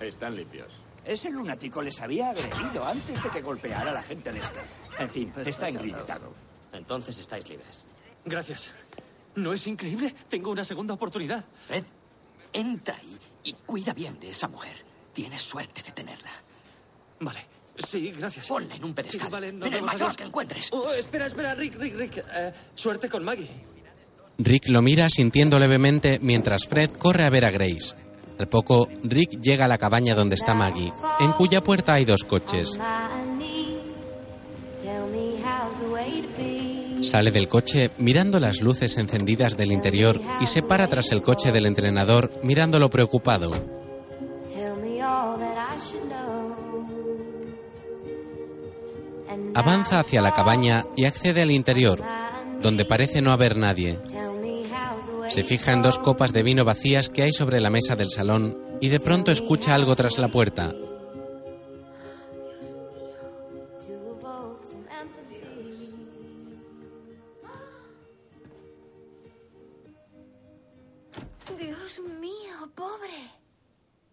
Speaker 37: Están limpios.
Speaker 39: Ese lunático les había agredido antes de que golpeara a la gente de este. En fin,
Speaker 38: Pues
Speaker 39: está engrilletado.
Speaker 38: Entonces estáis libres.
Speaker 12: Gracias. ¿No es increíble? Tengo una segunda oportunidad.
Speaker 38: Fred, entra ahí y cuida bien de esa mujer. Tienes suerte de tenerla.
Speaker 12: Vale. Sí, gracias.
Speaker 38: Ponla en un pedestal.
Speaker 12: Sí, vale, nos
Speaker 38: en el
Speaker 12: vemos,
Speaker 38: mayor
Speaker 12: adiós.
Speaker 38: que encuentres.
Speaker 12: Oh, espera, espera, Rick, Rick, Rick. Eh, suerte con Maggie.
Speaker 1: Rick lo mira sintiendo levemente mientras Fred corre a ver a Grace. Al poco, Rick llega a la cabaña donde está Maggie, en cuya puerta hay dos coches. Sale del coche mirando las luces encendidas del interior y se para tras el coche del entrenador mirándolo preocupado. Avanza hacia la cabaña y accede al interior, donde parece no haber nadie. Se fija en dos copas de vino vacías que hay sobre la mesa del salón y de pronto escucha algo tras la puerta.
Speaker 5: Dios mío, pobre.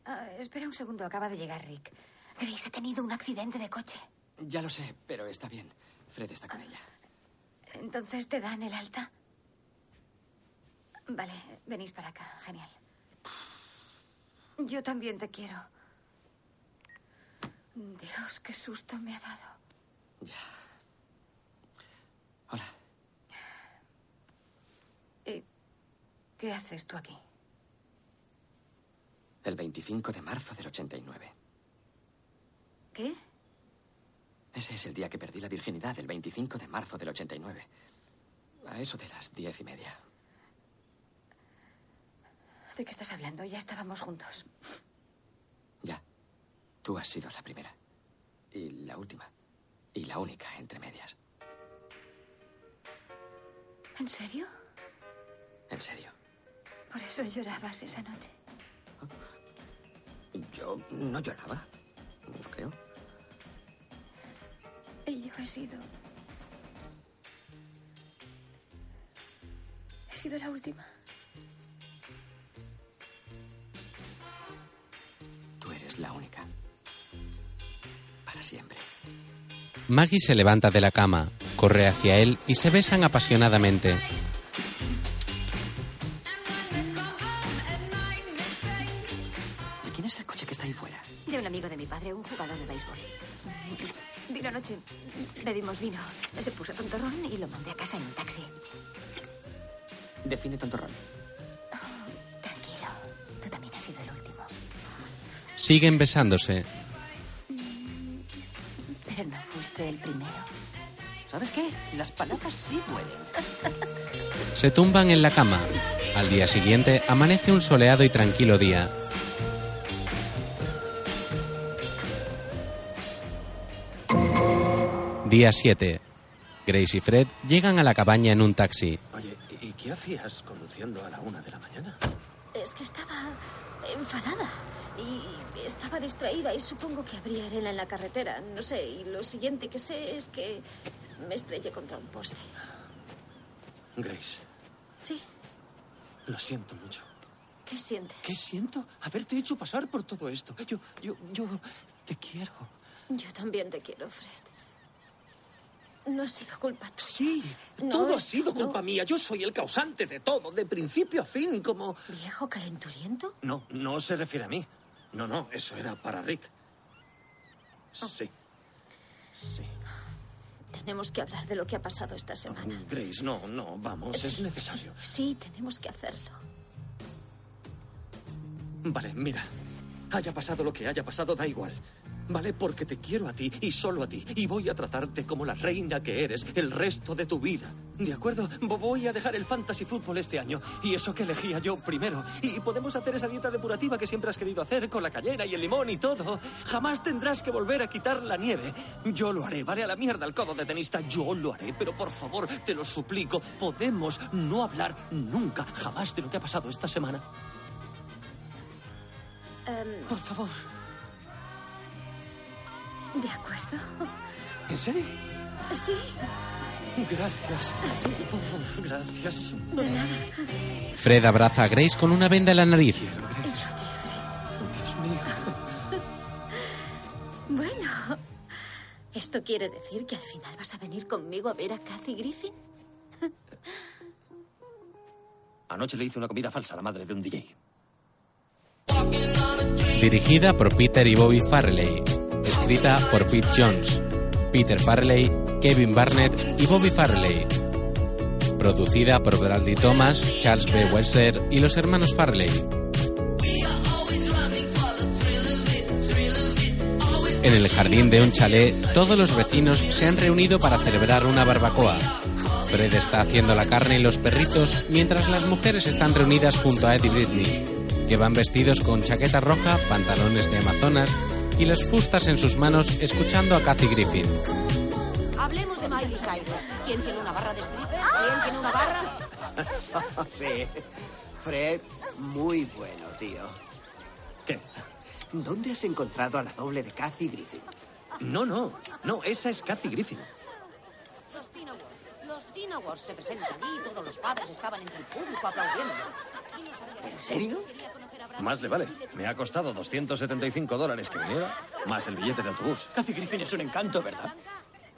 Speaker 5: Ah, espera un segundo, acaba de llegar Rick. Grace ha tenido un accidente de coche.
Speaker 38: Ya lo sé, pero está bien. Fred está con ella.
Speaker 5: Entonces te dan el alta. Vale, venís para acá. Genial. Yo también te quiero. Dios, qué susto me ha dado.
Speaker 38: Hola.
Speaker 5: ¿Y qué haces tú aquí?
Speaker 38: El 25 de marzo del 89.
Speaker 5: ¿Qué?
Speaker 3: Ese es el día que perdí la virginidad, el 25 de marzo del 89. A eso de las diez y media.
Speaker 40: ¿De qué estás hablando? Ya estábamos juntos.
Speaker 3: Ya. Tú has sido la primera. Y la última. Y la única, entre medias.
Speaker 40: ¿En serio?
Speaker 3: En serio.
Speaker 40: Por eso llorabas esa noche.
Speaker 3: Yo no lloraba. No creo.
Speaker 40: Y yo he sido. He sido la última.
Speaker 3: Tú eres la única. Para siempre.
Speaker 1: Maggie se levanta de la cama, corre hacia él y se besan apasionadamente.
Speaker 3: ¿De quién es el coche que está ahí fuera?
Speaker 5: De un amigo de mi padre, un jugador de béisbol. Vino anoche, bebimos vino. Se puso tontorrón y lo mandé a casa en un taxi.
Speaker 3: Define tontorrón.
Speaker 5: Tranquilo, tú también has sido el último.
Speaker 1: Siguen besándose.
Speaker 5: Pero no fuiste el primero.
Speaker 3: ¿Sabes qué? Las palabras sí duelen.
Speaker 1: Se tumban en la cama. Al día siguiente amanece un soleado y tranquilo día. Día 7. Grace y Fred llegan a la cabaña en un taxi.
Speaker 12: Oye, ¿y y qué hacías conduciendo a la una de la mañana?
Speaker 6: Es que estaba enfadada y estaba distraída y supongo que habría arena en la carretera, no sé, y lo siguiente que sé es que me estrellé contra un poste.
Speaker 12: Grace,
Speaker 6: Sí,
Speaker 12: lo siento mucho.
Speaker 6: ¿qué siente?
Speaker 12: ¿Qué siento? Haberte hecho pasar por todo esto. Yo, yo, yo te quiero.
Speaker 6: Yo también te quiero, Fred. No ha sido culpa tuya.
Speaker 12: Sí,
Speaker 6: No,
Speaker 12: todo ha
Speaker 6: es-
Speaker 12: sido culpa mía. Yo soy el causante de todo, de principio a fin, como...
Speaker 6: ¿Viejo calenturiento?
Speaker 12: No, no se refiere a mí. No, no, eso era para Rick. Sí. Sí.
Speaker 6: Tenemos que hablar de lo que ha pasado esta semana.
Speaker 12: Grace, no, no, vamos, es necesario.
Speaker 6: Sí, tenemos que hacerlo.
Speaker 12: Vale, mira. Haya pasado lo que haya pasado, da igual. Vale, porque te quiero a ti y solo a ti. Y voy a tratarte como la reina que eres el resto de tu vida. ¿De acuerdo? Vo- Voy a dejar el fantasy fútbol este año. Y eso que elegía yo primero. Y podemos hacer esa dieta depurativa que siempre has querido hacer con la cayena y el limón y todo. Jamás tendrás que volver a quitar la nieve. Yo lo haré, vale, a la mierda el codo de tenista. Yo lo haré, pero por favor, te lo suplico. Podemos no hablar nunca, jamás de lo que ha pasado esta semana.
Speaker 6: Em,
Speaker 12: Por favor.
Speaker 6: De acuerdo.
Speaker 12: ¿En serio?
Speaker 6: Sí,
Speaker 12: Gracias. Oh, gracias.
Speaker 6: de nada.
Speaker 1: Fred abraza a Grace con una venda en la nariz.
Speaker 6: Y yo a ti, Fred. Bueno, ¿esto quiere decir que al final vas a venir conmigo a ver a Kathy Griffin?
Speaker 12: Anoche le hice una comida falsa a la madre de un DJ.
Speaker 1: Dirigida por Peter y Bobby Farley. Escrita por Pete Jones, Peter Farley, Kevin Barnett y Bobby Farley. Producida por Bradley Thomas, Charles B. Wesser y los hermanos Farley. En el jardín de un chalet, todos los vecinos se han reunido para celebrar una barbacoa. Fred está haciendo la carne y los perritos, mientras las mujeres están reunidas junto a Ed y Britney, que van vestidos con chaqueta roja, pantalones de amazonas y las fustas en sus manos escuchando a Kathy Griffin.
Speaker 10: Hablemos de Miley Cyrus. ¿Quién tiene una barra de stripper? ¿Quién tiene una barra?
Speaker 41: sí. Fred, muy bueno, tío.
Speaker 12: ¿Qué?
Speaker 41: ¿Dónde has encontrado a la doble de Kathy Griffin?
Speaker 12: No, no. No, esa es Kathy Griffin.
Speaker 10: Los Dino Wars. Los Dino Wars se presentan y todos los padres estaban entre el público aplaudiendo.
Speaker 12: ¿En serio? Más le vale. Me ha costado 275 dólares que viniera, más el billete de autobús.
Speaker 7: Kathy Griffin es un encanto, ¿verdad?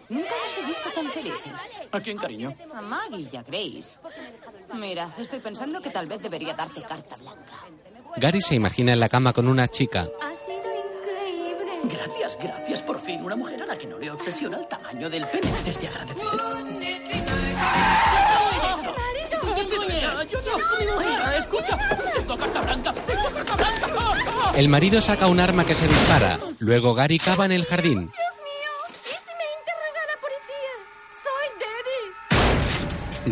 Speaker 10: Nunca las he visto tan felices.
Speaker 7: ¿A quién, cariño?
Speaker 10: A Maggie y a Grace. Mira, estoy pensando que tal vez debería darte carta blanca.
Speaker 1: Gary se imagina en la cama con una chica.
Speaker 7: Ha sido increíble. Gracias, gracias. Por fin, una mujer a la que no le obsesiona el tamaño del pene. Es de agradecer. ¡Escucha! ¡Tengo carta blanca! ¡Tengo carta blanca!
Speaker 1: El marido saca un arma que se dispara. Luego Gary cava en el jardín.
Speaker 42: Dios mío, ¿y si me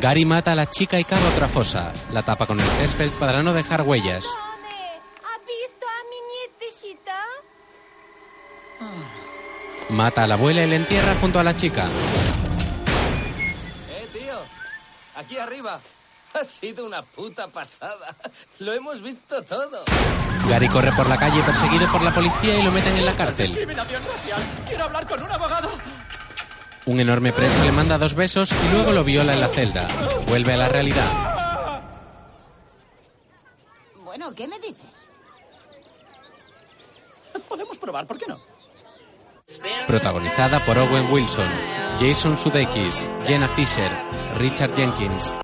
Speaker 1: Gary mata a la chica y cava otra fosa. La tapa con el césped para no dejar huellas. Mata a la abuela y la entierra junto a la chica.
Speaker 12: ¡Eh, tío! ¡Aquí arriba! Ha sido una puta pasada. Lo hemos visto todo.
Speaker 1: Gary corre por la calle perseguido por la policía y lo meten en la cárcel.
Speaker 7: Discriminación racial. Quiero hablar con un abogado.
Speaker 1: Un enorme preso le manda dos besos y luego lo viola en la celda. Vuelve a la realidad.
Speaker 10: Bueno, ¿qué me dices?
Speaker 7: Podemos probar, ¿por qué no?
Speaker 1: Protagonizada por Owen Wilson, Jason Sudeikis, Jenna Fisher, Richard Jenkins,